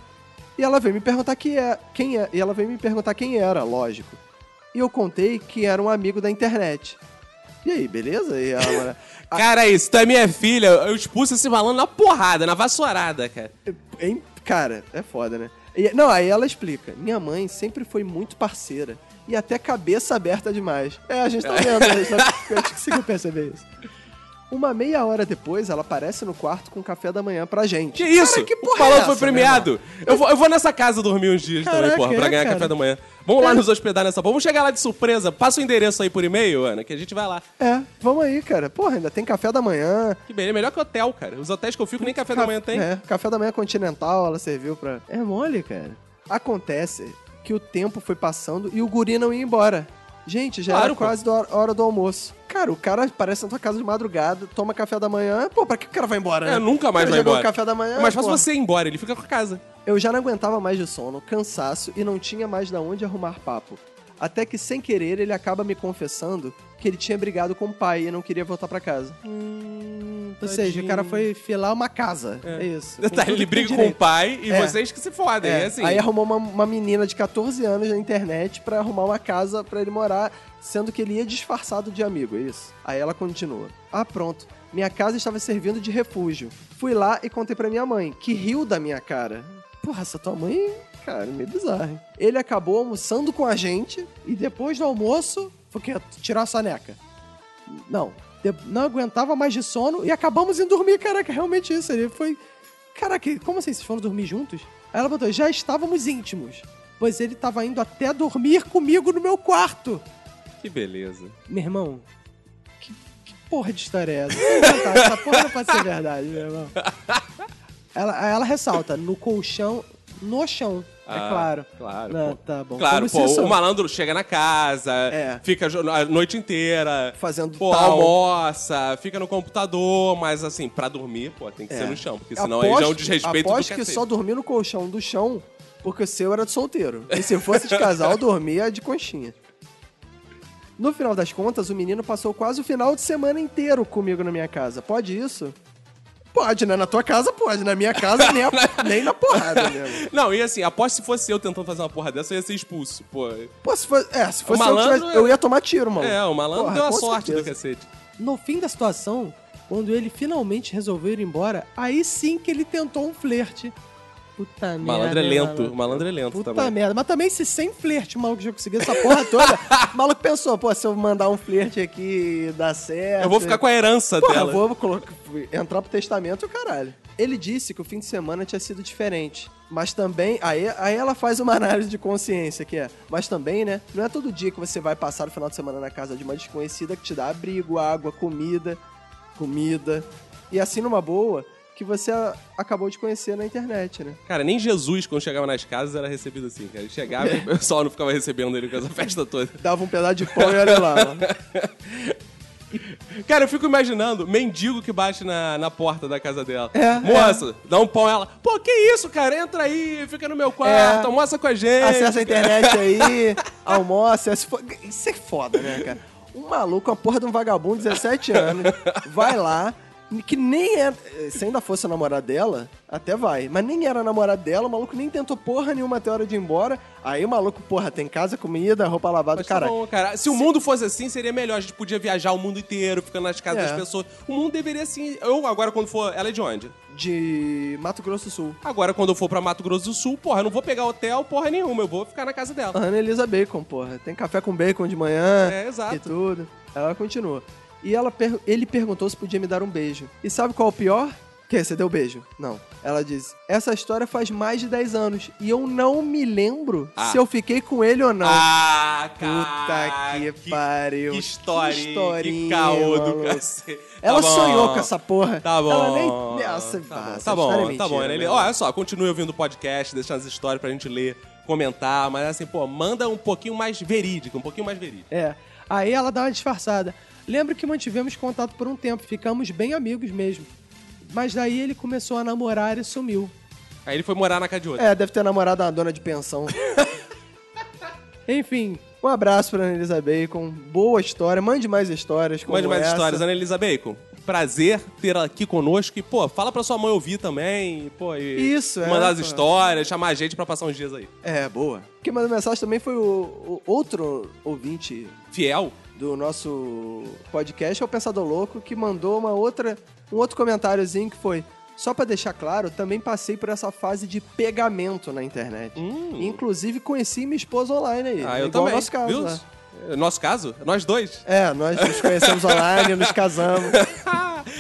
Speaker 2: E ela veio me perguntar que é, quem é, e ela veio me perguntar quem era, lógico. E eu contei que era um amigo da internet. E aí, beleza? E ela,
Speaker 1: Cara, isso também é filha. Eu expulso esse malandro na porrada, na vassourada, cara.
Speaker 2: É, Hein? Cara, é foda, né? E- não, aí ela explica. Minha mãe sempre foi muito parceira. E até cabeça aberta demais. É, a gente tá vendo, né? Só- Eu consigo perceber isso. Uma meia hora depois, ela aparece no quarto com o café da manhã pra gente.
Speaker 1: Que isso?
Speaker 2: Cara, que porra
Speaker 1: o malandro
Speaker 2: é
Speaker 1: foi
Speaker 2: essa, meu
Speaker 1: premiado. Eu vou, eu vou nessa casa dormir uns dias
Speaker 2: Caraca,
Speaker 1: também, porra, pra
Speaker 2: é,
Speaker 1: ganhar
Speaker 2: cara. É.
Speaker 1: café da manhã. Vamos lá nos hospedar nessa porra. Vamos chegar lá de surpresa. Passa o endereço aí por e-mail, Ana, que a gente vai lá.
Speaker 2: irmão? É, vamos aí, cara. Porra, ainda tem café da manhã.
Speaker 1: Que beleza, melhor que hotel, cara. Os hotéis que eu fico nem café da manhã tem.
Speaker 2: É, café da manhã continental, ela serviu pra. É mole, cara. Acontece que o tempo foi passando e o guri não ia embora. Gente, já
Speaker 1: Claro,
Speaker 2: era
Speaker 1: pô.
Speaker 2: quase da hora- hora do almoço. Cara, o cara aparece na tua casa de madrugada, toma café da manhã. Pô, pra que o cara vai embora, né?
Speaker 1: É, nunca mais
Speaker 2: O cara
Speaker 1: vai
Speaker 2: já deu
Speaker 1: embora.
Speaker 2: café da manhã.
Speaker 1: É mais fácil
Speaker 2: pô.
Speaker 1: você ir embora, ele fica com a casa.
Speaker 2: Eu já não aguentava mais de sono, cansaço e não tinha mais da onde arrumar papo. Até que, sem querer, ele acaba me confessando que ele tinha brigado com o pai e não queria voltar pra casa. Ou seja, o cara foi filar uma casa. É, isso. Com
Speaker 1: Tá, ele
Speaker 2: tudo que tem
Speaker 1: briga com o
Speaker 2: direito.
Speaker 1: pai e
Speaker 2: É.
Speaker 1: vocês que se fodem. É.
Speaker 2: É,
Speaker 1: assim.
Speaker 2: Aí arrumou uma, uma menina de 14 anos na internet pra arrumar uma casa pra ele morar, sendo que ele ia disfarçado de amigo, é isso? Aí ela continua. Ah, pronto. Minha casa estava servindo de refúgio. Fui lá e contei pra minha mãe, que riu da minha cara. Porra, essa tua mãe, cara, é meio bizarra. hein? Ele acabou almoçando com a gente e depois do almoço, foi o quê? Tirar a soneca. Não. De- Não aguentava mais de sono e acabamos indo dormir, caraca, realmente isso. Ele foi. Caraca, como assim? Vocês foram dormir juntos? Aí ela botou, já estávamos íntimos. Pois ele estava indo até dormir comigo no meu quarto.
Speaker 1: Que beleza.
Speaker 2: Meu irmão, que, que porra de história é essa? Inventar, essa porra não pode ser verdade, meu irmão. Ela, aí ela ressalta, no colchão, no chão, é
Speaker 1: Ah,
Speaker 2: claro.
Speaker 1: claro,
Speaker 2: Não,
Speaker 1: pô.
Speaker 2: tá bom.
Speaker 1: Claro,
Speaker 2: Como se
Speaker 1: pô,
Speaker 2: isso-
Speaker 1: o malandro chega na casa,
Speaker 2: É.
Speaker 1: fica jo- a noite inteira,
Speaker 2: Fazendo
Speaker 1: pô,
Speaker 2: tal.
Speaker 1: almoça, fica no computador, mas assim, pra dormir, pô, tem que ser no chão, porque senão aí já é um desrespeito
Speaker 2: É. aposto
Speaker 1: do
Speaker 2: que
Speaker 1: cacete.
Speaker 2: só dormi no colchão do chão porque o seu era de solteiro. E se fosse de casal, dormia de conchinha. No final das contas, o menino passou quase o final de semana inteiro comigo na minha casa. Pode isso? Pode, né? Na tua casa pode. Na minha casa, nem, a- nem na porrada mesmo.
Speaker 1: Não, e assim, aposto que se fosse eu tentando fazer uma porra dessa, eu ia ser expulso, pô.
Speaker 2: Pô, se fosse, é, se fosse eu,
Speaker 1: malandro
Speaker 2: tivesse- eu ia tomar tiro, mano.
Speaker 1: É, o malandro
Speaker 2: Porra,
Speaker 1: deu a
Speaker 2: com
Speaker 1: sorte
Speaker 2: certeza.
Speaker 1: do cacete.
Speaker 2: No fim da situação, quando ele finalmente resolveu ir embora, aí sim que ele tentou um flerte. Puta merda.
Speaker 1: Malandro é
Speaker 2: hein,
Speaker 1: lento, malandro é lento
Speaker 2: Puta
Speaker 1: também.
Speaker 2: merda. Mas também se sem flerte o maluco já conseguiu essa porra toda, o maluco pensou, pô, se eu mandar um flerte aqui dá certo.
Speaker 1: Eu vou ficar com a herança
Speaker 2: Porra,
Speaker 1: dela.
Speaker 2: eu vou colocar- entrar pro testamento e o caralho. Ele disse que o fim de semana tinha sido diferente. Mas também, aí, aí ela faz uma análise de consciência, que é, mas também, né? Não é todo dia que você vai passar o final de semana na casa de uma desconhecida que te dá abrigo, água, comida, comida. E assim numa boa, que você a- acabou de conhecer na internet, né?
Speaker 1: Cara, nem Jesus, quando chegava nas casas, era recebido assim, cara. Ele chegava e o pessoal não ficava recebendo ele com essa festa toda.
Speaker 2: Dava um pedaço de pão e olha lá. ó.
Speaker 1: Cara, eu fico imaginando mendigo que bate na, na porta da casa dela.
Speaker 2: É,
Speaker 1: Moça, dá um pão a ela. Pô, que isso, cara? Entra aí, fica no meu quarto,
Speaker 2: É.
Speaker 1: almoça com a gente. Tá
Speaker 2: Acessa a internet aí, almoça. se for- Isso é foda, né, cara? Um maluco, a porra de um vagabundo, 17 anos, vai lá, que nem é. Se ainda fosse a namorada dela, até vai. Mas nem era a namorada dela, o maluco nem tentou porra nenhuma até a hora de ir embora. Aí o maluco, porra, tem casa, comida, roupa lavada,
Speaker 1: Mas tá
Speaker 2: caralho.
Speaker 1: bom, cara. Se o mundo fosse assim, seria melhor. A gente podia viajar o mundo inteiro, ficando nas casas
Speaker 2: É.
Speaker 1: das pessoas. O mundo deveria assim. Eu, agora, quando for. Ela é de onde?
Speaker 2: De Mato Grosso do Sul.
Speaker 1: Agora, quando eu for pra Mato Grosso do Sul, porra, eu não vou pegar hotel, porra nenhuma. Eu vou ficar na casa dela.
Speaker 2: Ana Elisa Bacon, porra. Tem café com bacon de manhã.
Speaker 1: É, exato.
Speaker 2: E tudo. Ela continua. E ela per- ele perguntou se podia me dar um beijo. E sabe qual é o pior? Que você deu beijo? Não. Ela diz: Essa história faz mais de 10 anos e eu não me lembro
Speaker 1: Ah.
Speaker 2: se eu fiquei com ele ou não.
Speaker 1: Ah,
Speaker 2: Puta
Speaker 1: cara.
Speaker 2: que, pariu.
Speaker 1: Que história, que,
Speaker 2: historinha,
Speaker 1: caô do
Speaker 2: maluco.
Speaker 1: cacete.
Speaker 2: Ela
Speaker 1: Tá bom.
Speaker 2: sonhou com essa porra.
Speaker 1: Tá bom.
Speaker 2: Ela nem. Nossa,
Speaker 1: tá bom,
Speaker 2: essa
Speaker 1: tá
Speaker 2: história é
Speaker 1: bom,
Speaker 2: mentira,
Speaker 1: tá bom. Né? Ele-
Speaker 2: né?
Speaker 1: ó, Olha só, continue ouvindo o podcast, deixando as histórias pra gente ler, comentar, mas assim, pô, manda um pouquinho mais verídico, um pouquinho mais verídico.
Speaker 2: É. Aí ela dá uma disfarçada. Lembro que mantivemos contato por um tempo, ficamos bem amigos mesmo. Mas daí ele começou a namorar e sumiu.
Speaker 1: Aí ele foi morar na casa de outro.
Speaker 2: É, deve ter namorado uma dona de pensão. Enfim, um abraço pra Anelisa Bacon. Boa história. Mande mais histórias. É, como
Speaker 1: Mande mais
Speaker 2: essa.
Speaker 1: histórias, Ana Elisa Bacon. Prazer ter ela aqui conosco. E, pô, fala pra sua mãe ouvir também. e, pô, e
Speaker 2: Isso, é,
Speaker 1: Mandar as
Speaker 2: pô.
Speaker 1: histórias, chamar a gente pra passar uns dias aí.
Speaker 2: É, boa. Quem mandou mensagem também foi o, o outro ouvinte
Speaker 1: Fiel?
Speaker 2: do nosso podcast é o Pensador Louco, que mandou uma outra, um outro comentáriozinho que foi. Só pra deixar claro, também passei por essa fase de pegamento na internet. Inclusive conheci minha esposa online aí.
Speaker 1: Hum. Ah, eu
Speaker 2: É, igual
Speaker 1: também.
Speaker 2: ao nosso caso,
Speaker 1: viu? É,
Speaker 2: né?
Speaker 1: Nosso caso? Nós dois?
Speaker 2: É, nós nos conhecemos online, nos casamos.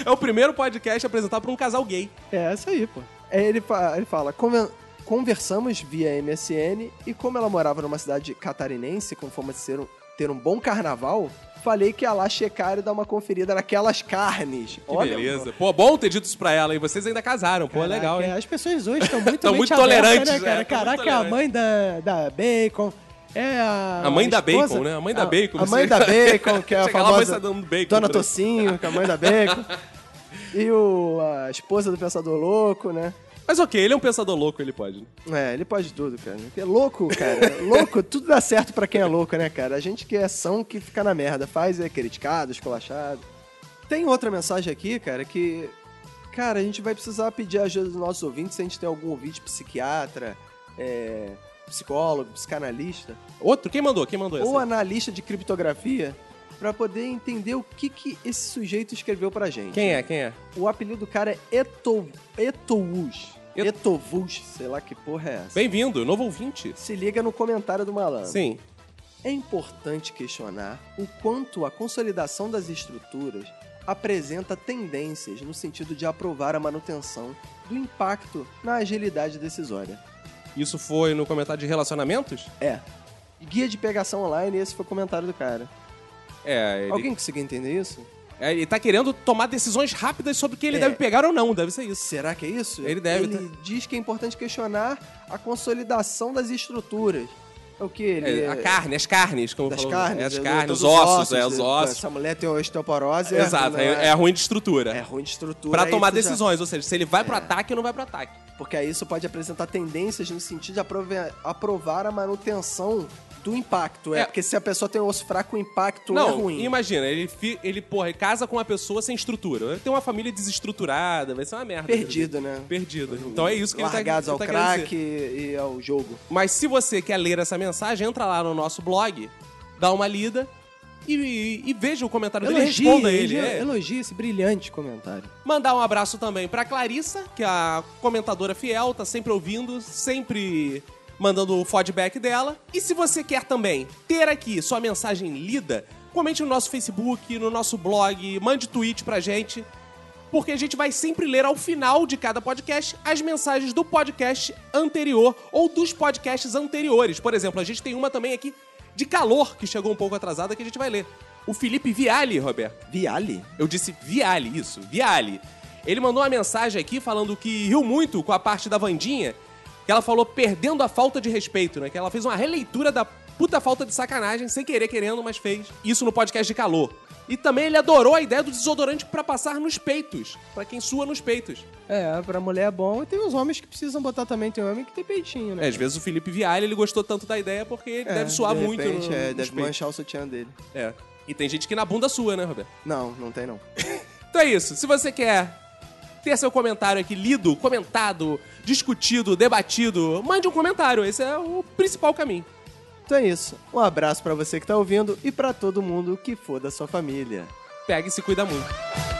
Speaker 1: É o primeiro podcast apresentado por um casal gay.
Speaker 2: É, isso aí, pô. É, ele, fa- ele fala, "Conven- conversamos via MSN e como ela morava numa cidade catarinense, com forma de ser um- ter um bom carnaval, falei que ia lá checar e dar uma conferida naquelas carnes.
Speaker 1: Que beleza. Pô, bom ter dito isso pra ela, e vocês ainda casaram. Pô, é legal,
Speaker 2: é.
Speaker 1: hein?
Speaker 10: As pessoas hoje estão muito,
Speaker 1: Tão
Speaker 10: mente
Speaker 1: muito tolerantes,
Speaker 10: aberta, né, cara?
Speaker 1: é, tão muito
Speaker 10: Caraca, a mãe da, da Bacon. É a.
Speaker 1: A mãe da
Speaker 10: esposa-
Speaker 1: Bacon, né? A mãe da Bacon,
Speaker 2: A
Speaker 1: você-
Speaker 2: mãe da Bacon, que é a
Speaker 1: Chega lá, a mãe
Speaker 2: famosa
Speaker 1: tá dando bacon
Speaker 2: Dona
Speaker 1: pra-
Speaker 2: Tocinho, que é a mãe da Bacon. e o, a esposa do Pensador Louco, né?
Speaker 1: Mas ok, ele é um pensador louco, ele pode.
Speaker 2: É, ele pode tudo, cara. Porque é louco, cara. louco, tudo dá certo pra quem é louco, né, cara? A gente que é são que fica na merda. Faz é criticado, esculachado. Tem outra mensagem aqui, cara, que. Cara, a gente vai precisar pedir ajuda dos nossos ouvintes se a gente tem algum ouvinte psiquiatra, é, psicólogo, psicanalista.
Speaker 1: Outro? Quem mandou? Quem mandou essa?
Speaker 2: Ou analista de criptografia. Pra poder entender o que, que esse sujeito escreveu pra gente.
Speaker 1: Quem é? Quem é?
Speaker 2: O apelido do cara é Etou, Etouus. Etouus, sei lá que porra é essa.
Speaker 1: Bem-vindo, novo ouvinte.
Speaker 2: Se liga no comentário do malandro.
Speaker 1: Sim.
Speaker 2: É importante questionar o quanto a consolidação das estruturas apresenta tendências no sentido de aprovar a manutenção do impacto na agilidade decisória.
Speaker 1: Isso foi no comentário de relacionamentos?
Speaker 2: É. Guia de pegação online, esse foi o comentário do cara.
Speaker 1: É, ele,
Speaker 2: Alguém conseguiu entender isso?
Speaker 1: é, ele tá querendo tomar decisões rápidas sobre o que ele
Speaker 2: É.
Speaker 1: deve pegar ou não, deve ser isso.
Speaker 2: Será que é isso?
Speaker 1: Ele deve
Speaker 2: Ele diz que é importante questionar a consolidação das estruturas. É o que ele.
Speaker 1: É, a carne, as carnes, como
Speaker 2: das
Speaker 1: falou.
Speaker 2: carnes,
Speaker 1: é, as
Speaker 2: é,
Speaker 1: carnes,
Speaker 2: todos
Speaker 1: os ossos, é, os
Speaker 2: é,
Speaker 1: ossos.
Speaker 2: Essa mulher tem osteoporose. é,
Speaker 1: Exato,
Speaker 2: né?
Speaker 1: é, é ruim de estrutura.
Speaker 2: É ruim de estrutura.
Speaker 1: Pra
Speaker 2: aí
Speaker 1: tomar
Speaker 2: tu já- É.
Speaker 1: decisões, ou seja, se ele vai pro ataque ou não vai pro ataque.
Speaker 2: Porque aí isso pode apresentar tendências no sentido de aprove- aprovar a manutenção do impacto. É,
Speaker 1: É.
Speaker 2: porque se a pessoa tem um osso fraco, o impacto é
Speaker 1: não,
Speaker 2: ruim.
Speaker 1: imagina, ele, fi- ele, porra, ele casa com uma pessoa sem estrutura. Ele tem uma família desestruturada, vai ser uma merda.
Speaker 2: Perdido, né?
Speaker 1: Perdido. Então é isso que ele tá
Speaker 2: Largados
Speaker 1: ele
Speaker 2: ao
Speaker 1: tá querendo
Speaker 2: crack
Speaker 1: dizer.
Speaker 2: e ao jogo.
Speaker 1: Mas se você quer ler essa mensagem, entra lá no nosso blog, dá uma lida e, e- e veja o comentário
Speaker 10: Elogie,
Speaker 1: dele, responda ele.
Speaker 10: elogie,
Speaker 1: é.
Speaker 10: elogie esse brilhante comentário.
Speaker 1: Mandar um abraço também pra Clarissa, que é a comentadora fiel, tá sempre ouvindo, sempre mandando o feedback dela. E se você quer também ter aqui sua mensagem lida, comente no nosso Facebook, no nosso blog, mande tweet pra gente, porque a gente vai sempre ler ao final de cada podcast as mensagens do podcast anterior ou dos podcasts anteriores. Por exemplo, a gente tem uma também aqui de calor, que chegou um pouco atrasada, que a gente vai ler. O Felipe Viale, Roberto.
Speaker 2: Viale?
Speaker 1: Eu disse Viale, isso, Viale. Ele mandou uma mensagem aqui falando que riu muito com a parte da Vandinha, que ela falou perdendo a falta de respeito, né? Que ela fez uma releitura da puta falta de sacanagem, sem querer querendo, mas fez isso no podcast de calor. E também ele adorou a ideia do desodorante pra passar nos peitos, pra quem sua nos peitos.
Speaker 10: É, pra mulher é bom. E tem os homens que precisam botar também. Tem homem que tem peitinho, né?
Speaker 1: É, às vezes o Felipe Viale ele gostou tanto da ideia porque ele
Speaker 2: É,
Speaker 1: deve suar
Speaker 2: de
Speaker 1: muito
Speaker 2: repente,
Speaker 1: no,
Speaker 2: é,
Speaker 1: nos
Speaker 2: deve
Speaker 1: peitos.
Speaker 2: manchar o sutiã dele.
Speaker 1: É. E tem gente que na bunda sua, né, Roberto?
Speaker 2: Não, não tem não.
Speaker 1: Então é isso. Se você quer ter seu comentário aqui lido, comentado, discutido, debatido, mande um comentário. Esse é o principal caminho.
Speaker 2: Então é isso. Um abraço pra você que tá ouvindo e pra todo mundo que for da sua família.
Speaker 1: Pega e se cuida muito.